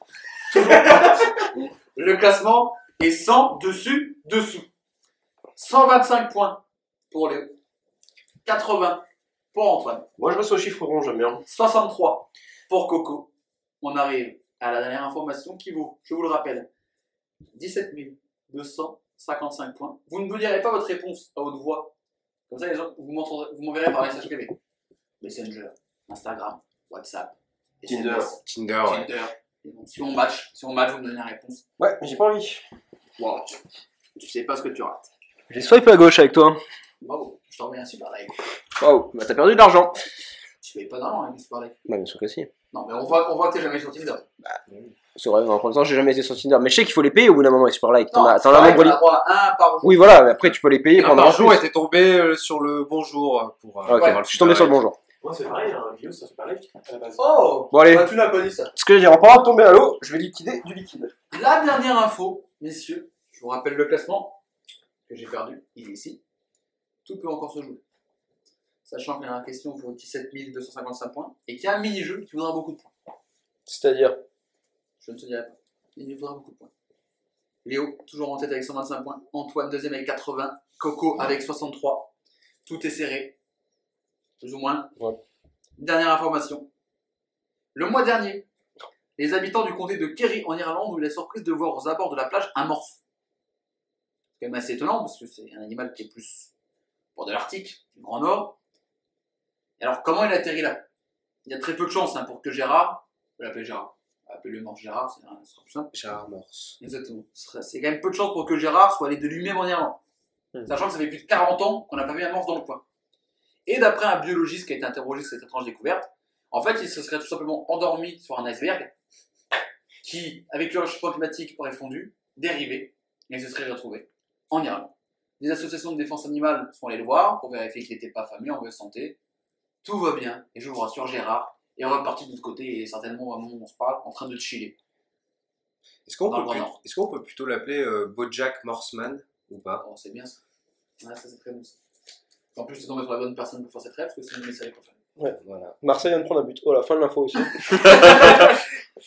le classement est 100 dessus dessous. 125 points pour Léo. 80 pour Antoine.
Moi je reste au chiffre rond, j'aime bien.
63 pour Coco. On arrive à la dernière information qui vaut, je vous le rappelle, 17 255 points. Vous ne me direz pas votre réponse à haute voix. Comme ça, les gens, vous m'entendrez- vous m'enverrez par message privé. Messenger, Instagram, WhatsApp,
Tinder.
SMS,
Tinder,
Ah
Tinder. Et donc, si on match, si on match, vous me donnez la réponse.
Ouais, mais j'ai pas envie.
Wow, tu- tu sais pas ce que tu rates.
J'ai swipe à gauche avec toi.
Bravo, je t'envoie un super like.
Waouh, bah t'as perdu de l'argent.
Tu fais pas d'argent avec un super like.
Bah bien sûr que si.
Non, mais on voit, on voit que t'es jamais sur Tinder.
C'est vrai, non, pour l'instant j'ai jamais été sur Tinder. Mais je sais qu'il faut les payer au bout d'un moment, les super likes. T'en
Non,
as t'en
c'est
as un
pareil,
nombre
t'as
li-
droit à un par jour.
Oui, voilà, mais après tu peux les payer
Un
pendant
par jour
un
était tombé euh, sur le bonjour pour. euh,
Ok,
pour avoir
je suis tombé sur le bonjour.
Moi, c'est pareil, un bio, ça se parlait à la base.
Oh
Bon, allez.
Bah, tu n'as pas dit ça.
Ce que j'ai en parlant de tomber à l'eau, je vais liquider du liquide.
La dernière info, messieurs, je vous rappelle le classement que j'ai perdu, il est ici. Tout peut encore se jouer. Sachant que la dernière question vaut 17 255 points et qu'il y a un mini-jeu qui voudra beaucoup de points.
C'est-à-dire
Je ne te dirai pas. Il voudra beaucoup de points. Léo, toujours en tête avec 125 points. Antoine, deuxième avec 80. Coco avec 63. Tout est serré. Plus ou moins.
Ouais.
Dernière information. Le mois dernier, les habitants du comté de Kerry en Irlande ont eu la surprise de voir aux abords de la plage un morse. C'est quand même assez étonnant parce que c'est un animal qui est plus pour de l'Arctique, du Grand Nord. Et alors, comment il atterrit là Il y a très peu de chance hein, pour que Gérard, je vais l'appeler Gérard, on va appeler le morse Gérard, c'est un- ce sera plus simple.
Gérard Morse.
Exactement. Ce serait- C'est quand même peu de chance pour que Gérard soit allé de lui-même en Irlande.
Hmm.
Sachant que ça fait plus de 40 ans qu'on n'a pas vu un morse dans le coin. Et d'après un biologiste qui a été interrogé sur cette étrange découverte, en fait, il se serait tout simplement endormi sur un iceberg qui, avec le réchauffement climatique, aurait fondu, dérivé, et se serait retrouvé en Irlande. Des associations de défense animale sont allées le voir pour vérifier qu'il n'était pas fameux en bonne santé. Tout va bien, et je vous rassure, Gérard est reparti de l'autre côté et certainement, au moment où on se parle, en train de chiller.
Est-ce qu'on
Dans
peut,
le Grand
plus-
Nord.
est-ce qu'on peut plutôt l'appeler euh, Bojack Morseman ou pas
Oh, c'est bien ça. Ouais, ça c'est très bon ça. En plus, tu tombé sur la bonne personne pour faire cette rêve, parce que c'est une des séries qu'on fait.
Voilà.
Marseille vient de prendre un but. Oh, la fin de l'info aussi.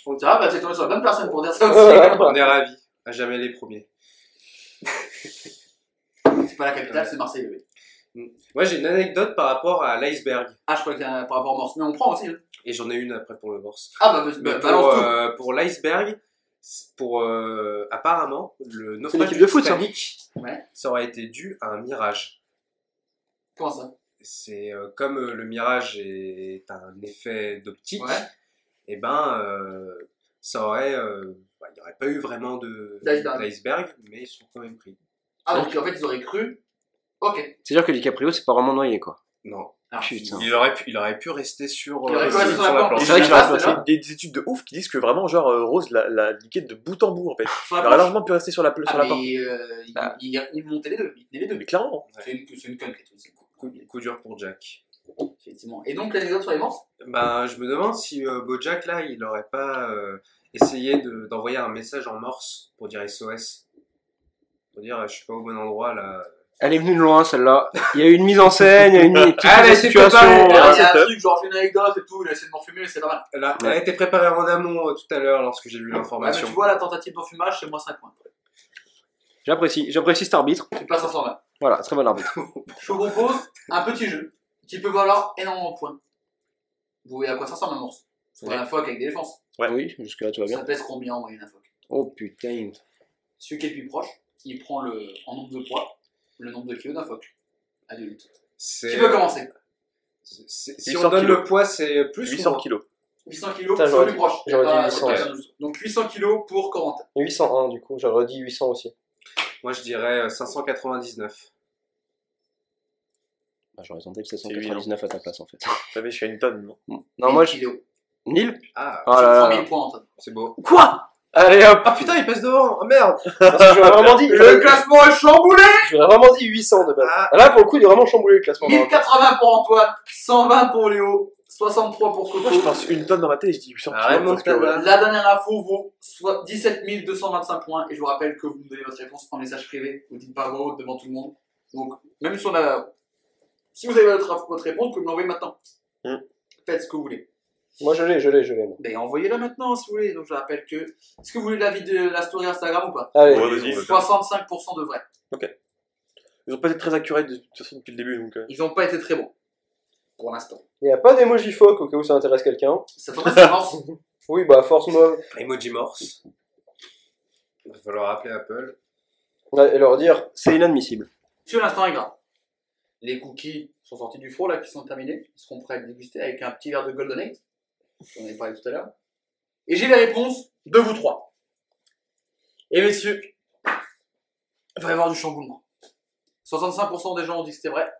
On dira, bah t'es tombé sur la bonne personne pour dire ça aussi.
Voilà.
On est ravis. À jamais les premiers.
c'est pas la capitale, c'est Marseille, bébé.
Moi, j'ai une anecdote par rapport à l'iceberg.
Ah, je crois qu'il y a un par rapport à Morse, mais on prend aussi. hein.
Et j'en ai une après pour le Morse.
Ah, bah, bah,
Mais
bah,
pour
balance tout.
euh, pour l'iceberg, c'est- pour euh, apparemment, le naufrage
l'équipe
du
de foot, ça.
Titanic,
Ouais.
ça aurait été dû à un mirage.
Comment ça
c'est euh, comme euh, le mirage est un effet d'optique,
Ouais.
et ben euh, ça aurait, euh, bah, il n'y aurait pas eu vraiment de
D'iceberg.
d'iceberg, mais ils sont quand même pris.
Ah, donc en fait, ils auraient cru. Ok.
C'est-à-dire que DiCaprio, c'est pas vraiment noyé, quoi.
Non,
Putain.
Il aurait pu, il aurait pu rester sur, euh,
Il aurait pu rester
sur
sur la
la
planche.
planche.
C'est vrai que
Ah,
j'aurais
c'est
placé des, des études de ouf qui disent que vraiment, genre, euh, Rose l'a- l'a niqué de bout en bout, en fait.
Sur
Elle
la
aurait
planche.
largement pu rester sur la, pla- Bah, sur
Ah,
la porte.
mais euh, il-
Bah.
il il montait les deux. Il tenait les deux.
Mais clairement.
C'est une c'est une conne. c'est une conne.
Coup dur pour Jack.
Effectivement. Et donc, l'anecdote sur les morts
Ben, je me demande si euh, Bojack, là, il aurait pas euh, essayé de- d'envoyer un message en morse pour dire SOS. Pour dire, euh, je suis pas au bon endroit, là.
Elle est venue de loin, celle-là. Il y a eu une mise en scène, il y a eu une toute
Ah,
Allez,
une
c'est
situation.
préparé.
Il y
voilà.
a un truc, genre, j'ai une anecdote et tout, il a essayé de m'enfumer, mais c'est pas mal.
Là,
Ouais.
elle était préparée en amont euh, tout à l'heure lorsque j'ai lu
Ouais, Ah, mais
l'information.
tu vois, la tentative d'enfumage, c'est moins 5 points.
J'apprécie, j'apprécie cet arbitre.
Tu passes en format.
Voilà, très bon arbitre.
Je vous propose un petit jeu qui peut valoir énormément de points. Vous voyez à quoi ça ressemble un morse C'est
Ouais.
un phoque avec des défenses.
Ouais.
Oui, jusque-là, tout va bien.
Ça pèse combien en moyenne un phoque
Oh putain.
Celui qui est le plus proche, il prend le, en nombre de poids le nombre de kilos d'un phoque. Adulte.
C'est-
Qui veut commencer
c'est- Si
800
on donne
kilos.
le poids, c'est plus ou
800
moins
kilos.
800 kilos,
Putain,
c'est
j'aurais
le
dit-
plus proche.
j'aurais dit
Pas-
800,
pas- Donc 800 kilos pour Corentin.
801 du coup, j'aurais dit 800 aussi.
Moi, je dirais euh, 599.
Ah, J'aurais tenté le
hein.
799 à ta place en fait.
Vous savez, je suis à une tonne, non
Non, moi
1000
je.
kilos.
1000
Ah,
Oh là là.
1000 points, Antoine.
c'est beau.
Quoi Allez hop
Ah putain, il passe devant Ah, merde
Parce que J'aurais vraiment dit,
Le classement est chamboulé
j'aurais vraiment dit 800 de base.
Ah,
Là pour le coup, il est vraiment chamboulé le classement. hein.
1080 pour Antoine, 120 pour Léo, 63 pour Coco.
Moi, je pense une tonne dans ma tête et je dis 800
Ah,
kilos. Parce que,
remontada.
voilà.
La dernière info vaut soit 17 225 points et je vous rappelle que vous me donnez votre réponse en message privé, vous dites pas à voix haute devant tout le monde. Donc, même si on a... Si vous avez votre, votre réponse, vous pouvez me l'envoyer maintenant.
Hmm.
Faites ce que vous voulez.
Moi je l'ai, je l'ai, je l'ai.
Ben, envoyez-la maintenant si vous voulez. Donc, je rappelle que... Est-ce que vous voulez la vie de la story Instagram ou pas
Allez,
Ouais, vas-y.
65% de vrai.
Ils ont pas été très accurés de toute façon depuis le début, donc. euh,
Ils ont pas été très bons. Pour l'instant.
il n'y a pas d'emoji phoque au cas où ça intéresse quelqu'un.
Ça tombe c'est mort.
Oui, bah force-moi
Emoji Morse. Il va falloir appeler Apple.
Ouais, et leur dire.
C'est inadmissible.
Sur l'instant est grave. Les cookies sont sortis du four là, qui sont terminés. Ils seront prêts à les déguster avec un petit verre de Golden Ale. J'en ai parlé tout à l'heure. Et j'ai les réponses de vous trois. Et messieurs, il va y avoir du chamboulement. 65% des gens ont dit que c'était vrai.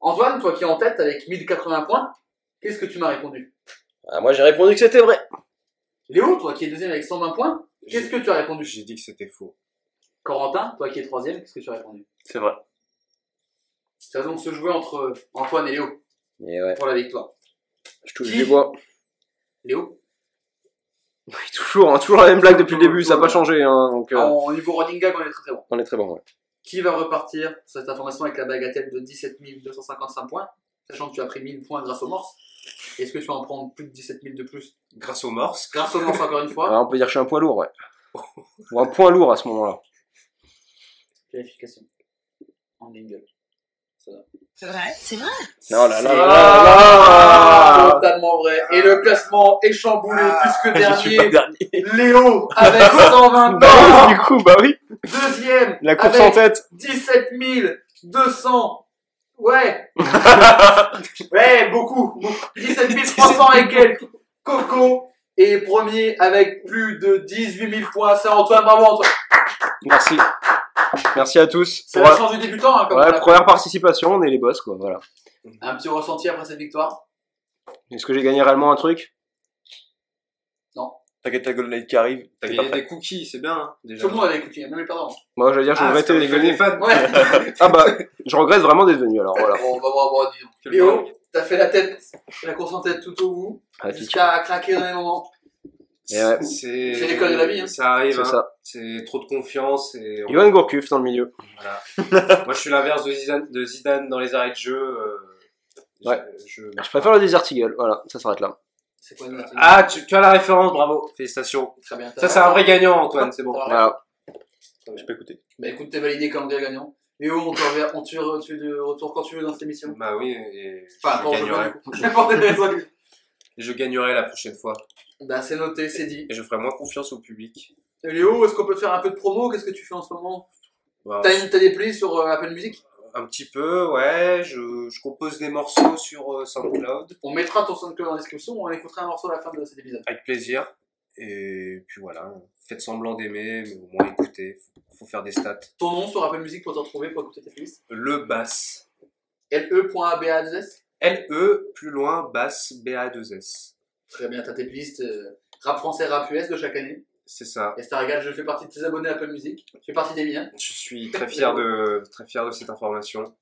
Antoine, toi qui es en tête avec 1080 points, qu'est-ce que tu m'as répondu
Ah, moi j'ai répondu que c'était vrai.
Léo, toi qui es deuxième avec 120 points, qu'est-ce que tu as répondu
J'ai dit que c'était faux.
Corentin, toi qui es troisième, qu'est-ce que tu as répondu
C'est vrai.
Ça va donc se jouer entre Antoine et Léo
Mais ouais,
pour la victoire.
je touche
Qui
les bois.
Léo
Oui, toujours, hein, toujours la même blague depuis le début, ça n'a pas changé. Hein, donc, euh,
En niveau running gag, on est très très bon.
on est très bon. Ouais.
Qui va repartir sur cette information avec la bagatelle de 17 255 points Sachant que tu as pris 1000 points grâce au morse. Est-ce que tu vas en prendre plus de 17 000 de plus
Grâce au Morse.
Grâce au morse encore une fois.
Ah, on peut dire que je suis un poids lourd, ouais. Ou un point lourd à ce moment-là.
Vérification. En ligne.
C'est vrai, c'est vrai.
Non, là, là,
C'est-
là, là, là.
Ah, Totalement vrai. Et le classement est chamboulé puisque
Ah. Je suis pas
dernier,
dernier.
Léo avec 120
Bah,
points.
du coup, bah oui,
Deuxième,
la course
Avec-
en tête.
17 200. Ouais. ouais, beaucoup. beaucoup. 17 300 et quelques. Coco est premier avec plus de 18 000 points. C'est Antoine, bravo Antoine.
Merci. Merci à tous.
C'est
Pour
la
la-
chance du débutant. hein, comme on
ouais,
l'a-
première participation, on est les boss, quoi. Voilà.
Un petit ressenti après cette victoire.
Est-ce que j'ai gagné réellement un truc
T'inquiète, ta Golden Light qui arrive.
T'as
t'es
gagné
parfait.
des cookies, c'est bien, hein, déjà.
Tout le monde avait écouté, même les perdants.
Moi, je veux dire, je
Ah,
regrette
c'est
d'être
comme les
venu.
fans.
Ouais.
Ah bah, je regrette vraiment d'être venu, alors voilà.
bon, on va voir, bon, dis donc.
Quel
Léo,
bon.
t'as fait la tête, la course en tête tout au bout,
Ah, si,
jusqu'à craquer dans les moments.
Et ouais.
C'est
C'est l'école de la vie, hein.
Ça arrive,
c'est
hein.
ça.
c'est trop de confiance. Et on-
Yoann Gourcuff dans le milieu.
Moi, je suis l'inverse de Zidane, de Zidane dans les arrêts de jeu. euh,
Ouais.
Je,
Je préfère le Desert Eagle, voilà, ça s'arrête là.
C'est quoi notre-
Ah, tu, tu as la référence, bravo, félicitations.
Très bien.
Ça, c'est un vrai gagnant, Antoine, c'est bon.
Voilà.
Je peux écouter.
Bah écoute, t'es validé comme gars gagnant. Léo, on te rever- on te re- tu es de retour quand tu veux dans cette émission.
Bah oui, et
Enfin,
je,
quand je
gagnerai,
veux. N'importe quelle raison.
je gagnerai la prochaine fois.
Bah c'est noté, c'est dit.
Et je ferai moins confiance au public.
Et Léo, est-ce qu'on peut te faire un peu de promo Qu'est-ce que tu fais en ce moment
Bah,
T'as une- t'as des plays sur euh, Apple Music
Un petit peu, ouais. Je, je compose des morceaux sur euh, SoundCloud.
On mettra ton SoundCloud en description, on écoutera un morceau à la fin de cet épisode.
Avec plaisir. Et puis voilà, faites semblant d'aimer, mais au moins écoutez. Faut, faut faire des stats.
Ton nom sur Apple Music pour te retrouver, pour écouter tes playlists.
Le bass.
LE.ABA2S
LE, plus loin, basse, BA2S.
Très bien, t'as tes playlists euh, rap français, rap US de chaque année.
C'est ça.
Et Stargal, je fais partie de tes abonnés à Apple Music. Je fais partie des miens.
Je suis très fier de, très fier de cette information.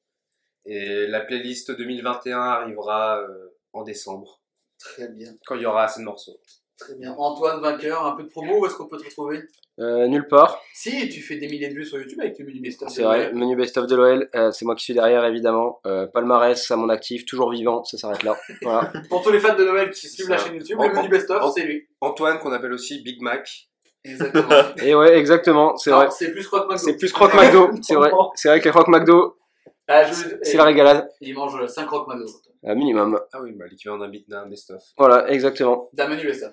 Et la playlist 2021 arrivera euh, en décembre,
Très bien,
quand il y aura assez de morceaux.
très bien. Antoine, vainqueur, un peu de promo, où est-ce qu'on peut te retrouver
Euh, nulle part,
Si, tu fais des milliers de vues sur YouTube avec tes mini best
c'est vrai. Menu best-of de l'OL, euh, c'est moi qui suis derrière évidemment. Euh, palmarès à mon actif, toujours vivant, ça s'arrête là. Voilà.
Pour tous les fans de Noël qui suivent
ça.
la chaîne YouTube,
En-
le mini best-of,
en-
c'est lui.
Antoine, qu'on appelle aussi Big Mac.
Exactement.
Et ouais, exactement, c'est vrai.
Non, C'est plus Croque McDo.
Ah, C'est plus croque McDo, c'est vrai. C'est vrai que les croque McDo,
Ah, je-
c'est la régalade,
Il mange 5 Croque McDo.
un minimum.
Ah oui, bah, l'équivalent d'un bit- d'un best-of.
Voilà, exactement.
D'un menu best-of.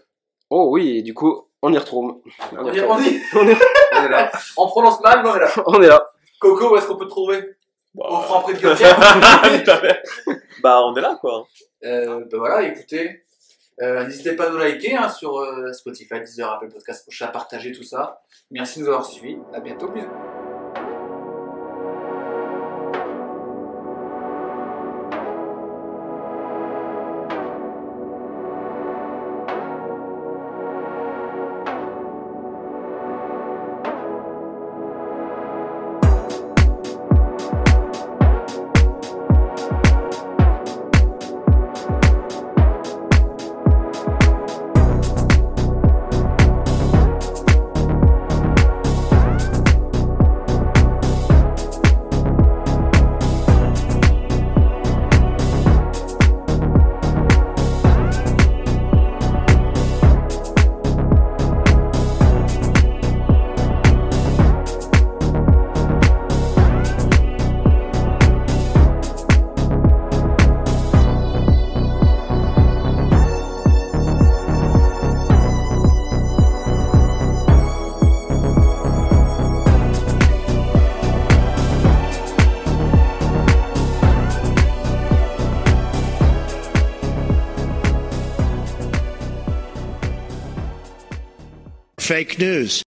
Oh oui, et du coup, on y retrouve.
On, dit- on dit-
On est là.
on prononce mal, mais on est là.
On est là.
Coco, où est-ce qu'on peut te trouver
Euh.
Au franc prix de Gauthier.
bah, on est là, quoi.
Euh, ben voilà, écoutez, euh, n'hésitez pas à nous liker hein, sur euh, Spotify, Deezer, Apple Podcast, Ocha, partager tout ça. Merci de nous avoir suivis. À bientôt, bisous.
Fake news.